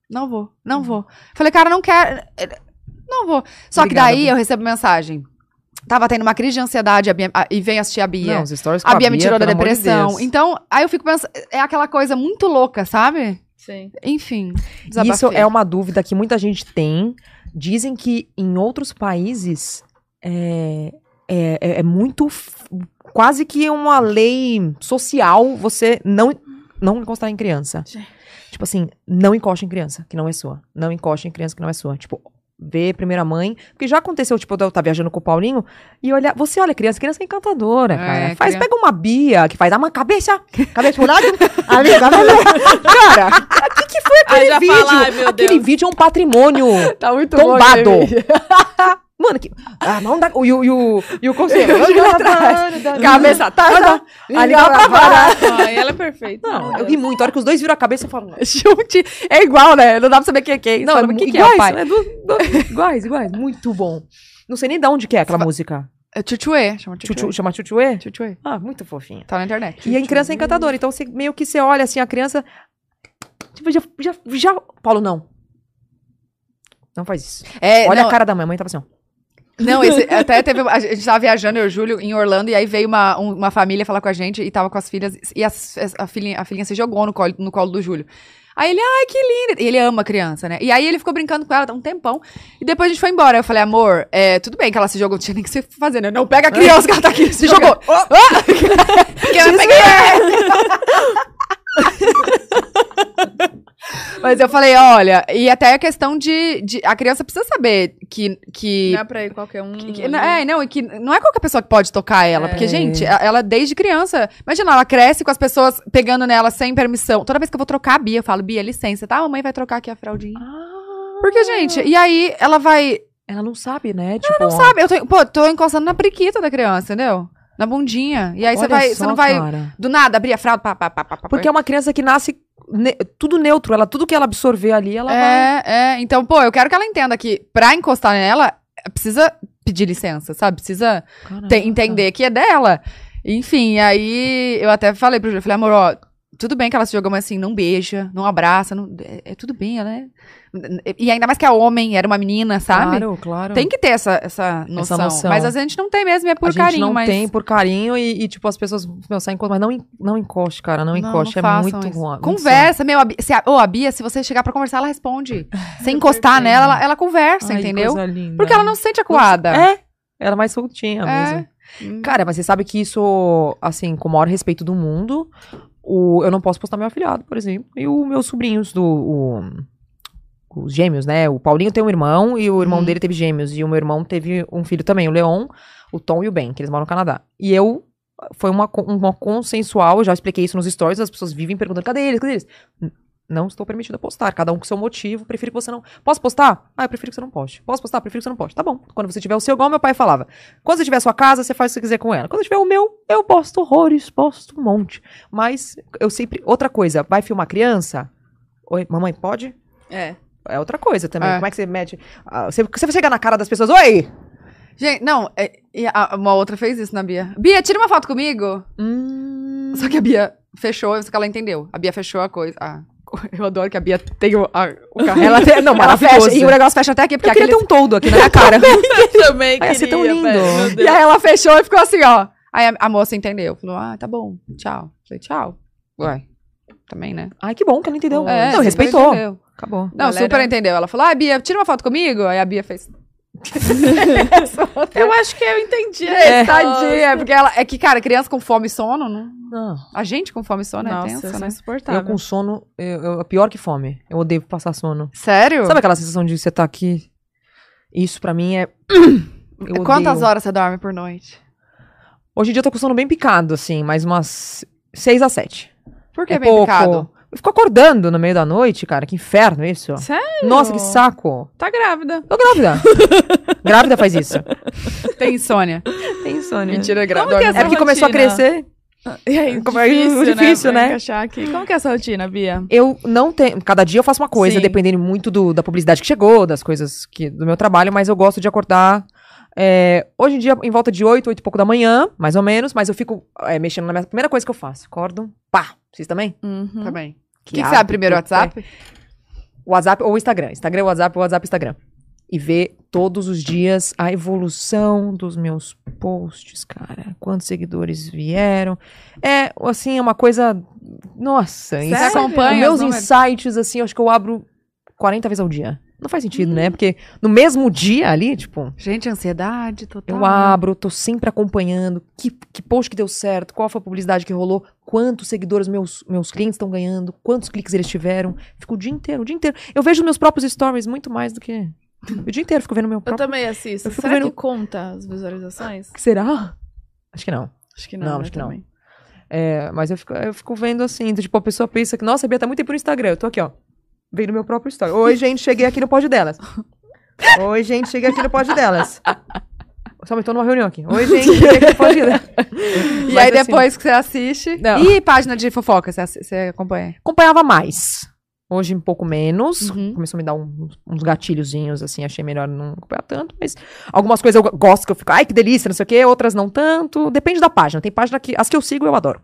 Não vou, Uhum. não vou. Falei, cara, não quero. eh, Não vou. Só Obrigada, que daí Bia. eu recebo mensagem. Tava tendo uma crise de ansiedade a Bia- a- e vem assistir a Bia. Não, os stories com a Bia me tirou da pelo amor de depressão. Deus. então, aí eu fico pensando. É aquela coisa muito louca, sabe? sim. Enfim. Isso desabafei. é uma dúvida que muita gente tem. Dizem que em outros países é, é, é- é muito. f- quase que uma lei social você não, não encostar em criança. Gente. Tipo assim, não encoste em criança que não é sua. Não encoste em criança que não é sua. Tipo, vê primeira mãe. Porque já aconteceu, tipo, eu tava viajando com o Paulinho e olha, você olha criança, criança é encantadora, É, cara. Faz, criança- pega uma Bia que faz, dá uma cabeça, cabeça pro lado, ali, cabeça. Cara, o que, que foi Aí aquele já vídeo? fala, ai, meu aquele Deus. vídeo é um patrimônio Tá muito tombado. Mano, que. Ah, não dá. E o. E o, e o conselho. Cabeça, tá? tá. Ali pra parar. Ah, ela é perfeita. Não, eu ri muito. A hora que os dois viram a cabeça, eu falo. Chute. É igual, né? Não dá pra saber quem é quem. Não, Só é no mu- que, que é, iguais, pai? né? Du- du- Iguais, iguais. Muito bom. Não sei nem de onde que é aquela música. É Chuchuê. Chama Chuchu, Chuchuê. chama Chuchuê? Chuchuê. Ah, muito fofinha. Tá na internet. E a criança é encantadora. Então, você, meio que você olha assim, a criança. Tipo, já. já, já... Paulo, não. Não faz isso. É, Olha não, a cara da mãe. A mãe tava assim, ó. Não, esse, até teve. A gente tava viajando, eu e o Júlio, em Orlando, e aí veio uma, um- uma família falar com a gente e tava com as filhas, e as- as- a, filhinha, a filhinha se jogou no colo, no colo do Júlio. Aí ele, ai, que linda. E ele ama criança, né? E aí ele ficou brincando com ela tá um tempão. E depois a gente foi embora. Eu falei, amor, é, tudo bem que ela se jogou, não tinha nem que se fazer, né? Não, pega a criança que ela tá aqui, se jogou. Porque eu não peguei. Mas Mas eu falei, olha, e até a questão de. de- a criança precisa saber que. que Não é pra ir qualquer um. que- Uhum. que- é, não, e que não é qualquer pessoa que pode tocar ela. Porque, gente, a- ela é desde criança. Imagina, ela cresce com as pessoas pegando nela sem permissão. Toda vez que eu vou trocar a Bia, eu falo, Bia, licença, tá? A mamãe vai trocar aqui a fraldinha. Porque, gente, e aí ela vai. Ela não sabe, né? Tipo, Não sabe, eu tô, pô, tô encostando na priquita da criança, entendeu? Na bundinha. E aí você vai. Você não vai. Do nada, abrir a fralda, pá, pá, pá, pá, pá, Porque é uma criança que nasce ne- tudo neutro. Ela, tudo que ela absorver ali, ela vai. É, é. Então, pô, eu quero que ela entenda que pra encostar nela, precisa pedir licença, sabe? Precisa te- entender que é dela. Enfim, aí eu até falei pro Júlio, eu falei, amor, ó, tudo bem que ela se jogou, mas assim, não beija, não abraça, não- é, é tudo bem, né? E ainda mais que é homem, era uma menina, sabe? Claro, claro. Tem que ter essa, essa, noção. noção. Mas às vezes a gente não tem mesmo, e é por a gente carinho, não mas... tem por carinho e, e, tipo, as pessoas, meu, saem com... Mas não, en- não encoste, cara, não, encoste. é façam muito isso. ruim. Conversa, meu. A Bi- se a- Ô, a Bia, se você chegar pra conversar, ela responde. Sem encostar nela, ela, ela conversa, entendeu? Porque ela não se sente acuada. É, ela é mais soltinha É. mesmo. Cara, mas você sabe que isso, assim, com o maior respeito do mundo, o, eu não posso postar meu afilhado, por exemplo. E os meus sobrinhos do. o- os gêmeos, né? O Paulinho tem um irmão e o irmão Uhum. dele teve gêmeos. E o meu irmão teve um filho também, o Leon, o Tom e o Ben, que eles moram no Canadá. E eu. Foi uma, con- uma consensual, eu já expliquei isso nos stories, as pessoas vivem perguntando: cadê eles? Cadê eles? N- Não estou permitida postar, cada um com seu motivo, prefiro que você não. Posso postar? Ah, eu prefiro que você não poste. Posso postar? Prefiro que você não poste. Tá bom. Quando você tiver o seu, igual meu pai falava. Quando você tiver a sua casa, você faz o que você quiser com ela. Quando eu tiver o meu, eu posto horrores, posto um monte. Mas eu sempre. Outra coisa, vai filmar criança? Oi, mamãe, pode? É. É outra coisa também. É. Como é que você mete. Ah, você, você vai chegar na cara das pessoas, oi! Gente, não, é- e a- uma outra fez isso na Bia. Bia, tira uma foto comigo. Hum. Só que a Bia fechou, só que ela entendeu. A Bia fechou a coisa. a- eu adoro que a Bia tem o, a- o carro. Ela tem- não, ela é fecha. maravilhoso. E o negócio fecha até aqui, porque Eu queria aquele. ter um toldo aqui na minha cara. Também Ai, ia ser tão lindo. E aí ela fechou e ficou assim, ó. Aí a, a moça entendeu. Falou, ah, tá bom, tchau. Falei, tchau. Ué, também, né? Ai, que bom que ela entendeu. É, não, super respeitou. entendeu. Acabou. Não, Galera- super entendeu. Ela falou, ah, Bia, tira uma foto comigo. Aí a Bia fez. Eu acho que eu entendi. É. Tadinha, porque ela. É que, cara, criança com fome e sono, não... Não. a gente com fome e sono Nossa, é tensa, isso é né? insuportável. Eu com sono, eu, eu- pior que fome. Eu odeio passar sono. Sério? Sabe aquela sensação de você tá aqui? Isso pra mim é. Eu Quantas odeio. horas você dorme por noite? Hoje em dia eu tô com sono bem picado, assim, mas umas 6 a 7. Por que bem picado? Eu fico É acordando no meio da noite, cara. Que inferno isso. Sério? Nossa, que saco. Tá grávida. Tô grávida. grávida faz isso. Tem insônia. Tem insônia. Mentira, gra... Como que dorme essa É porque começou a rotina? crescer. E aí, Como é difícil, pra né? encaixar aqui. Como que é essa rotina, Bia? Eu não tenho. Cada dia eu faço uma coisa, Sim. dependendo muito do- da publicidade que chegou, das coisas que, do meu trabalho, mas eu gosto de acordar. é, hoje em dia, em volta de 8, 8 e pouco da manhã, mais ou menos, mas eu fico é, mexendo na minha primeira coisa que eu faço. Acordo, pá. Vocês também? Uhum. Tá bem. O que, que Que você abre hábito, primeiro, WhatsApp? WhatsApp ou Instagram. Instagram, WhatsApp ou WhatsApp, Instagram. E ver todos os dias a evolução dos meus posts, cara. Quantos seguidores vieram. É, assim, é uma coisa. Nossa, Você isso- é acompanha? meus os números? insights, assim, eu acho que eu abro 40 vezes ao dia. Não faz sentido, Hum. né? Porque no mesmo dia ali, tipo, Gente, ansiedade total. eu Ah. abro, tô sempre acompanhando que, que post que deu certo, qual foi a publicidade que rolou, quantos seguidores meus, meus clientes estão ganhando, quantos cliques eles tiveram. Fico o dia inteiro, o dia inteiro. Eu vejo meus próprios stories muito mais do que. O dia inteiro fico vendo meu Eu próprio. também assisto. Eu fico Será vendo- que conta as visualizações? Será? Acho que não. Acho que não. Não, né, acho que não. também. É, mas eu fico, eu fico vendo assim, do tipo, a pessoa pensa que, nossa, a Bia tá muito tempo no Instagram. Eu tô aqui, ó. Veio no meu próprio story. Oi, gente, cheguei aqui no pod delas. Oi, gente, cheguei aqui no pod delas. Só me tô numa reunião aqui. Oi, gente, cheguei aqui no pod delas. E Mas, aí assim, depois que você assiste. Não. E página de fofoca, você, assi- você acompanha? acompanhava mais. Hoje um pouco menos. Uhum. Começou a me dar um- uns gatilhozinhos, assim. Achei melhor não acompanhar tanto. Mas algumas coisas eu go- gosto que eu fico, ai, que delícia, não sei o quê. Outras não tanto. Depende da página. Tem página que. As que eu sigo eu adoro.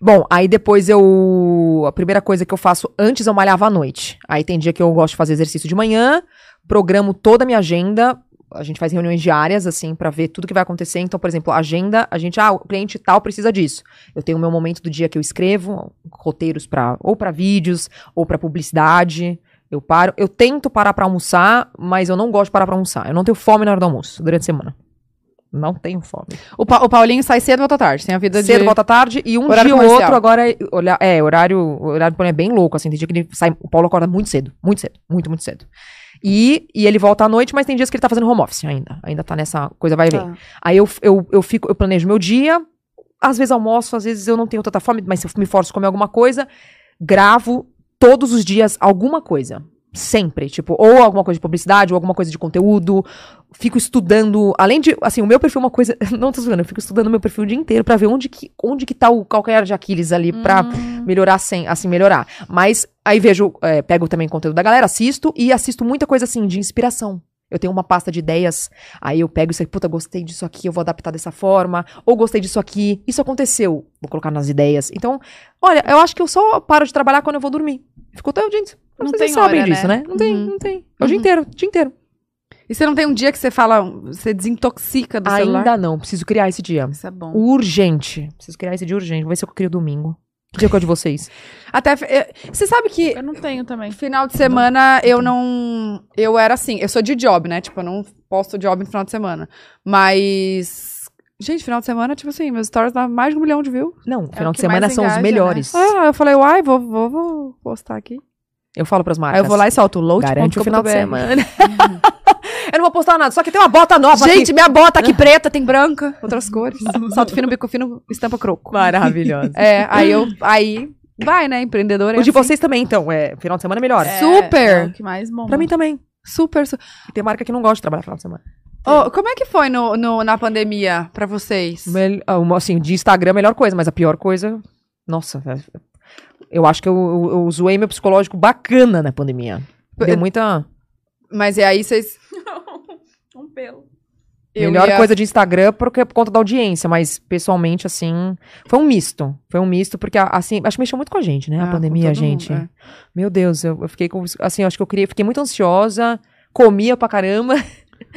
Bom, aí depois eu. A primeira coisa que eu faço antes eu malhava à noite. Aí tem dia que eu gosto de fazer exercício de manhã, programo toda a minha agenda. A gente faz reuniões diárias, assim, pra ver tudo que vai acontecer. Então, por exemplo, a agenda, a gente, ah, o cliente tal precisa disso. Eu tenho o meu momento do dia que eu escrevo roteiros para ou para vídeos ou para publicidade. Eu paro, eu tento parar para almoçar, mas eu não gosto de parar para almoçar. Eu não tenho fome na hora do almoço, durante a semana. Não tenho fome. O, Pa- o Paulinho sai cedo, volta tarde. Tem a vida Cedo, de... volta tarde. E um Horário dia ou comercial. outro agora... é Olhar, é, horário, o horário do Paulinho é bem louco, assim. Tem dia que ele sai... O Paulo acorda muito cedo. Muito cedo. Muito, muito cedo. E, e ele volta à noite, mas tem dias que ele tá fazendo home office ainda. Ainda tá nessa coisa vai e vem. Tá. Aí eu, eu, eu, fico, eu planejo meu dia. Às vezes almoço, às vezes eu não tenho tanta fome, mas se eu me forço a comer alguma coisa, gravo todos os dias alguma coisa. Sempre, tipo, ou alguma coisa de publicidade, ou alguma coisa de conteúdo. Fico estudando, além de, assim, o meu perfil é uma coisa, não tô zoando, eu fico estudando o meu perfil o dia inteiro pra ver onde que, onde que tá o calcanhar de Aquiles ali Uhum. pra Hum, melhorar sem, assim, melhorar. Mas aí vejo, é, pego também conteúdo da galera, assisto e assisto muita coisa assim de inspiração. Eu tenho uma pasta de ideias, aí eu pego isso aí, puta, gostei disso aqui, eu vou adaptar dessa forma, ou gostei disso aqui, isso aconteceu, vou colocar nas ideias. Então, olha, eu acho que eu só paro de trabalhar quando eu vou dormir. Ficou até o dia inteiro. Não, Não sei tem se vocês sabem hora, disso, né? né? Não tem, Uhum. não tem. É o dia inteiro, o dia inteiro. E você não tem um dia que você fala, você desintoxica do celular? Ainda não, preciso criar esse dia. Isso é bom. Urgente. Preciso criar esse dia urgente. Vou ver se eu crio domingo. Que dia que é o de vocês? Até, fe- eh, você sabe que Eu não tenho também. Um final de semana eu não, eu era assim, eu sou de job, né? Tipo, eu não posto job no final de semana. Mas, gente, final de semana, tipo assim, meus stories dá mais de um milhão de views. Não, final É de que semana mais são os engaja, né? melhores. Ah, eu falei, uai, vou, vou, vou postar aqui. Eu falo pras marcas. Aí eu vou lá e solto load. Garante o final de semana. eu não vou postar nada, só que tem uma bota nova Gente, aqui. minha bota aqui preta, tem branca, outras cores. Salto fino, bico fino, estampa croco. Maravilhosa. É, aí eu, aí, vai, né, empreendedora. é O de assim. vocês também, então. É, final de semana é melhor. É. É, Super. é o que mais bomba. Pra mim também. Super, super. Tem marca que não gosta de trabalhar final de semana. Ô, como é que foi no, no- na pandemia pra vocês? Mel- ah, uma, assim, de Instagram é a melhor coisa, mas a pior coisa. Nossa, velho. eu acho que eu, eu, eu zoei meu psicológico bacana na pandemia. Deu muita. Mas e aí vocês... Um pelo. eu melhor ia- coisa de Instagram porque, por conta da audiência, mas pessoalmente, assim. Foi um misto. Foi um misto, porque, a- assim, acho que mexeu muito com a gente, né? Ah, a com pandemia, todo mundo, gente. é. Meu Deus, eu, eu fiquei com. Assim, eu acho que eu queria. Fiquei muito ansiosa, comia pra caramba.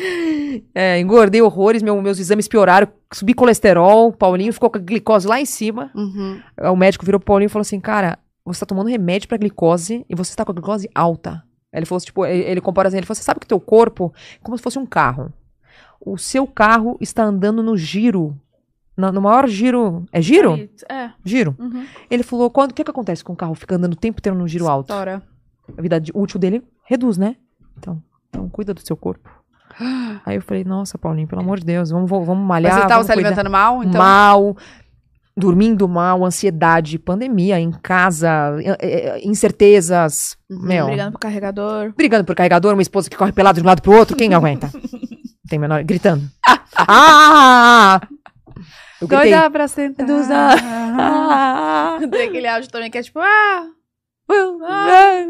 É, engordei horrores, meu- meus exames pioraram, subi colesterol, Paulinho ficou com a glicose lá em cima. Uhum. O médico virou pro Paulinho e falou assim: Cara, você tá tomando remédio pra glicose e você tá com a glicose alta. Aí ele falou assim, tipo, ele, ele compara assim, ele falou: Você sabe que o teu corpo é como se fosse um carro. O seu carro está andando no giro. na- no maior giro. É giro? É. Giro. Uhum. Ele falou: quando, O que, que acontece com o carro? Fica andando o tempo inteiro no giro alto. Tora. A vida de- útil dele reduz, né? Então, então cuida do seu corpo. Aí eu falei, nossa, Paulinho, pelo amor de Deus, vamos, vo- vamos malhar. Mas você tava "Ah, vamos se cuidar." alimentando mal, então? mal, dormindo mal, ansiedade, pandemia, em casa, eh, eh, incertezas, Uhum. meu, brigando. Brigando pro carregador. por carregador, uma esposa que corre pelado de um lado pro outro, quem aguenta? Tem menor, gritando. ah! Eu gritei. Doida Então pra sentar. Ah! Tem aquele áudio também que é tipo, ah, Ah.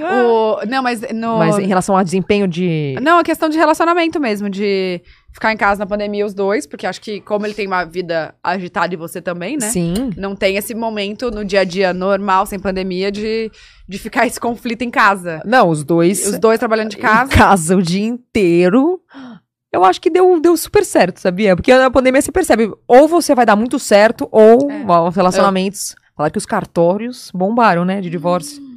O- Não, mas no... Mas é em relação ao desempenho de... Não, é questão de relacionamento mesmo, de ficar em casa na pandemia os dois, porque acho que como ele tem uma vida agitada e você também, né? Sim. Não tem esse momento no dia a dia normal, sem pandemia, de, de ficar esse conflito em casa. Não, os dois... Os dois trabalhando de casa. Em casa o dia inteiro. Eu acho que deu, deu super certo, sabia? Porque na pandemia você percebe, ou você vai dar muito certo, ou É. ó, os relacionamentos. Falar que os cartórios bombaram, né? De divórcio. Hum.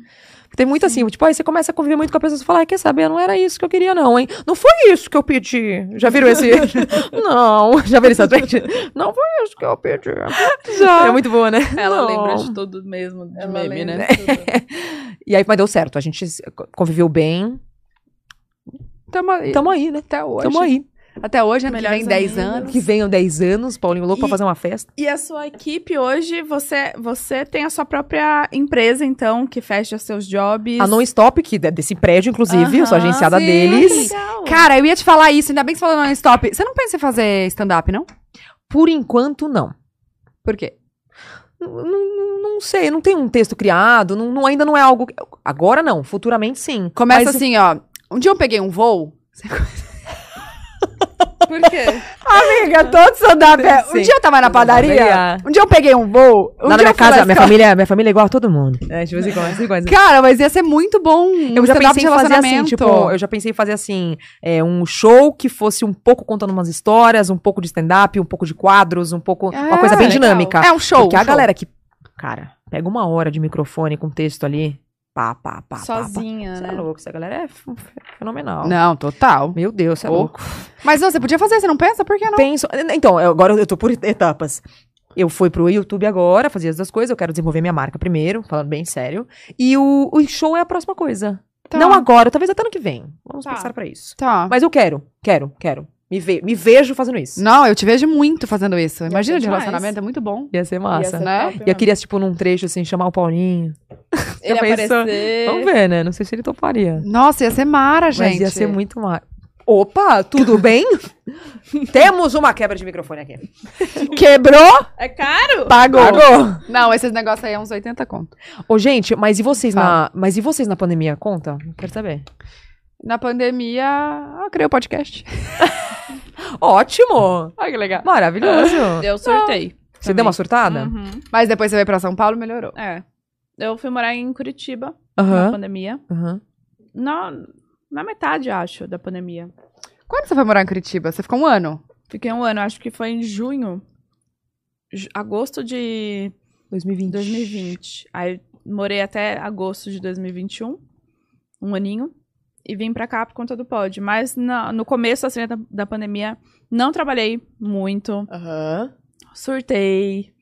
Tem muito assim, tipo, aí você começa a conviver muito com a pessoa e fala, ah, quer saber? Não era isso que eu queria, não, hein? Não foi isso que eu pedi. Já viram esse? não, já viram essa tweet? Não foi isso que eu pedi. É muito boa, né? ela Não. lembra de tudo mesmo, de meme, né? E aí, mas deu certo. A gente se- conviveu bem. Tamo aí. Tamo aí, né? Até hoje. Tamo aí. Até hoje, ano que Melhores vem 10 amigos. anos. Que venham 10 anos, Paulinho louco pra E- fazer uma festa. E a sua equipe hoje, você, você tem a sua própria empresa, então, que fecha seus jobs. Ah, A Non-Stop, que é desse prédio, inclusive, eu sou Aham, agenciada sim. deles. Cara, eu ia te falar isso, ainda bem que você falou no stop. Você não pensa em fazer stand-up, não? Por enquanto, não. Por quê? N- n- n- Não sei, não tem um texto criado, não, não- ainda não é algo. que- Agora não, futuramente sim. Começa Mas- assim, ó. Um dia eu peguei um voo. Por quê? Amiga, todo stand-up. é, Um dia eu tava na padaria. padaria. Um dia eu peguei um voo. Um dia Lá na minha eu fui lá casa, e- minha família, minha família é igual a todo mundo. É, tipo assim, Cara, mas ia ser muito bom. um Eu já stand-up pensei de em fazer assim, relacionamento. tipo, eu já pensei em fazer assim, é, um show que fosse um pouco contando umas histórias, um pouco de stand-up, um pouco de quadros, um pouco. uma É, coisa bem legal. dinâmica. É um show. Porque a show. galera que. Cara, pega uma hora de microfone com texto ali. Pá, pá, pá, pá, pá. Sozinha, Você é né? louco, essa galera é f- fenomenal. Não, total. Meu Deus, você é Ô, louco. Mas não, você podia fazer, você não pensa? Por que não? Penso. Então, eu- agora eu tô por etapas. Eu fui pro YouTube agora, fazer as duas coisas. Eu quero desenvolver minha marca primeiro, falando bem sério. E o, o show é a próxima coisa. Tá. Não agora, talvez até ano que vem. Vamos Tá. pensar pra isso. Tá. Mas eu quero, quero, quero. Me, ve- me vejo fazendo isso. Não, eu te vejo muito fazendo isso. Imagina de demais. relacionamento, é muito bom. Ia ser massa. né? E eu queria, tipo, num trecho assim, chamar o Paulinho. Ele Já pensou? aparecer. Vamos ver, né? Não sei se ele toparia. Nossa, ia ser mara, gente. Mas ia ser muito mar. Opa, tudo bem? Temos uma quebra de microfone aqui. Quebrou? É caro? Pagou. Pagou. Não, esses negócios aí é uns 80 conto. Ô, gente, mas e vocês na. Mas e vocês na pandemia? Conta? Quero saber. Na pandemia, eu criei o podcast. Ótimo! Olha que legal. Maravilhoso! Eu surtei. Você deu uma surtada? Uhum. Mas depois você veio pra São Paulo, melhorou. É. Eu fui morar em Curitiba na Aham. pandemia. Aham. Na, na metade, acho, da pandemia. Quando você foi morar em Curitiba? Você ficou um ano? Fiquei um ano, acho que foi em junho. ju- Agosto de 2020. 2020. Aí morei até agosto de 2021, um aninho, e vim pra cá por conta do pod. Mas na- no começo assim, da, da pandemia, não trabalhei muito, Aham. surtei.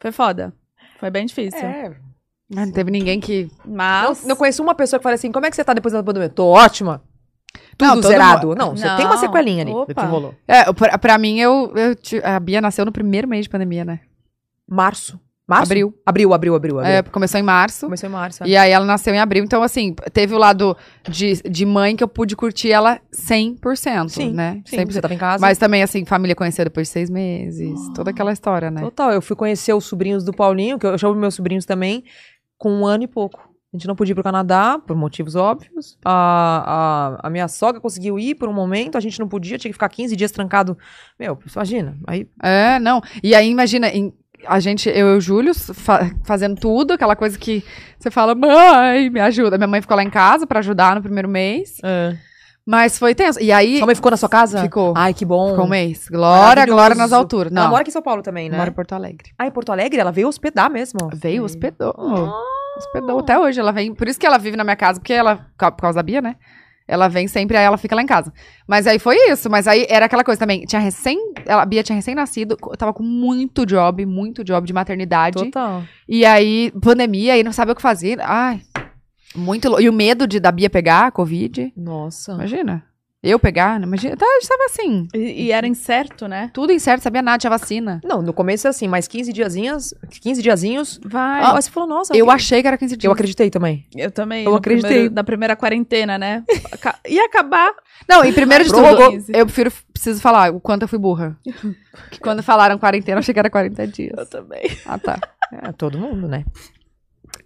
Foi foda. Foi bem difícil. É. Ah, Não teve ninguém que. Eu, Mas. eu conheço uma pessoa que fala assim: como é que você tá depois da pandemia? Tô ótima. Tudo Não, todo zerado. Não, você tem uma Não. sequelinha ali do Opa. que rolou. É, pra, pra mim, eu, eu ti- a Bia nasceu no primeiro mês de pandemia, né? Março. Março? Abril. Abril, abril, abril. abril. É, começou em março. Começou em março. é. E aí ela nasceu em abril. Então, assim, teve o lado de, de mãe que eu pude curtir ela 100%, Sim, né? Sim, Ah. 100%. você tava em casa. Mas também, assim, família conheceu depois de seis meses. Toda aquela história, né? Total, eu fui conhecer os sobrinhos do Paulinho, que eu chamo meus sobrinhos também, com um ano e pouco. A gente não podia ir pro Canadá, por motivos óbvios. A, a, a minha sogra conseguiu ir por um momento, a gente não podia, tinha que ficar 15 dias trancado. Meu, imagina. Aí, É, não. E aí, imagina, em- a gente, eu e o Júlio, fa- fazendo tudo, aquela coisa que você fala, mãe, me ajuda. Minha mãe ficou lá em casa pra ajudar no primeiro mês. Mas foi tenso. E aí. Sua mãe ficou na sua casa? É. Ficou. Ai, que bom. Ficou um mês. Glória, Maravilhoso. glória nas alturas. Não, Ela mora aqui em São Paulo também, né? mora em Porto Alegre. Ah, em Porto Alegre? Ela veio hospedar mesmo. Veio, hospedou. Ah, Hospedou até hoje. Ela vem. Por isso que ela vive na minha casa, porque ela. ca- Por causa da Bia, né? Ela vem sempre, aí ela fica lá em casa. Mas aí foi isso. Mas aí era aquela coisa também. Tinha recém. Ela, a Bia tinha recém-nascido, co- tava com muito job, muito job de maternidade. Total. E aí, pandemia, e não sabia o que fazer. Ai, muito louco. E o medo de da Bia pegar a Covid. Nossa. Imagina. Eu pegar, né? imagina. Tá, a gente tava assim. E, e era incerto, né? Tudo incerto, sabia nada, tinha vacina. Não, no começo é assim, mas 15 diazinhas, 15 diazinhos. Vai. Ah, você falou, nossa. É. Eu achei que era 15 dias. Eu acreditei também. Eu também. Eu no acreditei. primeiro- na primeira quarentena, né? Aca- Ia acabar. Não, e primeiro de Prorrogou. tudo, eu prefiro, preciso falar o quanto eu fui burra. Que quando falaram quarentena, eu achei que era 40 dias. também. Ah, tá. É, todo mundo, né?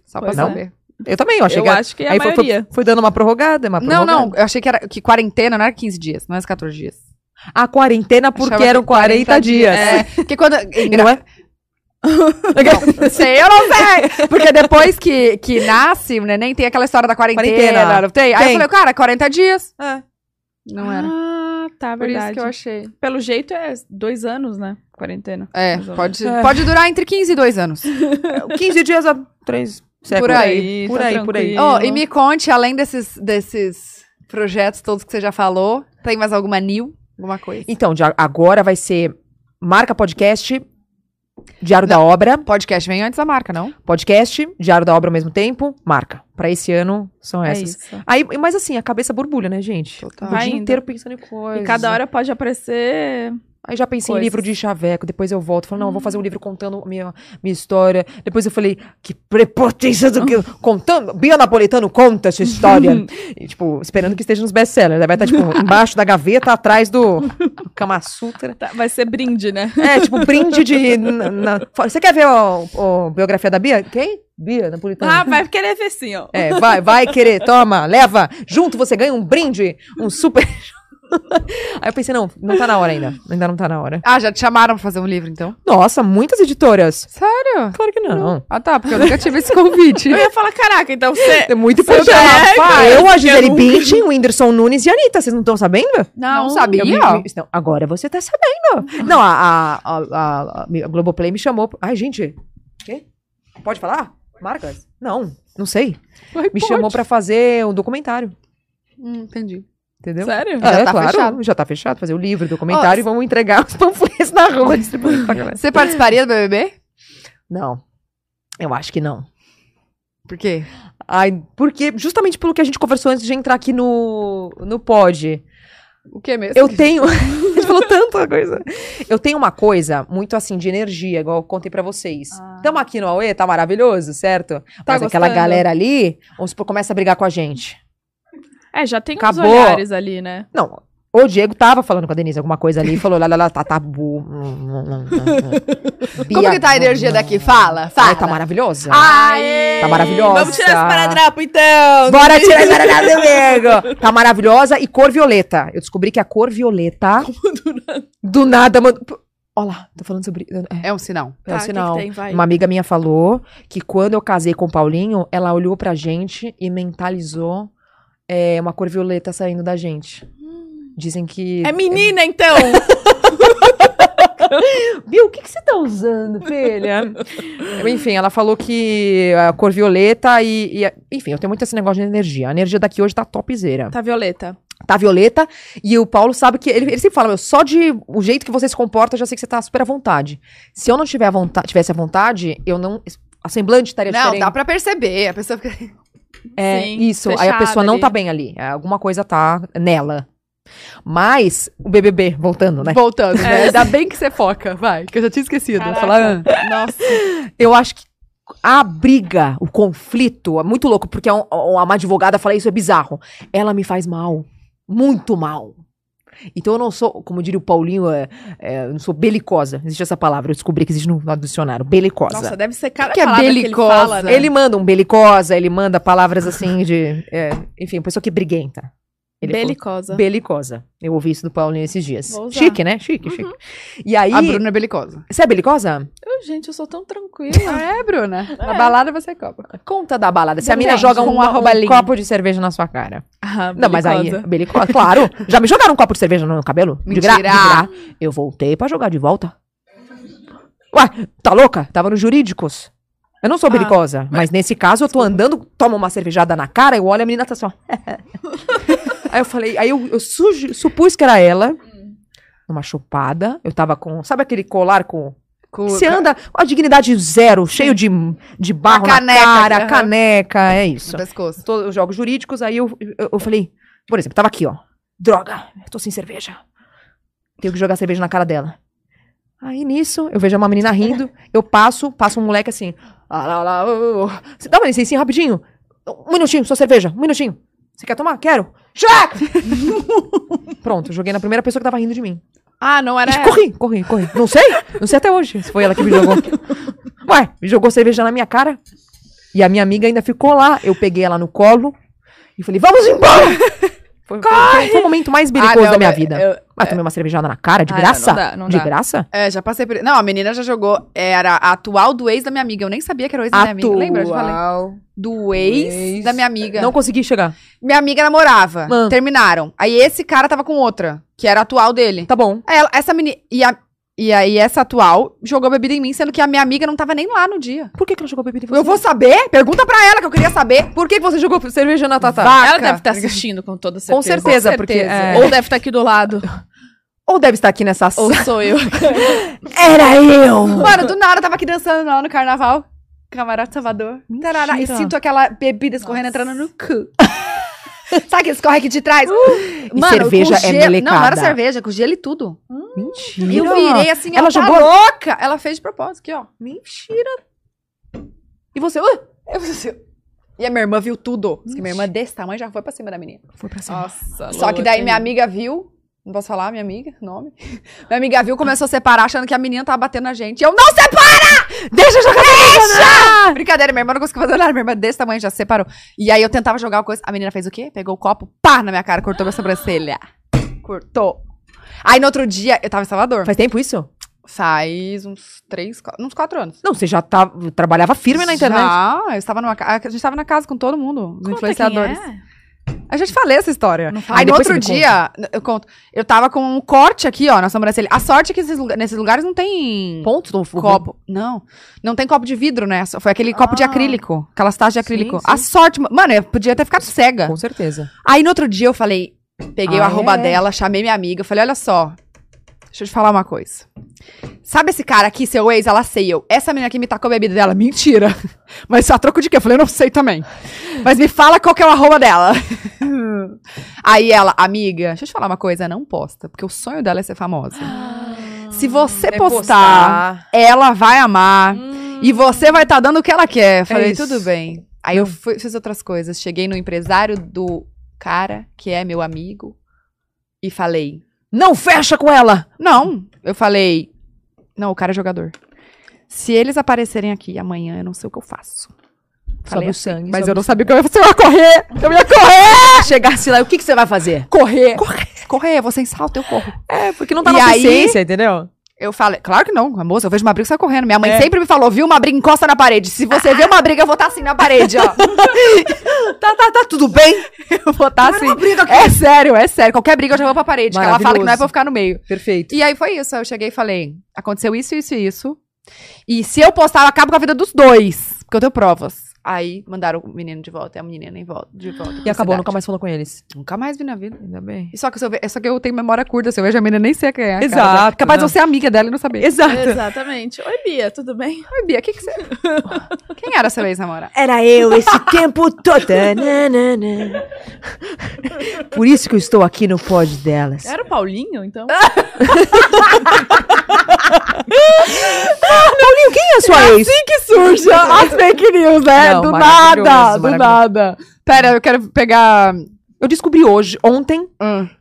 Só Pois pra é. saber. Eu também, eu achei eu que era- acho que é a Aí foi, foi- maioria. foi dando uma prorrogada, uma Não, prorrogada. não, eu achei que era que quarentena não era 15 dias, não era 14 dias. A quarentena porque Achava que eram 40, dias. É, porque quando E Não é? Não sei, eu não sei. Porque depois que, que nasce o neném, tem aquela história da quarentena. Quarentena. Não tem? Aí Tem. eu falei, cara, 40 dias. É. Não era. Ah, tá, Por verdade. isso que eu achei. Pelo jeito é dois anos, né? Quarentena. É, Mais ou pode, É. pode durar entre 15 e 2 anos. 15 dias a 3 séculos. aí, Por tá aí, por aí. tranquilo. Ó, e me conte, além desses, desses projetos todos que você já falou, tem mais alguma new? Alguma coisa? Então, de a- agora vai ser Marca Podcast, Diário da Obra, Podcast vem antes da marca, não? podcast, Diário da Obra ao mesmo tempo, marca. Pra esse ano são É essas. isso. Aí, mas assim, a cabeça borbulha, né, gente? Total. O Vai dia indo. inteiro pensando em coisas. E cada hora pode aparecer. Aí já pensei coisas. Hum. em livro de chaveco, depois eu volto, falo, não, eu vou fazer um livro contando minha, minha história. Depois eu falei, que prepotência do que. Contando. Bia Napolitano conta essa história. E, tipo, esperando que esteja nos best-sellers. Aí Vai estar, tipo, embaixo da gaveta, atrás do, do Kama Sutra. tá, vai ser brinde, né? É, tipo, brinde de. na- na- Você quer ver a biografia da Bia? Quem? Bia Napolitano. Ah, vai querer ver sim, ó. É, vai, vai querer, toma, leva. Junto você ganha um brinde, um super. Aí eu pensei, não, não tá na hora ainda. Ainda não tá na hora. Ah, já te chamaram pra fazer um livro, então? Nossa, muitas editoras. Sério? Claro que não. Ah, tá, porque eu nunca tive esse convite. Eu ia falar, caraca, então você. É muito Você importante. já é, Rafa, cara, eu, a porque Gisele eu- Bündchen, o Whindersson Nunes e a Anitta. Vocês não estão sabendo? Não, Eu me- sabia. me- não, agora você tá sabendo. Não, a, a, a, a- a- a Globoplay me chamou. Ai, gente. Quê? Pode falar? Marcas? Não, não sei. Ué, Me pode. chamou pra fazer um documentário, Hum, entendi. entendeu? Sério? Já é, tá claro, fechado. já tá fechado. Fazer o livro, o documentário e vamos entregar os panfletos na rua distribuindo pra galera. Você participaria do BBB? Não. Eu acho que não. Por quê? Ai, porque, justamente pelo que a gente conversou antes de entrar aqui no, no pod, O que mesmo? eu tenho. a gente falou tanta coisa. Eu tenho uma coisa muito assim de energia, igual eu contei pra vocês. Ah. Tamo aqui no Aue, tá maravilhoso, certo? Tá Mas aquela gostando? galera ali, vamos supor, começa a brigar com a gente. É, já tem Acabou. uns olhares ali, né? Não, o Diego tava falando com a Denise alguma coisa ali e falou: lá, lá, lá, tá tabu. Como que tá a energia daqui? Ah, Fala, fala. Ai, tá maravilhosa. Aê! Tá maravilhosa. Vamos tirar esse paradrapo, então. Bora tirar esse paradrapo, Diego! Tá maravilhosa e cor violeta. Eu descobri que a cor violeta. do nada? mano. Olha lá, tô falando sobre. É, É um sinal. é o que que sinal. tem? Vai. Uma amiga minha falou que quando eu casei com o Paulinho, ela olhou pra gente e mentalizou é, uma cor violeta saindo da gente. Dizem que. É menina, então! Viu, o que, que você tá usando, filha? enfim, ela falou que a cor violeta e, e- Enfim, eu tenho muito esse negócio de energia. A energia daqui hoje tá topzera. tá violeta. Tá violeta e o Paulo sabe que. Ele, ele sempre fala, meu, só de o jeito que você se comporta, eu já sei que você tá super à vontade. Se eu não tiver à vontade, tivesse à vontade, eu não. A semblante estaria Não, diferente. dá pra perceber. A pessoa fica... É, Sim, isso. Aí a fechada pessoa não ali. tá bem ali. É, Alguma coisa tá nela. Mas, o BBB, voltando, né? Voltando, né? Ainda bem que você foca, vai. Que eu já tinha esquecido. Caraca. Falar, ah, Nossa. Eu acho que a briga, o conflito, é muito louco, porque a, a- uma advogada fala isso, é bizarro. Ela me faz mal. Muito mal. Então eu não sou, como diria o Paulinho, é, é, eu não sou belicosa. Existe essa palavra, eu descobri que existe no, no dicionário. Belicosa. Nossa, deve ser cada Que é palavra que ele belicosa. fala, né? Ele manda um belicosa, ele manda palavras assim de. é, enfim, pessoa que briguenta. Ele falou Belicosa. Belicosa. Eu ouvi isso do Paulinho esses dias. Vou usar. Uhum. Chique, né? Chique, chique. E aí. a Bruna é belicosa. Você é belicosa? Eu, gente, eu sou tão tranquila. É, Bruna. Na balada você é copa. Conta da balada. Se a mina Depende, joga com um, uma um roubalinha. copo de cerveja na sua cara. Ah, Não, mas aí. é belicosa. Belicosa, claro. Já me jogaram um copo de cerveja no meu cabelo? De gra- Mentira. de gra- Eu voltei pra jogar de volta. Ué, tá louca? Tava nos jurídicos. Eu não sou Ah, belicosa, mas nesse caso eu tô andando, tomo uma cervejada na cara, eu olho a menina tá só. aí eu falei, aí eu, eu sugi- supus que era ela, numa chupada. Eu tava com. Sabe aquele colar com Com- você anda com a dignidade zero, cheio de, de barro Uma caneca, na cara, aham. caneca, é no isso. pescoço. Todos os jogos jurídicos, aí eu, eu, eu falei, por exemplo, tava aqui, ó. Droga, eu tô sem cerveja. Tenho que jogar cerveja na cara dela. Aí nisso, eu vejo uma menina rindo, eu passo, passa um moleque assim. "Ah, lá, lá, ô, ô, ô. Você dá uma licencinha rapidinho. Um minutinho, sua cerveja, um minutinho. Você quer tomar? Quero. Check! Pronto, joguei na primeira pessoa que tava rindo de mim. Ah, não era Ixi, ela. Corri, corri, corri. Não sei, não sei até hoje se foi ela que me jogou. Ué, me jogou cerveja na minha cara. E a minha amiga ainda ficou lá. Eu peguei ela no colo e falei, vamos embora! Foi, foi- foi- foi o momento mais belicoso Ah, não, da minha eu- vida. eu- Mas tomei uma cervejada na cara, de Ah, graça? não dá, não de dá. graça? É, já passei por. Não, a menina já jogou. Era a atual do ex da minha amiga. Eu nem sabia que era o ex da minha amiga. Lembra? Eu já falei. Do ex, Ex. da minha amiga. Não consegui chegar. Minha amiga namorava. Ah. Terminaram. Aí esse cara tava com outra, que era a atual dele. Tá bom. Aí ela- essa menina. E, a- e aí essa atual jogou bebida em mim, sendo que a minha amiga não tava nem lá no dia. Por que, que ela jogou bebida em você? Eu vou saber? Pergunta pra ela que eu queria saber. Por que, que você jogou cerveja na Tatá? Ela Vaca. deve estar assistindo com toda certeza. Com certeza, porque. é, Ou deve estar aqui do lado. ou deve estar aqui nessa Ou sala. sou eu. Era eu! Mano, do nada eu tava aqui dançando lá no carnaval. Camarote Salvador. Tarará, e Mentira. sinto aquela bebida escorrendo, entrando no cu. Sabe que escorre aqui de trás? E cerveja é Uh, gelo- Não, não era melecada. cerveja, com gelo e tudo. Mentira. E eu virei assim, ela, Ela tá jogou- louca. Ela fez de propósito, aqui, ó. Mentira. E você, ué? Eu falei assim, E a minha irmã viu tudo. Diz que minha irmã desse tamanho já foi pra cima da menina. Foi pra cima. Nossa, Só que daí minha amiga viu. Não posso falar, minha amiga, nome. Minha amiga viu, começou a separar, achando que a menina tava batendo na gente. E Eu, não separa! Deixa eu jogar! Deixa! Brincadeira, minha irmã não conseguiu fazer nada. Minha irmã desse tamanho já se separou. E aí eu tentava jogar uma coisa. A menina fez o quê? Pegou o copo, pá, na minha cara, cortou minha sobrancelha. Cortou. Aí no outro dia, eu tava em Salvador. Faz tempo isso? Faz uns três, quatro- uns quatro anos. Não, você já tá, trabalhava firme na internet. é? Já, eu estava numa ca- A gente estava na casa com todo mundo, os influenciadores. A gente falei essa história. Não fala. Aí no Depois outro você me dia, eu conto. Eu tava com um corte aqui, ó, na sobrancelha. A sorte é que esses lugar- nesses lugares não tem Ponto do copo. Não. Não tem copo de vidro, né? Só- Foi aquele copo de Ah. acrílico. Aquelas taças de acrílico. sim. A sorte. Mano, eu podia ter ficado cega. Com certeza. Aí no outro dia eu falei, peguei o Ah, arroba é? dela, chamei minha amiga, falei, olha só, deixa eu te falar uma coisa. Sabe esse cara aqui, seu ex, ela sei eu. Essa menina aqui me tacou a bebida dela, mentira. Mas a troco de quê? Eu falei, eu não sei também. Mas me fala qual que é o arroba dela. Aí ela, amiga, deixa eu te falar uma coisa, não posta, porque o sonho dela é ser famosa. Ah. Se você É postar, Ah. ela vai amar Hum. e você vai estar dando o que ela quer. Eu Falei, isso. tudo bem. Aí eu fui- fiz outras coisas. Cheguei no empresário do cara, que é meu amigo, e falei: Não fecha com ela! Não. Eu falei: Não, o cara é jogador. Se eles aparecerem aqui amanhã, eu não sei o que eu faço. Falei Sobe o assim, sangue. Mas sobe eu não sabia o que eu ia fazer. Eu ia correr! Eu ia correr! o- Chegasse lá, o que, que você vai fazer? Correr! Correr! Correr! Você salto, eu corro. É, porque não tá na consciência, entendeu? Eu falei, claro que não, a moça, eu vejo uma briga, você vai correndo. Minha mãe sempre me falou, viu uma briga, encosta na parede. Se você vê uma briga, eu vou estar assim na parede, ó. Tá, tá, tá, tudo bem. Eu vou estar assim. É sério, é sério. Qualquer briga eu já vou pra parede, que ela fala que não é pra eu ficar no meio. Perfeito. E aí foi isso, aí eu cheguei e falei, aconteceu isso, isso e isso. E se eu postar, eu acabo com a vida dos dois, porque eu tenho provas. Aí mandaram o menino de volta e a menina em volta, de volta. E pra acabou, cidade. nunca mais falou com eles. Nunca mais vi na vida. Ainda bem. E Só que, se eu ve- é só que eu tenho memória curta, se eu vejo a menina nem sei quem é. a cara Exato, dela. Capaz de eu né? ser amiga dela e não saber. Exato. Exatamente. Oi, Bia, tudo bem? Oi, Bia, o que, que você. quem era seu ex-namorado? Era eu esse tempo todo. Tananana. Por isso que eu estou aqui no pod delas. Era o Paulinho, então? Quem é a sua ex? assim que surge as fake news, né? Não, do maravilhoso, nada, do maravilhoso. nada. Pera, eu quero pegar. hum. Eu descobri hoje, ontem,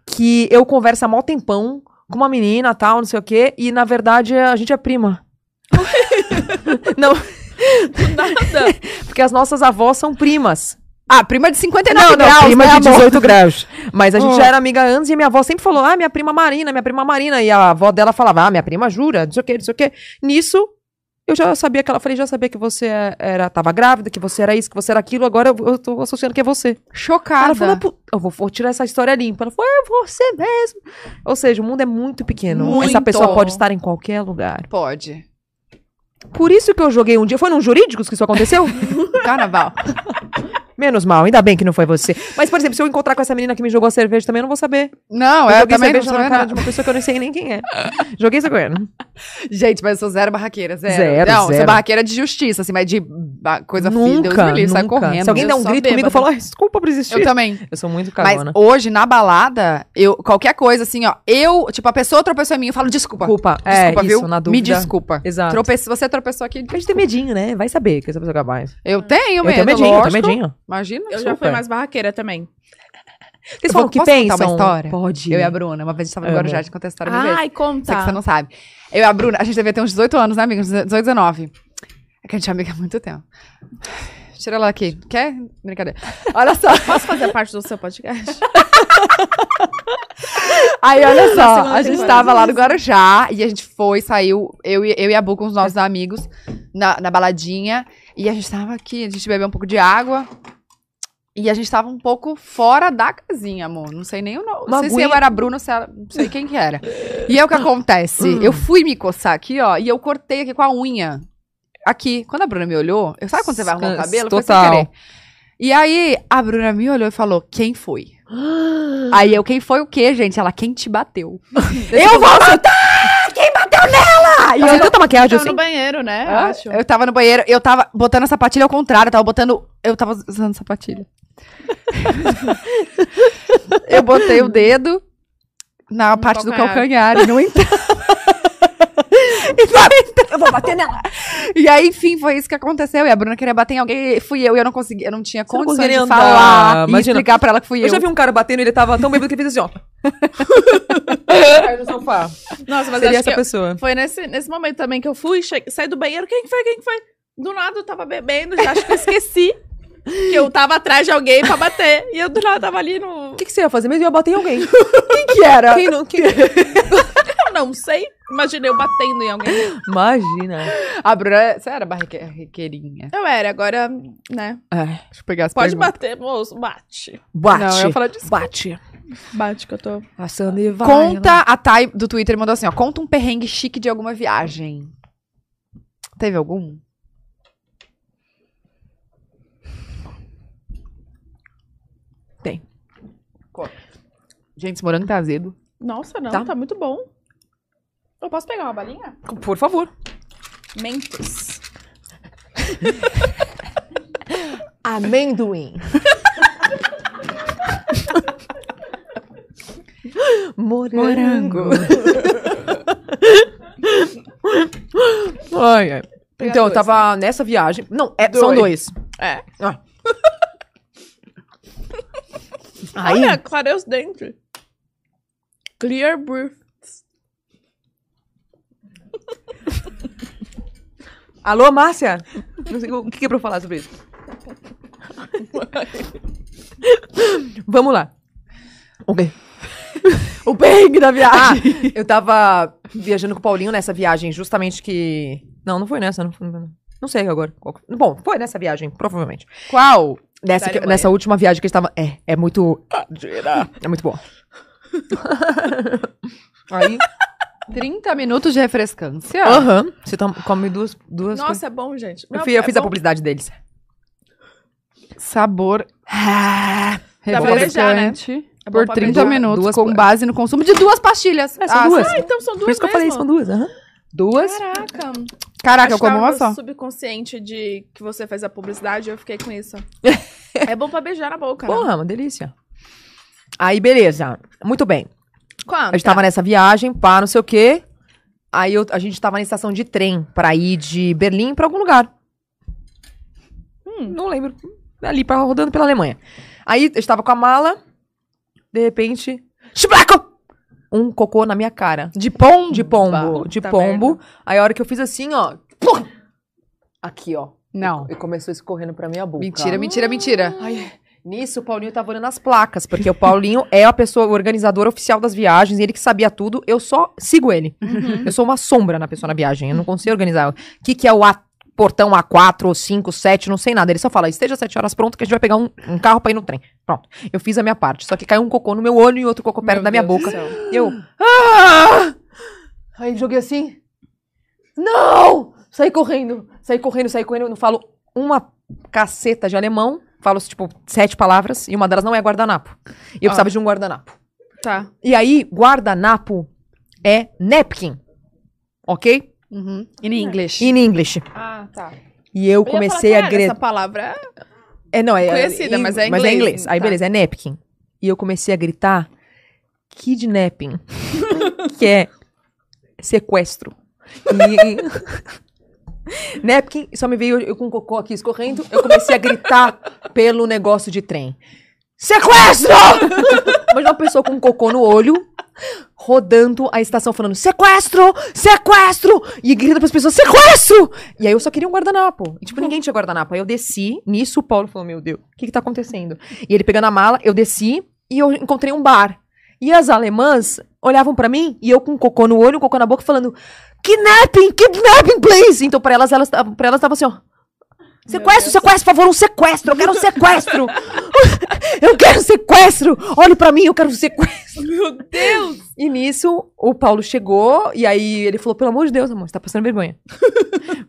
que eu converso há mó tempão com uma menina, tal, não sei o quê, e na verdade a gente é prima. não. Nada. Porque as nossas avós são primas. Ah, prima de 59 graus, né, amor? 18 graus. Mas a gente Hum. já era amiga antes e a minha avó sempre falou: ah, minha prima Marina, minha prima Marina. E a avó dela falava: ah, minha prima Jura, não sei o quê, não sei o quê. Nisso, eu já sabia que ela falei: já sabia que você era, tava grávida, que você era isso, que você era aquilo, agora eu, eu tô associando que é você. Ela falou, Chocada. "Pu- eu vou, vou tirar essa história limpa. Ela falou, é você mesmo. Ou seja, o mundo é muito pequeno. Essa Muito. pessoa pode estar em qualquer lugar. Pode. Por isso que eu joguei um dia. Foi num jurídicos que isso aconteceu? Carnaval. Menos mal, ainda bem que não foi você. Mas, por exemplo, se eu encontrar com essa menina que me jogou a cerveja também, eu não vou saber. Não, eu é, eu joguei também não cerveja na sabia cara nada. de uma pessoa que eu nem sei nem quem é. joguei essa coisa. Gente, mas eu sou zero barraqueira, zero. Zero, não, eu sou zero. barraqueira de justiça, assim, mas de ba- coisa fina, Deus Nunca, me livre, sai nunca. correndo. Se alguém der eu um só grito comigo, bêbada. eu falo, né?" "Ai, desculpa por existir. Eu também. Eu sou muito Mas cagona. hoje, na balada, eu, qualquer coisa, assim, ó, eu, tipo, a pessoa tropeçou em mim, eu falo, desculpa. Culpa. É, Desculpa, isso, viu? na Me dúvida. desculpa. Exato. Trope... se Você tropeçou aqui. A gente tem medinho, né? Vai saber que essa pessoa é capaz. Eu tenho Eu medo. tenho medinho, eu lógico. tenho medinho. Imagina. Eu já fui Super. mais barraqueira também. Vocês Eu vou- falam que posso contar uma pensam. história? Pode. Eu e a Bruna, uma vez a gente tava no Amo. Guarujá, a gente contou essa história mil vezes. Ai, Sei que você conta. não sabe. Eu e a Bruna, a gente devia ter uns 18 anos, né, amiga? Uns 18, 19. É que a gente é amiga há muito tempo. Tira ela aqui. Quer? Brincadeira. Olha só. Posso fazer parte do seu podcast? Aí, Na olha só, segunda a gente temporada. tava lá no Guarujá e a gente foi, saiu, eu e, eu e a Bu com os nossos amigos na, na baladinha. E a gente tava aqui, a gente bebeu um pouco de água. E a gente tava um pouco fora da casinha, amor. Não sei nem o nome. Não Uma sei se aguinha. eu era a Bruna, se ela, não sei quem que era. E é o que acontece. Eu fui me coçar aqui, ó, e eu cortei aqui com a unha. Aqui. Quando a Bruna me olhou, eu sabe quando você vai arrumar o cabelo? Foi sem Total. querer. E aí, a Bruna me olhou e falou: quem foi? Aí eu, quem foi o quê, gente? Ela, quem te bateu? eu vou matar! Quem bateu nela? E E eu eu, tanta maquiagem Tava assim. no banheiro, É né? Hã? Acho. eu tava no banheiro, eu tava botando a sapatilha ao contrário, eu tava botando. Eu tava usando sapatilha. eu botei o dedo na parte do calcanhar e não entrou. Eu vou bater nela. E aí, enfim, foi isso que aconteceu. E a Bruna queria bater em alguém, e fui eu, e eu não consegui, eu não tinha não condições de conseguiria andar, falar e imagina. explicar pra ela que fui eu. Eu já vi um cara batendo e ele tava tão bêbado que ele fez assim, ó. um Caiu no sofá. Nossa, mas Seria acho essa que eu- pessoa. foi nesse, nesse momento também que eu fui, che- saí do banheiro, quem que foi, quem que foi? Do nada eu tava bebendo, já acho que eu esqueci que eu tava atrás de alguém pra bater. E eu do nada tava ali no... O que, que você ia fazer mesmo? Eu ia bater em alguém. que era. Quem não? Quem... Não, não sei. Imaginei eu batendo em alguém. Imagina. A Bruna, você era barriqueirinha. Eu era, agora, né? Deixa eu pegar as Pode perguntas. bater, moço. Bate. Bate. Não, eu ia falar disso. Bate. Bate que eu tô. A Sandy assim, vai. né?" Conta, a Thay do Twitter mandou assim, ó. Conta um perrengue chique de alguma viagem. Teve algum? Tem. Conta. Gente, esse morango tá azedo. Nossa, não, Tá. tá, muito bom. Eu posso pegar uma balinha? Por favor. Mentos. Amendoim. Morango. Ai, ai. Então, eu tava nessa viagem. Não, é- são dois. É. Aí, Olha, clarei os dentes. Clear breath. Alô, Márcia? Não sei, o que que é pra eu falar sobre isso? vamos lá. o perrengue da viagem. eu tava viajando com o Paulinho nessa viagem, justamente que. Não, não foi nessa. Não, foi- não sei agora. qual que- Bom, foi nessa viagem, provavelmente. Qual? Nessa, que- nessa última viagem que a gente tava. É, é muito. É muito bom. Aí. 30 minutos de refrescância? Oh. Aham. Você toma- come duas, duas coisas. Nossa, é bom, gente. Eu, Não, fi- eu é fiz a bom. publicidade deles. Sabor Dá pra beijar, né? refrescante É bom por pra 30 beijar. minutos, Duas com por- base no consumo de duas pastilhas. Ah, É, são duas. sim. Então são duas Por isso que eu falei, mesmo. são duas. aham. Duas? Caraca. Caraca, Acho que eu é como um uma tava só. no subconsciente de que você fez a publicidade, eu fiquei com isso. é bom pra beijar na boca, né? Porra, uma delícia. Aí, beleza. Muito bem. Quanto? A gente tava nessa viagem, pá, não sei o quê. Aí eu- a gente tava na estação de trem pra ir de Berlim pra algum lugar. Não lembro. Ali, pra, rodando pela Alemanha. Aí eu estava com a mala. De repente. Chiblaco! Um cocô na minha cara. De pombo? De pombo. De Puta pombo. Aí a hora que eu fiz assim, ó. plum! Aqui, ó. Não. E começou escorrendo pra minha boca. Mentira, mentira, mentira. Nisso, o Paulinho tava olhando as placas, porque o Paulinho é a pessoa o organizador oficial das viagens, ele que sabia tudo, eu só sigo ele. Eu sou uma sombra na pessoa na viagem, eu não consigo organizar. O que, que é o A- portão A4, ou 5, 7, não sei nada. Ele só fala, esteja sete horas pronto que a gente vai pegar um, um carro pra ir no trem. Pronto, eu fiz a minha parte, só que caiu um cocô no meu olho e outro cocô perto da minha boca. E eu... "Ah!" Aí joguei assim... Não! Saí correndo, saí correndo, saí correndo, eu não falo uma caceta de alemão. Falo, tipo, sete palavras e uma delas não é guardanapo. Ah. E eu precisava de um guardanapo. Tá. E aí, guardanapo é napkin. Ok? Uhum. É. In English. In English. Ah, tá. E eu ia comecei falar, a cara, gritar. Essa palavra É, não, é. conhecida, mas é Mas é inglês, inglês. Aí, tá. beleza, é napkin. E eu comecei a gritar kidnapping, que é sequestro. E- napkin, só me veio eu com um cocô aqui escorrendo. Eu comecei a gritar pelo negócio de trem. Sequestro! mas uma pessoa com um cocô no olho, rodando a estação falando sequestro, sequestro, e grita pras pessoas sequestro! E aí eu só queria um guardanapo. E, tipo, ninguém tinha guardanapo. Aí eu desci, nisso o Paulo falou, meu Deus, o que que tá acontecendo? E ele pegando a mala, eu desci e eu encontrei um bar. E as alemãs olhavam pra mim e eu com um cocô no olho, um cocô na boca, falando kidnapping, kidnapping, please! Então pra elas, elas, tavam- pra elas tava assim, ó. Sequestro, sequestro, por favor, um sequestro, eu quero um sequestro! eu quero um sequestro! Olhe pra mim, eu quero um sequestro! Meu Deus! E nisso, o Paulo chegou e aí ele falou: pelo amor de Deus, amor, você tá passando vergonha.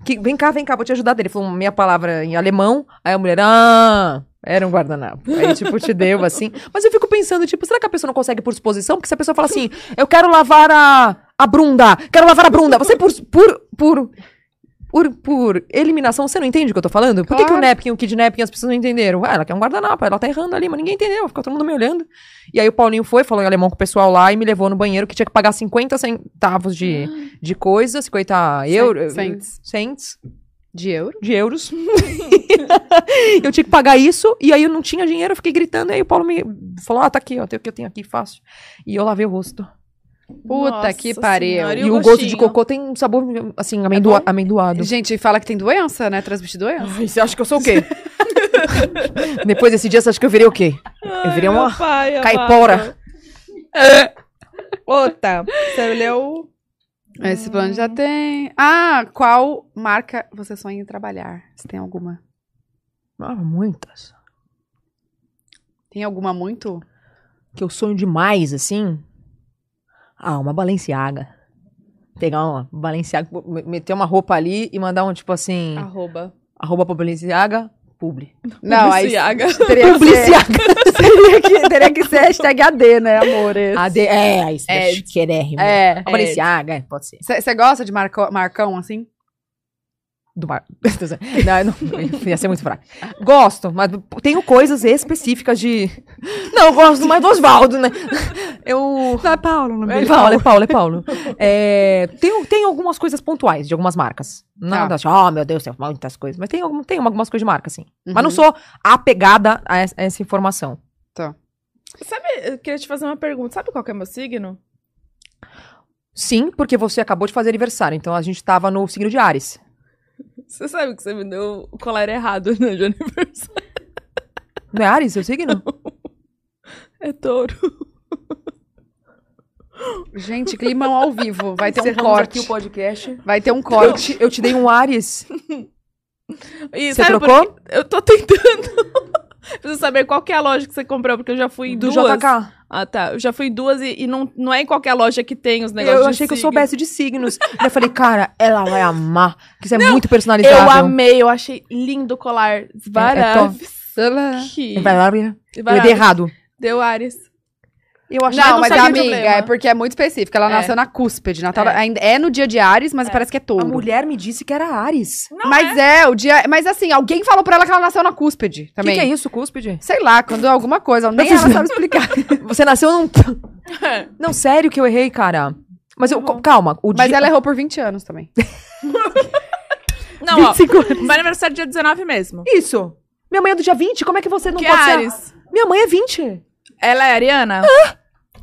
Que- vem cá, vem cá, vou te ajudar. Daí Ele falou meia palavra em alemão. Aí a mulher, ah, era um guardanapo. Aí, tipo, te deu assim. Mas eu fico pensando, tipo, será que a pessoa não consegue por suposição? Porque se a pessoa fala assim, eu quero lavar a, a brunda, quero lavar a brunda, você por. por, por por, por eliminação, você não entende o que eu tô falando? Por que, que o Claro. napkin, o kid napkin, as pessoas não entenderam? Ué, ela quer um guardanapo, ela tá errando ali, mas ninguém entendeu, ficou todo mundo me olhando. E aí o Paulinho foi, falou em alemão com o pessoal lá e me levou no banheiro que tinha que pagar 50 centavos de, de coisa, 50 euros. cents. Cents De euro? de euros. eu tinha que pagar isso, e aí eu não tinha dinheiro, eu fiquei gritando, e aí o Paulo me falou, ah, tá aqui, ó, tem o que eu tenho aqui, fácil. E eu lavei o rosto. Puta Nossa que pariu. Senhora, E, E o o gosto de gostinho? cocô tem um sabor, assim, amendua amendoado. Gente, fala que tem doença, né? Transmitir doença. Ai, você acha que eu sou o quê? Depois desse dia, você acha que eu virei o quê? eu virei uma Pai, amado. caipora. Outra, tá. você leu É, Esse plano já tem. Ah, qual marca você sonha em trabalhar? Se tem alguma. Ah, muitas. Tem alguma muito? Que eu sonho demais, assim. Ah, uma Balenciaga. Pegar uma Balenciaga, me- meter uma roupa ali e mandar um, tipo assim, Arroba. arroba pra Balenciaga, publi. Ah, Não, aí Balenciaga. teria que, ser, teria, que, teria que ser hashtag AD, né, amor? AD, é, aí É. é chiquérrimo. É. A Balenciaga, é, pode ser. Você gosta de marco, marcão, assim? Do mar. não, eu não, ia ser muito fraco. Gosto, mas tenho coisas específicas de. Não, eu gosto mais do Oswaldo, né? Eu. Não, é Paulo, não É Paulo, é Paulo, é Paulo. É, tem, tem algumas coisas pontuais de algumas marcas. Não, Tá. tá. oh, meu Deus, tem muitas coisas. Mas tem, algum- tem algumas coisas de marca, sim. Mas não Uhum. sou apegada a essa, a essa informação. Sabe, eu queria te fazer uma pergunta. Sabe qual que é meu signo? Sim, porque você acabou de fazer aniversário, então a gente tava no signo de Ares. Você sabe que você me deu o colar errado, né, de aniversário. Não é Ares, seu signo? É touro. Gente, climão ao vivo. Vai ter um Encerramos corte. aqui o podcast. Vai ter um Eu corte. te, eu te dei um Ares. E Você sabe por trocou? quê? Eu tô tentando. Preciso saber qual que é a loja que você comprou, porque eu já fui em Do duas. JK. Ah, tá. Eu já fui em duas e, e não, não é em qualquer loja que tem os negócios Eu de achei que eu signo. soubesse de signos. e eu falei, cara, ela vai amar. Que isso é muito personalizado. Eu amei, eu achei lindo o É, colar. Esbarado. Que... Vai lá, Bia. É Eu esbarado. dei errado. Deu Ares. Eu achei. Mas Não, não mas sabe a o amiga, problema. é porque é muito específica. Ela É. nasceu na cúspide. Natal, É. ainda é no dia de Ares, mas parece que é A touro. mulher me disse que era Ares. O mas é. o dia. Mas assim, alguém falou pra ela que ela nasceu na cúspide que, também. que é isso, um cúspide? Sei lá, quando é alguma coisa. Nem ela sabe explicar. Você nasceu num. Não, sério que eu errei, cara. Mas Tá eu. Calma. O Mas é dia... ela errou por 20 anos também. Não, ó. Meu aniversário é dia 19 mesmo. Isso. Minha mãe é do dia 20? Como é que você não que é pode ser- Ares? Minha mãe é 20. Ela é ariana?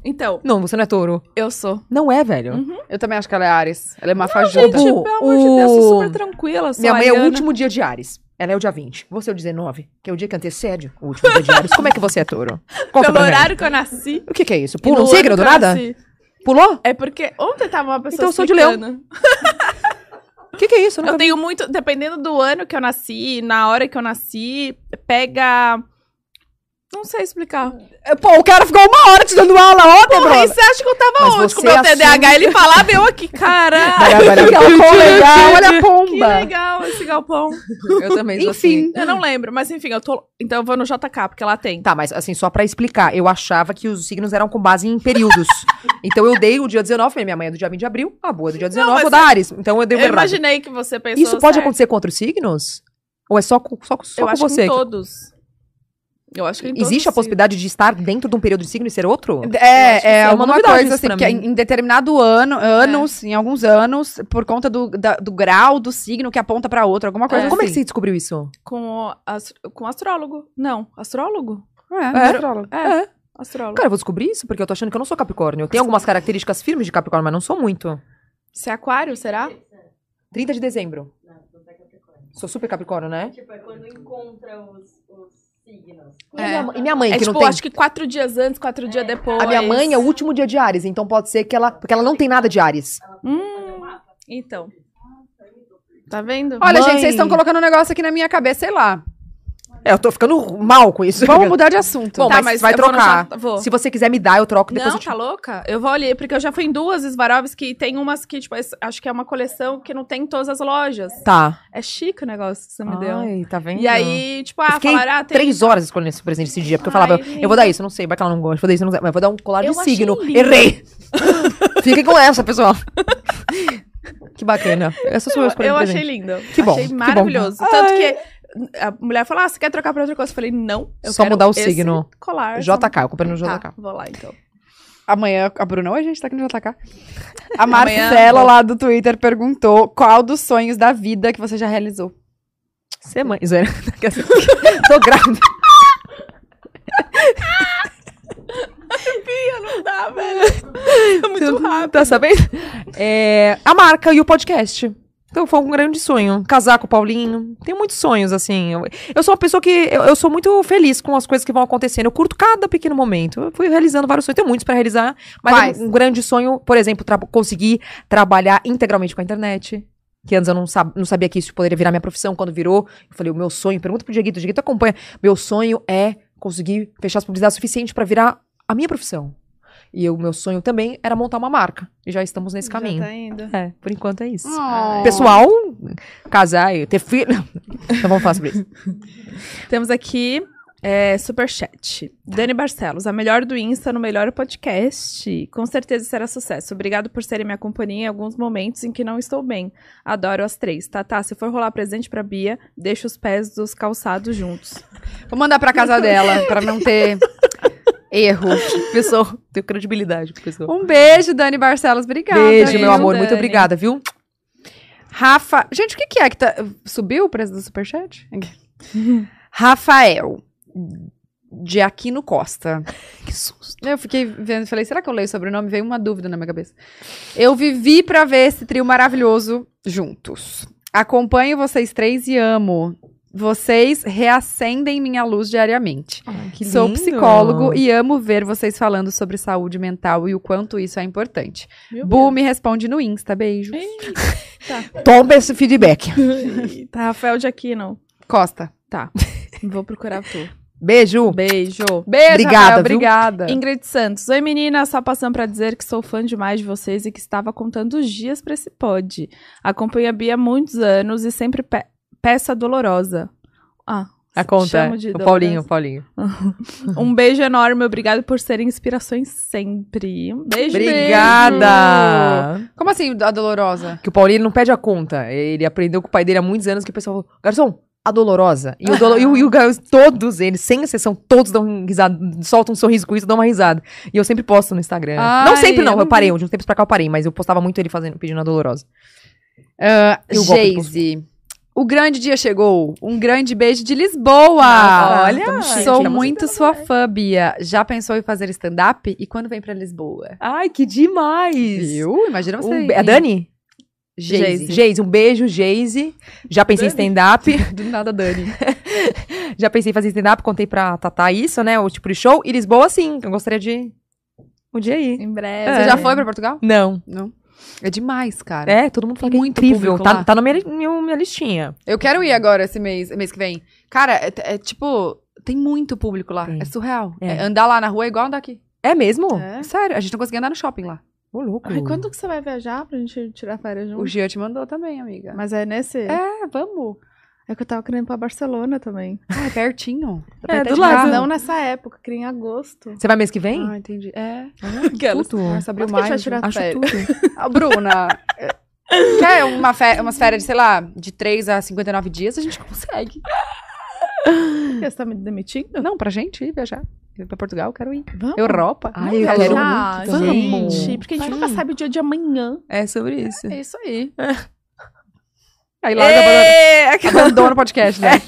Então, Não, você não é touro. eu sou. Não é, velho. Eu também acho que ela é Ares. Ela é uma fajuda. gente, Tipo, O- pelo amor de Deus, eu sou o- super tranquila. Sou Minha mãe é o ariana. último dia de Ares. Ela é o dia 20. Você é o 19, que é o dia que antecede o último dia de Ares. Como é que você é touro? Conta Pelo pra mim. horário que eu nasci. O que, que é isso? e Pula no assim. um signo ano do que eu nada? nasci. Pulou? É porque ontem tava uma pessoa. Então eu sou de explicando. O que, que é isso? Eu nunca Eu tenho muito. Dependendo do ano que eu nasci, na hora que eu nasci, pega. Não sei explicar. vi. Pô, o cara ficou uma hora te dando aula ontem, Porra, bro. e você acha que eu tava Mas onde com o você é assim. meu assume- TDAH? Ele falava, eu aqui, caralho. legal, olha a Que pomba. legal esse galpão. Eu também sou Enfim. Eu não lembro, mas enfim, eu tô. Então eu vou no JK, porque lá tem. Tá, mas assim, só pra explicar, eu achava que os signos eram com base em períodos. então eu dei o dia 19, falei, minha mãe é do dia 20 de abril, a boa é do dia 19, mas vou dar Ares. Então eu dei o Eu verdade. imaginei que você pensou. Isso pode certo. acontecer com outros signos? Ou é só com, só, com- só Eu com acho que você? em todos. Eu acho que em todos. Existe a sim. possibilidade de estar dentro de um período de signo e ser outro? É, é, é uma alguma novidade coisa isso assim, pra porque mim. É. em em determinado ano, anos, em alguns anos, por conta do, da- do grau do signo que aponta pra outro, alguma coisa Como é que assim. você descobriu isso? Com, o as- com astrólogo. Não, astrólogo? É, astrólogo. É, astrólogo. Cara, eu vou descobrir isso porque eu tô achando que eu não sou Capricórnio. Eu tenho algumas características firmes de Capricórnio, mas não sou muito. Você é aquário, será? 30 de dezembro. então Sou super Capricórnio, né? é Tipo, é quando encontra os, os signos. E, minha, mãe- e minha mãe, É que tipo, não tem. acho que quatro dias antes, quatro dias depois. A minha mãe é o último dia de Ares, então pode ser que ela. Porque ela não tem nada de Ares. Hum, então. Tá vendo? Olha, Mãe. gente, vocês estão colocando um negócio aqui na minha cabeça, sei lá. É, eu tô ficando mal com isso. Vamos mudar de assunto. Tá, Bom, mas vai Tá, eu vou no trocar. J- Vou. Se você quiser me dar, eu troco depois. Não, eu te... tá louca? Eu vou ali, porque eu já fui em duas Svarovs que tem umas que, tipo, es- acho que é uma coleção que não tem em todas as lojas. Tá. É chique o negócio que você me deu. Ai, tá vendo? E aí, tipo, ah, fiquei falaram, ah, tem Três horas escolhendo esse presente esse dia, porque eu Ai, falava, gente. eu vou dar isso, não sei, vai que ela não gosta, vou dar isso, não sei, mas vou dar um colar Eu de achei signo. lindo. Errei! Fiquem com essa, pessoal. que bacana. Essa sou eu escolhendo Eu o achei presente. lindo. Que bom, Achei que bom. maravilhoso. Tanto que a mulher falou: Ah, você quer trocar pra outra coisa? Eu falei, não. Eu Só quero mudar o esse signo. Colar. JK, eu comprei no JK. Tá, vou lá então. Amanhã, a Bruna, hoje a gente tá aqui no JK. A Marcela lá do Twitter perguntou qual dos sonhos da vida que você já realizou. Ser é mãe. Zoeira. Tô grávida. Não dá, velho. É muito rápido. Tá sabendo? É, a marca e o podcast. Então foi um grande sonho. Casar com o Paulinho. Tenho muitos sonhos, assim. Eu, eu sou uma pessoa que. Eu, eu sou muito feliz com as coisas que vão acontecendo. Eu curto cada pequeno momento. Eu fui realizando vários sonhos. Tenho muitos pra realizar. Mas Quais? é um, um grande sonho, por exemplo, tra- conseguir trabalhar integralmente com a internet. Que antes eu não, sab- não sabia que isso poderia virar minha profissão. Quando virou, eu falei: o meu sonho. Pergunta pro Dieguito. O Dieguito acompanha. Meu sonho é conseguir fechar as publicidades suficiente pra virar a minha profissão. E o meu sonho também era montar uma marca. E já estamos nesse caminho. tá indo. É, por enquanto é isso Oh. pessoal casar e ter filho. Não vamos falar sobre isso. Temos aqui é, Superchat. Dani Barcelos, a melhor do Insta no melhor podcast. Com certeza será sucesso. Obrigado por serem minha companhia em alguns momentos em que não estou bem. Adoro as três. Tá, tá. Se for rolar presente pra Bia, deixa os pés dos calçados juntos. Vou mandar pra casa dela, pra não ter erro. Pessoal, tenho credibilidade com pessoa. Um beijo, Dani Barcelos. Obrigada. Beijo, viu? meu amor. Muito Dani. obrigada, viu? Rafa. Gente, o que, que é que tá. Subiu o preço do superchat? Rafael. De Aquino Costa. Que susto. Eu fiquei vendo e falei, será que eu leio sobre o sobrenome? Veio uma dúvida na minha cabeça. Eu vivi pra ver esse trio maravilhoso juntos. Acompanho vocês três e amo. Vocês reacendem minha luz diariamente. Sou psicólogo e amo ver vocês falando sobre saúde mental e o quanto isso é importante. Bu me responde no Insta, beijos. Toma esse feedback. Tá, Rafael de Aquino. Costa. Vou procurar tu. Beijo. Beijo. Beijo, Obrigada, Rafael, viu? obrigada. Ingrid Santos. Oi, menina. Só passando pra dizer que sou fã demais de vocês e que estava contando os dias pra esse pod. Acompanho a Bia há muitos anos e sempre pe- peça dolorosa. Ah, A conta. chamo de O Dolores. Paulinho, o Paulinho. um beijo enorme. Obrigado por serem inspirações sempre. Um beijo. Obrigada. Como assim, a dolorosa? Que o Paulinho não pede a conta. Ele aprendeu com o pai dele há muitos anos que o pessoal falou, garçom, a dolorosa. E o, dolo, e o, e o gar- todos eles, sem exceção, todos dão um risada, soltam um sorriso com isso, dão uma risada. E eu sempre posto no Instagram. não Ai, sempre não, eu eu, não parei, de uns tempos pra cá eu parei, mas eu postava muito ele fazendo, pedindo a dolorosa. E o golpe Ah, Geise. O grande dia chegou. Um grande beijo de Lisboa. Olha, Ah, Tamo chique, sou tamo muito sua fã, Bia. Já pensou em fazer stand-up? E quando vem pra Lisboa? Ai, que demais! Eu? Imagina você. Um, em- be- a Dani? Geise. Geise, um beijo, Geise. Já pensei em stand-up. Do nada, Dani. Já pensei em fazer stand-up, contei pra Tatá isso, né? O tipo de show. E Lisboa, sim. Eu gostaria de um dia ir. Em breve. Você já foi pra Portugal? Não. É demais, cara. É, todo mundo fala Tem que é muito incrível. público lá. Tá, tá na minha, minha- minha listinha. Eu quero ir agora esse mês, mês que vem. Cara, é, é tipo, tem muito público lá. Tem. É surreal. É. É, andar lá na rua é igual andar aqui. É mesmo? Sério, a gente não conseguia andar no shopping lá. Ô, louco. Ai, quando que você vai viajar pra gente tirar férias O juntos? Gia te mandou também, amiga. Mas é nesse. É, vamos. É que eu tava querendo ir pra Barcelona também. Ah, é pertinho. É, do lado. Não nessa época, queria em agosto. Você vai mês que vem? Ah, entendi. É. Ah, Tudo. Março, abril, Quando que a gente vai maio. tirar junho. Acho férias? tudo. Ah, Bruna, é, quer uma fe- umas férias de, sei lá, de 3 a 59 dias? A gente consegue. Por que Você tá me demitindo? Não, pra gente ir viajar. Eu pra Portugal, eu quero ir. Vamos. Europa. Ai, eu Vamos quero viajar. Ah, muito também. gente, porque a gente nunca sabe o dia de amanhã. É sobre isso. É isso aí. Aí Laura abandona, abandona o podcast, né?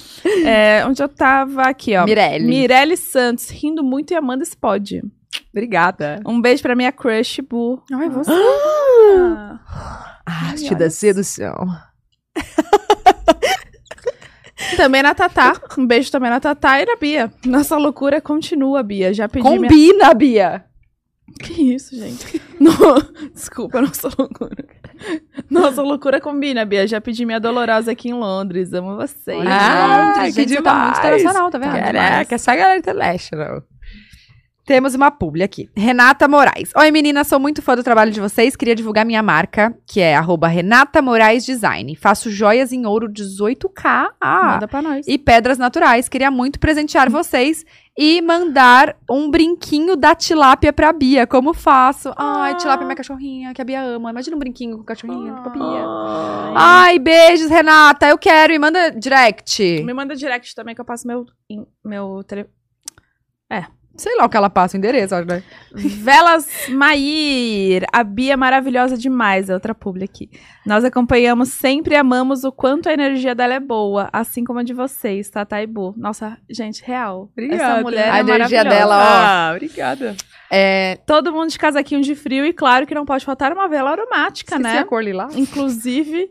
É, onde eu tava aqui, ó. Mirelle. Mirelle Santos, rindo muito e amando esse pod. Obrigada. Um beijo pra minha crush, Bu. Ai, você. Ah. Arte da sedução. Também na Tatá. Um beijo também na Tatá e na Bia. Nossa loucura continua, Bia. Já pedi minha... Combina, Bia. Que isso, gente? No- Desculpa, nossa loucura. Nossa loucura combina, Bia. Já pedi minha dolorosa aqui em Londres. Amo vocês. Ah, Londres, que gente, você tá muito demais. internacional, tá vendo? Demais. Caraca, essa galera international. Temos uma publi aqui. Renata Moraes. Oi, meninas, sou muito fã do trabalho de vocês. Queria divulgar minha marca, que é arroba Renata Moraes Design. Faço joias em ouro 18K ah, Manda pra nós. e pedras naturais. Queria muito presentear vocês e mandar um brinquinho da tilápia pra Bia. Como faço? Ai, tilápia é minha cachorrinha, que a Bia ama. Imagina um brinquinho com cachorrinha, com a Bia. Ah. Ai, beijos, Renata. Eu quero. E manda direct. Me manda direct também que eu passo meu... in- meu tele... Sei lá o que ela passa, o endereço, acho, né? Velas Mair, a Bia é maravilhosa demais, é outra publi aqui. Nós acompanhamos sempre e amamos o quanto a energia dela é boa, assim como a de vocês, Tata e Bu. Nossa, gente, real. Essa mulher A é maravilhosa. energia Tá, dela, ó. Ah, obrigada. É, Todo mundo de casaquinho de frio e claro que não pode faltar uma vela aromática, esqueci né? a cor lilás. Inclusive,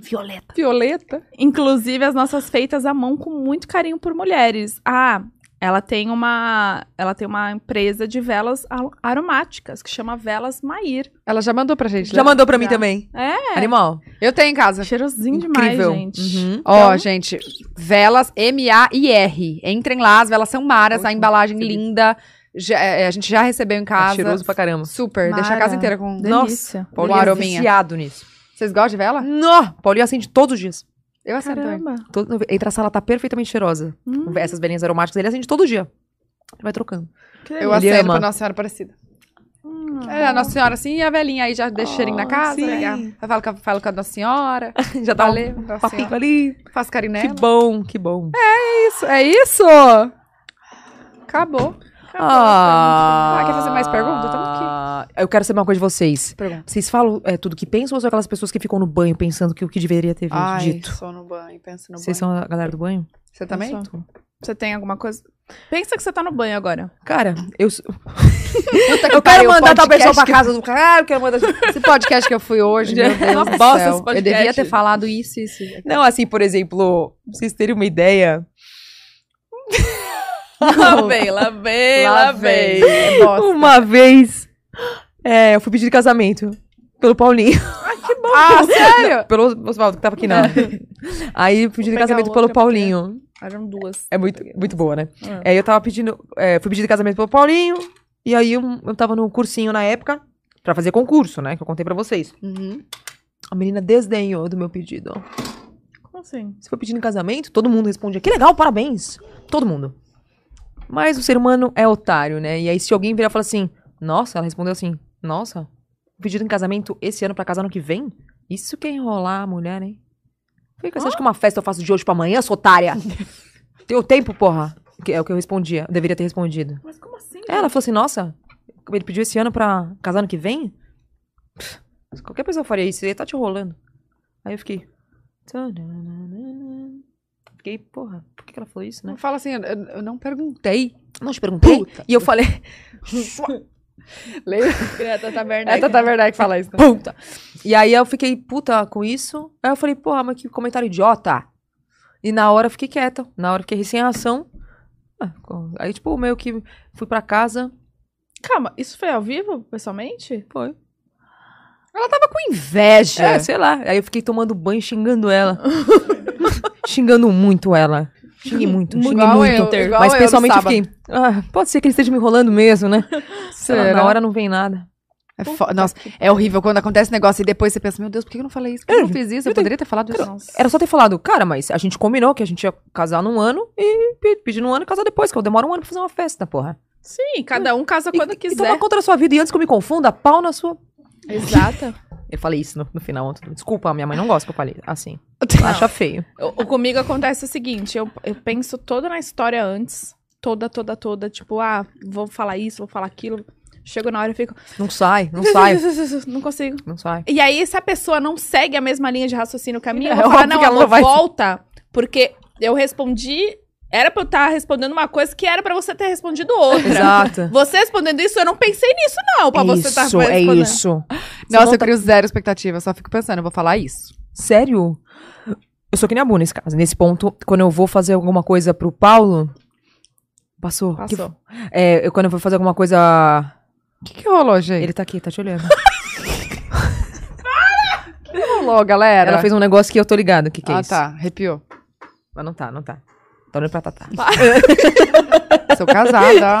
Violeta. Violeta? Inclusive as nossas feitas à mão com muito carinho por mulheres. Ah, ela tem uma, ela tem uma empresa de velas al- aromáticas que chama Velas Mair. Ela já mandou pra gente. Já né? mandou pra mim também. É. Animal. Eu tenho em casa. Cheirosinho Incrível. demais, gente. Uhum. Ó, gente, velas M-A-I-R. Entrem lá, as velas são maras, a embalagem linda. Já- é, a gente já recebeu em Tá casa. cheiroso pra caramba. Super, deixa a Mara. casa inteira com. Delícia. Paulinho é viciado nisso. Vocês gostam de vela? Nó! Paulinho acende todos os dias. Eu acendo também. Caramba. Todo, entra a sala, tá perfeitamente cheirosa. Hum. Com Essas velhinhas aromáticas, ele acende todo dia. Ele vai trocando. Eu Ele acendo ama. pra Nossa Senhora Aparecida. É, a Nossa Senhora assim, e a velhinha aí já deixa o cheirinho na casa. né? Eu falo, com a- falo com a Nossa Senhora. Já dá Valeu, um Nossa papinho Senhora. ali. Faço carinho Que nela. bom, que bom. Isso, é isso? Acabou. Ah, Ah, quer fazer mais pergunta? Tamo aqui. Eu quero saber uma coisa de vocês. Pergunta. Vocês falam é, tudo que pensam ou são aquelas pessoas que ficam no banho pensando que o que deveria ter Ai, dito? sou no banho, penso no Vocês banho. são a galera do banho? Você também? Você tem alguma coisa? Pensa que você tá no banho agora. Cara, eu, Puta que eu quero pariu, mandar tal podcast pessoa pra que- casa do Ah, cara, eu quero mandar. Esse podcast que eu fui hoje, meu Deus Uma do bosta céu. esse Eu podcast. devia ter falado isso, isso. isso. Não, assim, por exemplo, pra vocês terem uma ideia. Lá vem, lá vem, lá vem. É bosta. Uma vez, é, eu fui pedir casamento pelo Paulinho. É. Ah, sério? Pelo Oswaldo, que tava aqui na. Aí eu pedi Vou pegar casamento outra, pelo porque- Paulinho. Eram duas. É muito, muito boa, né? Aí eu tava pedindo. é, fui pedir casamento pelo Paulinho. E aí eu, eu tava num cursinho na época pra fazer concurso, né? Que eu contei pra vocês. Uhum. A menina desdenhou do meu pedido. Como assim? Você foi pedindo em casamento, todo mundo respondia: Que legal, parabéns. Todo mundo. Mas o ser humano é otário, né? E aí, se alguém virar e falar assim: Nossa, ela respondeu assim: Nossa, pedido em casamento esse ano pra casar no que vem? Isso que é enrolar a mulher, hein? Falei, você acha que uma festa eu faço de hoje pra amanhã, sua otária? Teu tempo, porra. Que é o que eu respondia. Eu deveria ter respondido. Mas como assim? É, ela falou assim, nossa, ele pediu esse ano pra casar ano que vem? Pff, se qualquer pessoa faria isso, ele tá te enrolando. Aí eu fiquei. tananana. Fiquei, porra, por que que ela falou isso, né? Não fala assim, eu, eu não perguntei. Não te perguntei. E eu falei, Leia. Greta É a Tabernacle. Tata Werneck que fala isso. né? puta. E aí eu fiquei puta com isso. Aí eu falei, porra, mas que comentário idiota. E na hora eu fiquei quieta. Na hora eu fiquei sem ação. Ah, co- Aí, tipo, meio que fui pra casa. Calma, isso foi ao vivo, pessoalmente? Foi. Com inveja. É, sei lá. Aí eu fiquei tomando banho xingando ela. xingando muito ela. Xinguei muito, xinguei Igual muito. eu, igual Mas eu no pessoalmente eu sábado. fiquei. "Ah, pode ser que ele esteja me enrolando mesmo, né? Sei lá, Será? na hora não vem nada. É fo- Nossa, é horrível quando acontece negócio e depois você pensa, meu Deus, por que eu não falei isso? Por que eu não fiz isso? Eu poderia ter falado isso. Nossa. Era só ter falado, cara, mas a gente combinou que a gente ia casar num ano e pe- pedir num ano e casar depois, que eu demoro um ano pra fazer uma festa, porra. Sim, cada um casa E, quando e toma quiser. conta da sua vida. E antes que eu me confunda, pau na sua. Exata. Eu falei isso no, no final ontem. Desculpa, minha mãe não gosta que eu falei assim. Acha feio. O, o comigo acontece o seguinte: eu, eu penso toda na história antes. Toda, toda, toda. Tipo, ah, vou falar isso, vou falar aquilo. Chego na hora e fico. Não sai, não sai, Não consigo. não sai. E aí, se a pessoa não segue a mesma linha de raciocínio que a minha, eu É vou falar, óbvio não, que ela amor, não vai- volta. Porque eu respondi. Era pra eu estar respondendo uma coisa que era pra você ter respondido outra. Exato. Você respondendo isso, eu não pensei nisso, não, pra você tá estar isso, respondendo. é isso. Você Nossa, eu volta- crio zero expectativa, eu só fico pensando, eu vou falar isso. Sério? Eu sou que nem a Bu nesse caso. Nesse ponto, quando eu vou fazer alguma coisa pro Paulo. Passou. Que Passou. f- é, eu- quando eu vou fazer alguma coisa. O que, que rolou, gente? Ele tá aqui, tá te olhando. rolou, galera. Ela fez um negócio que eu tô ligado. O que, que é ah, isso? tá, arrepiou. Mas não tá, não tá. Tá olhando pra Tatá. Sou casada.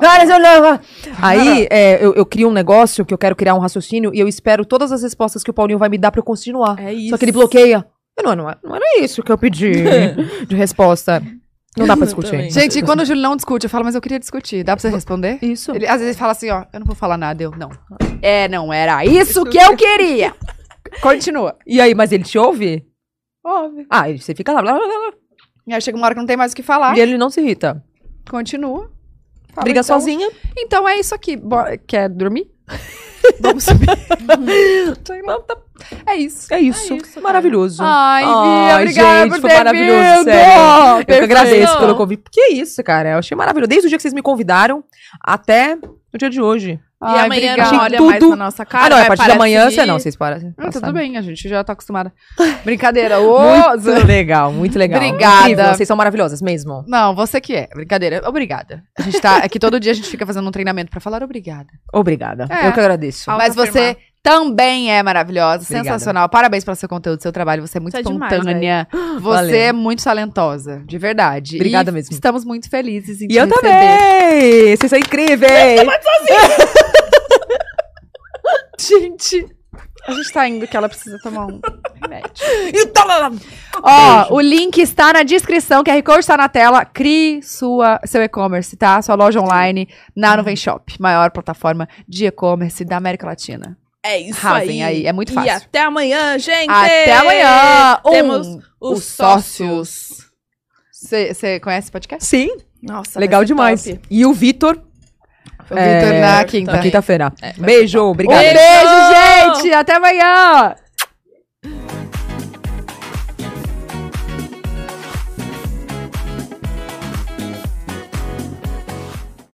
Cara, eu não- Aí, é, eu, eu crio um negócio que eu quero criar um raciocínio e eu espero todas as respostas que o Paulinho vai me dar pra eu continuar. É Só que ele bloqueia. Eu Não, é, não, não era isso que eu pedi de resposta. Não dá pra discutir. Exatamente. gente, e quando o Júlio não discute, eu falo, mas eu queria discutir. Dá pra você responder? Isso. Ele, às vezes ele fala assim, ó, eu não vou falar nada, eu não. É, não era isso que eu queria. Continua. E aí, mas ele te ouve? Ouve. Ah, ele- você fica lá, blá, blá, blá, blá. E aí chega uma hora que não tem mais o que falar. E ele não se irrita. Continua. Ah. Fala, Briga então. sozinha. Então é isso aqui. Bo- Quer dormir? Vamos subir. é isso. É isso. maravilhoso. Ai, Bia, Ai, obrigada gente, por foi ter maravilhoso, vindo. sério. Eu que agradeço Perfeito. pelo convite. Que isso, cara. Eu achei maravilhoso. Desde o dia que vocês me convidaram até o dia de hoje. Ai, e amanhã obrigada. não olha mais Tudo- na nossa cara. ah, não, é vai a partir da parar de manhã seguir. você não, vocês param. Hum, tudo passaram. bem, a gente já tá acostumada. Brincadeira. Ô, Muito legal, muito legal. Obrigada. Incrível, vocês são maravilhosas mesmo. Não, você que é. Brincadeira. Obrigada. A gente tá. É que todo dia a gente fica fazendo um treinamento pra falar obrigada. Obrigada. É. Eu que agradeço. Mas você também é maravilhosa, Obrigada. sensacional. Parabéns pelo seu conteúdo, seu trabalho. Você é muito Você é demais, espontânea. você Valeu. é muito talentosa, de verdade. Obrigada E mesmo. Estamos muito felizes em E eu também! Vocês são incríveis! A gente tá indo que ela precisa tomar um remédio. Ó, o link está na descrição, QR Code está na tela. Crie sua, seu e-commerce, tá? Sua loja online na Nuvem Shop, maior plataforma de e-commerce da América Latina. É isso Arrasem aí, é muito E fácil. até amanhã, gente! Até amanhã! Um, Temos os, os sócios. Você conhece o podcast? Sim, Nossa, legal é vai ser demais. top. E o Vitor, O Vitor na quinta. na quinta-feira. É, vai ser Beijo, Um obrigada. beijo, gente! Até amanhã!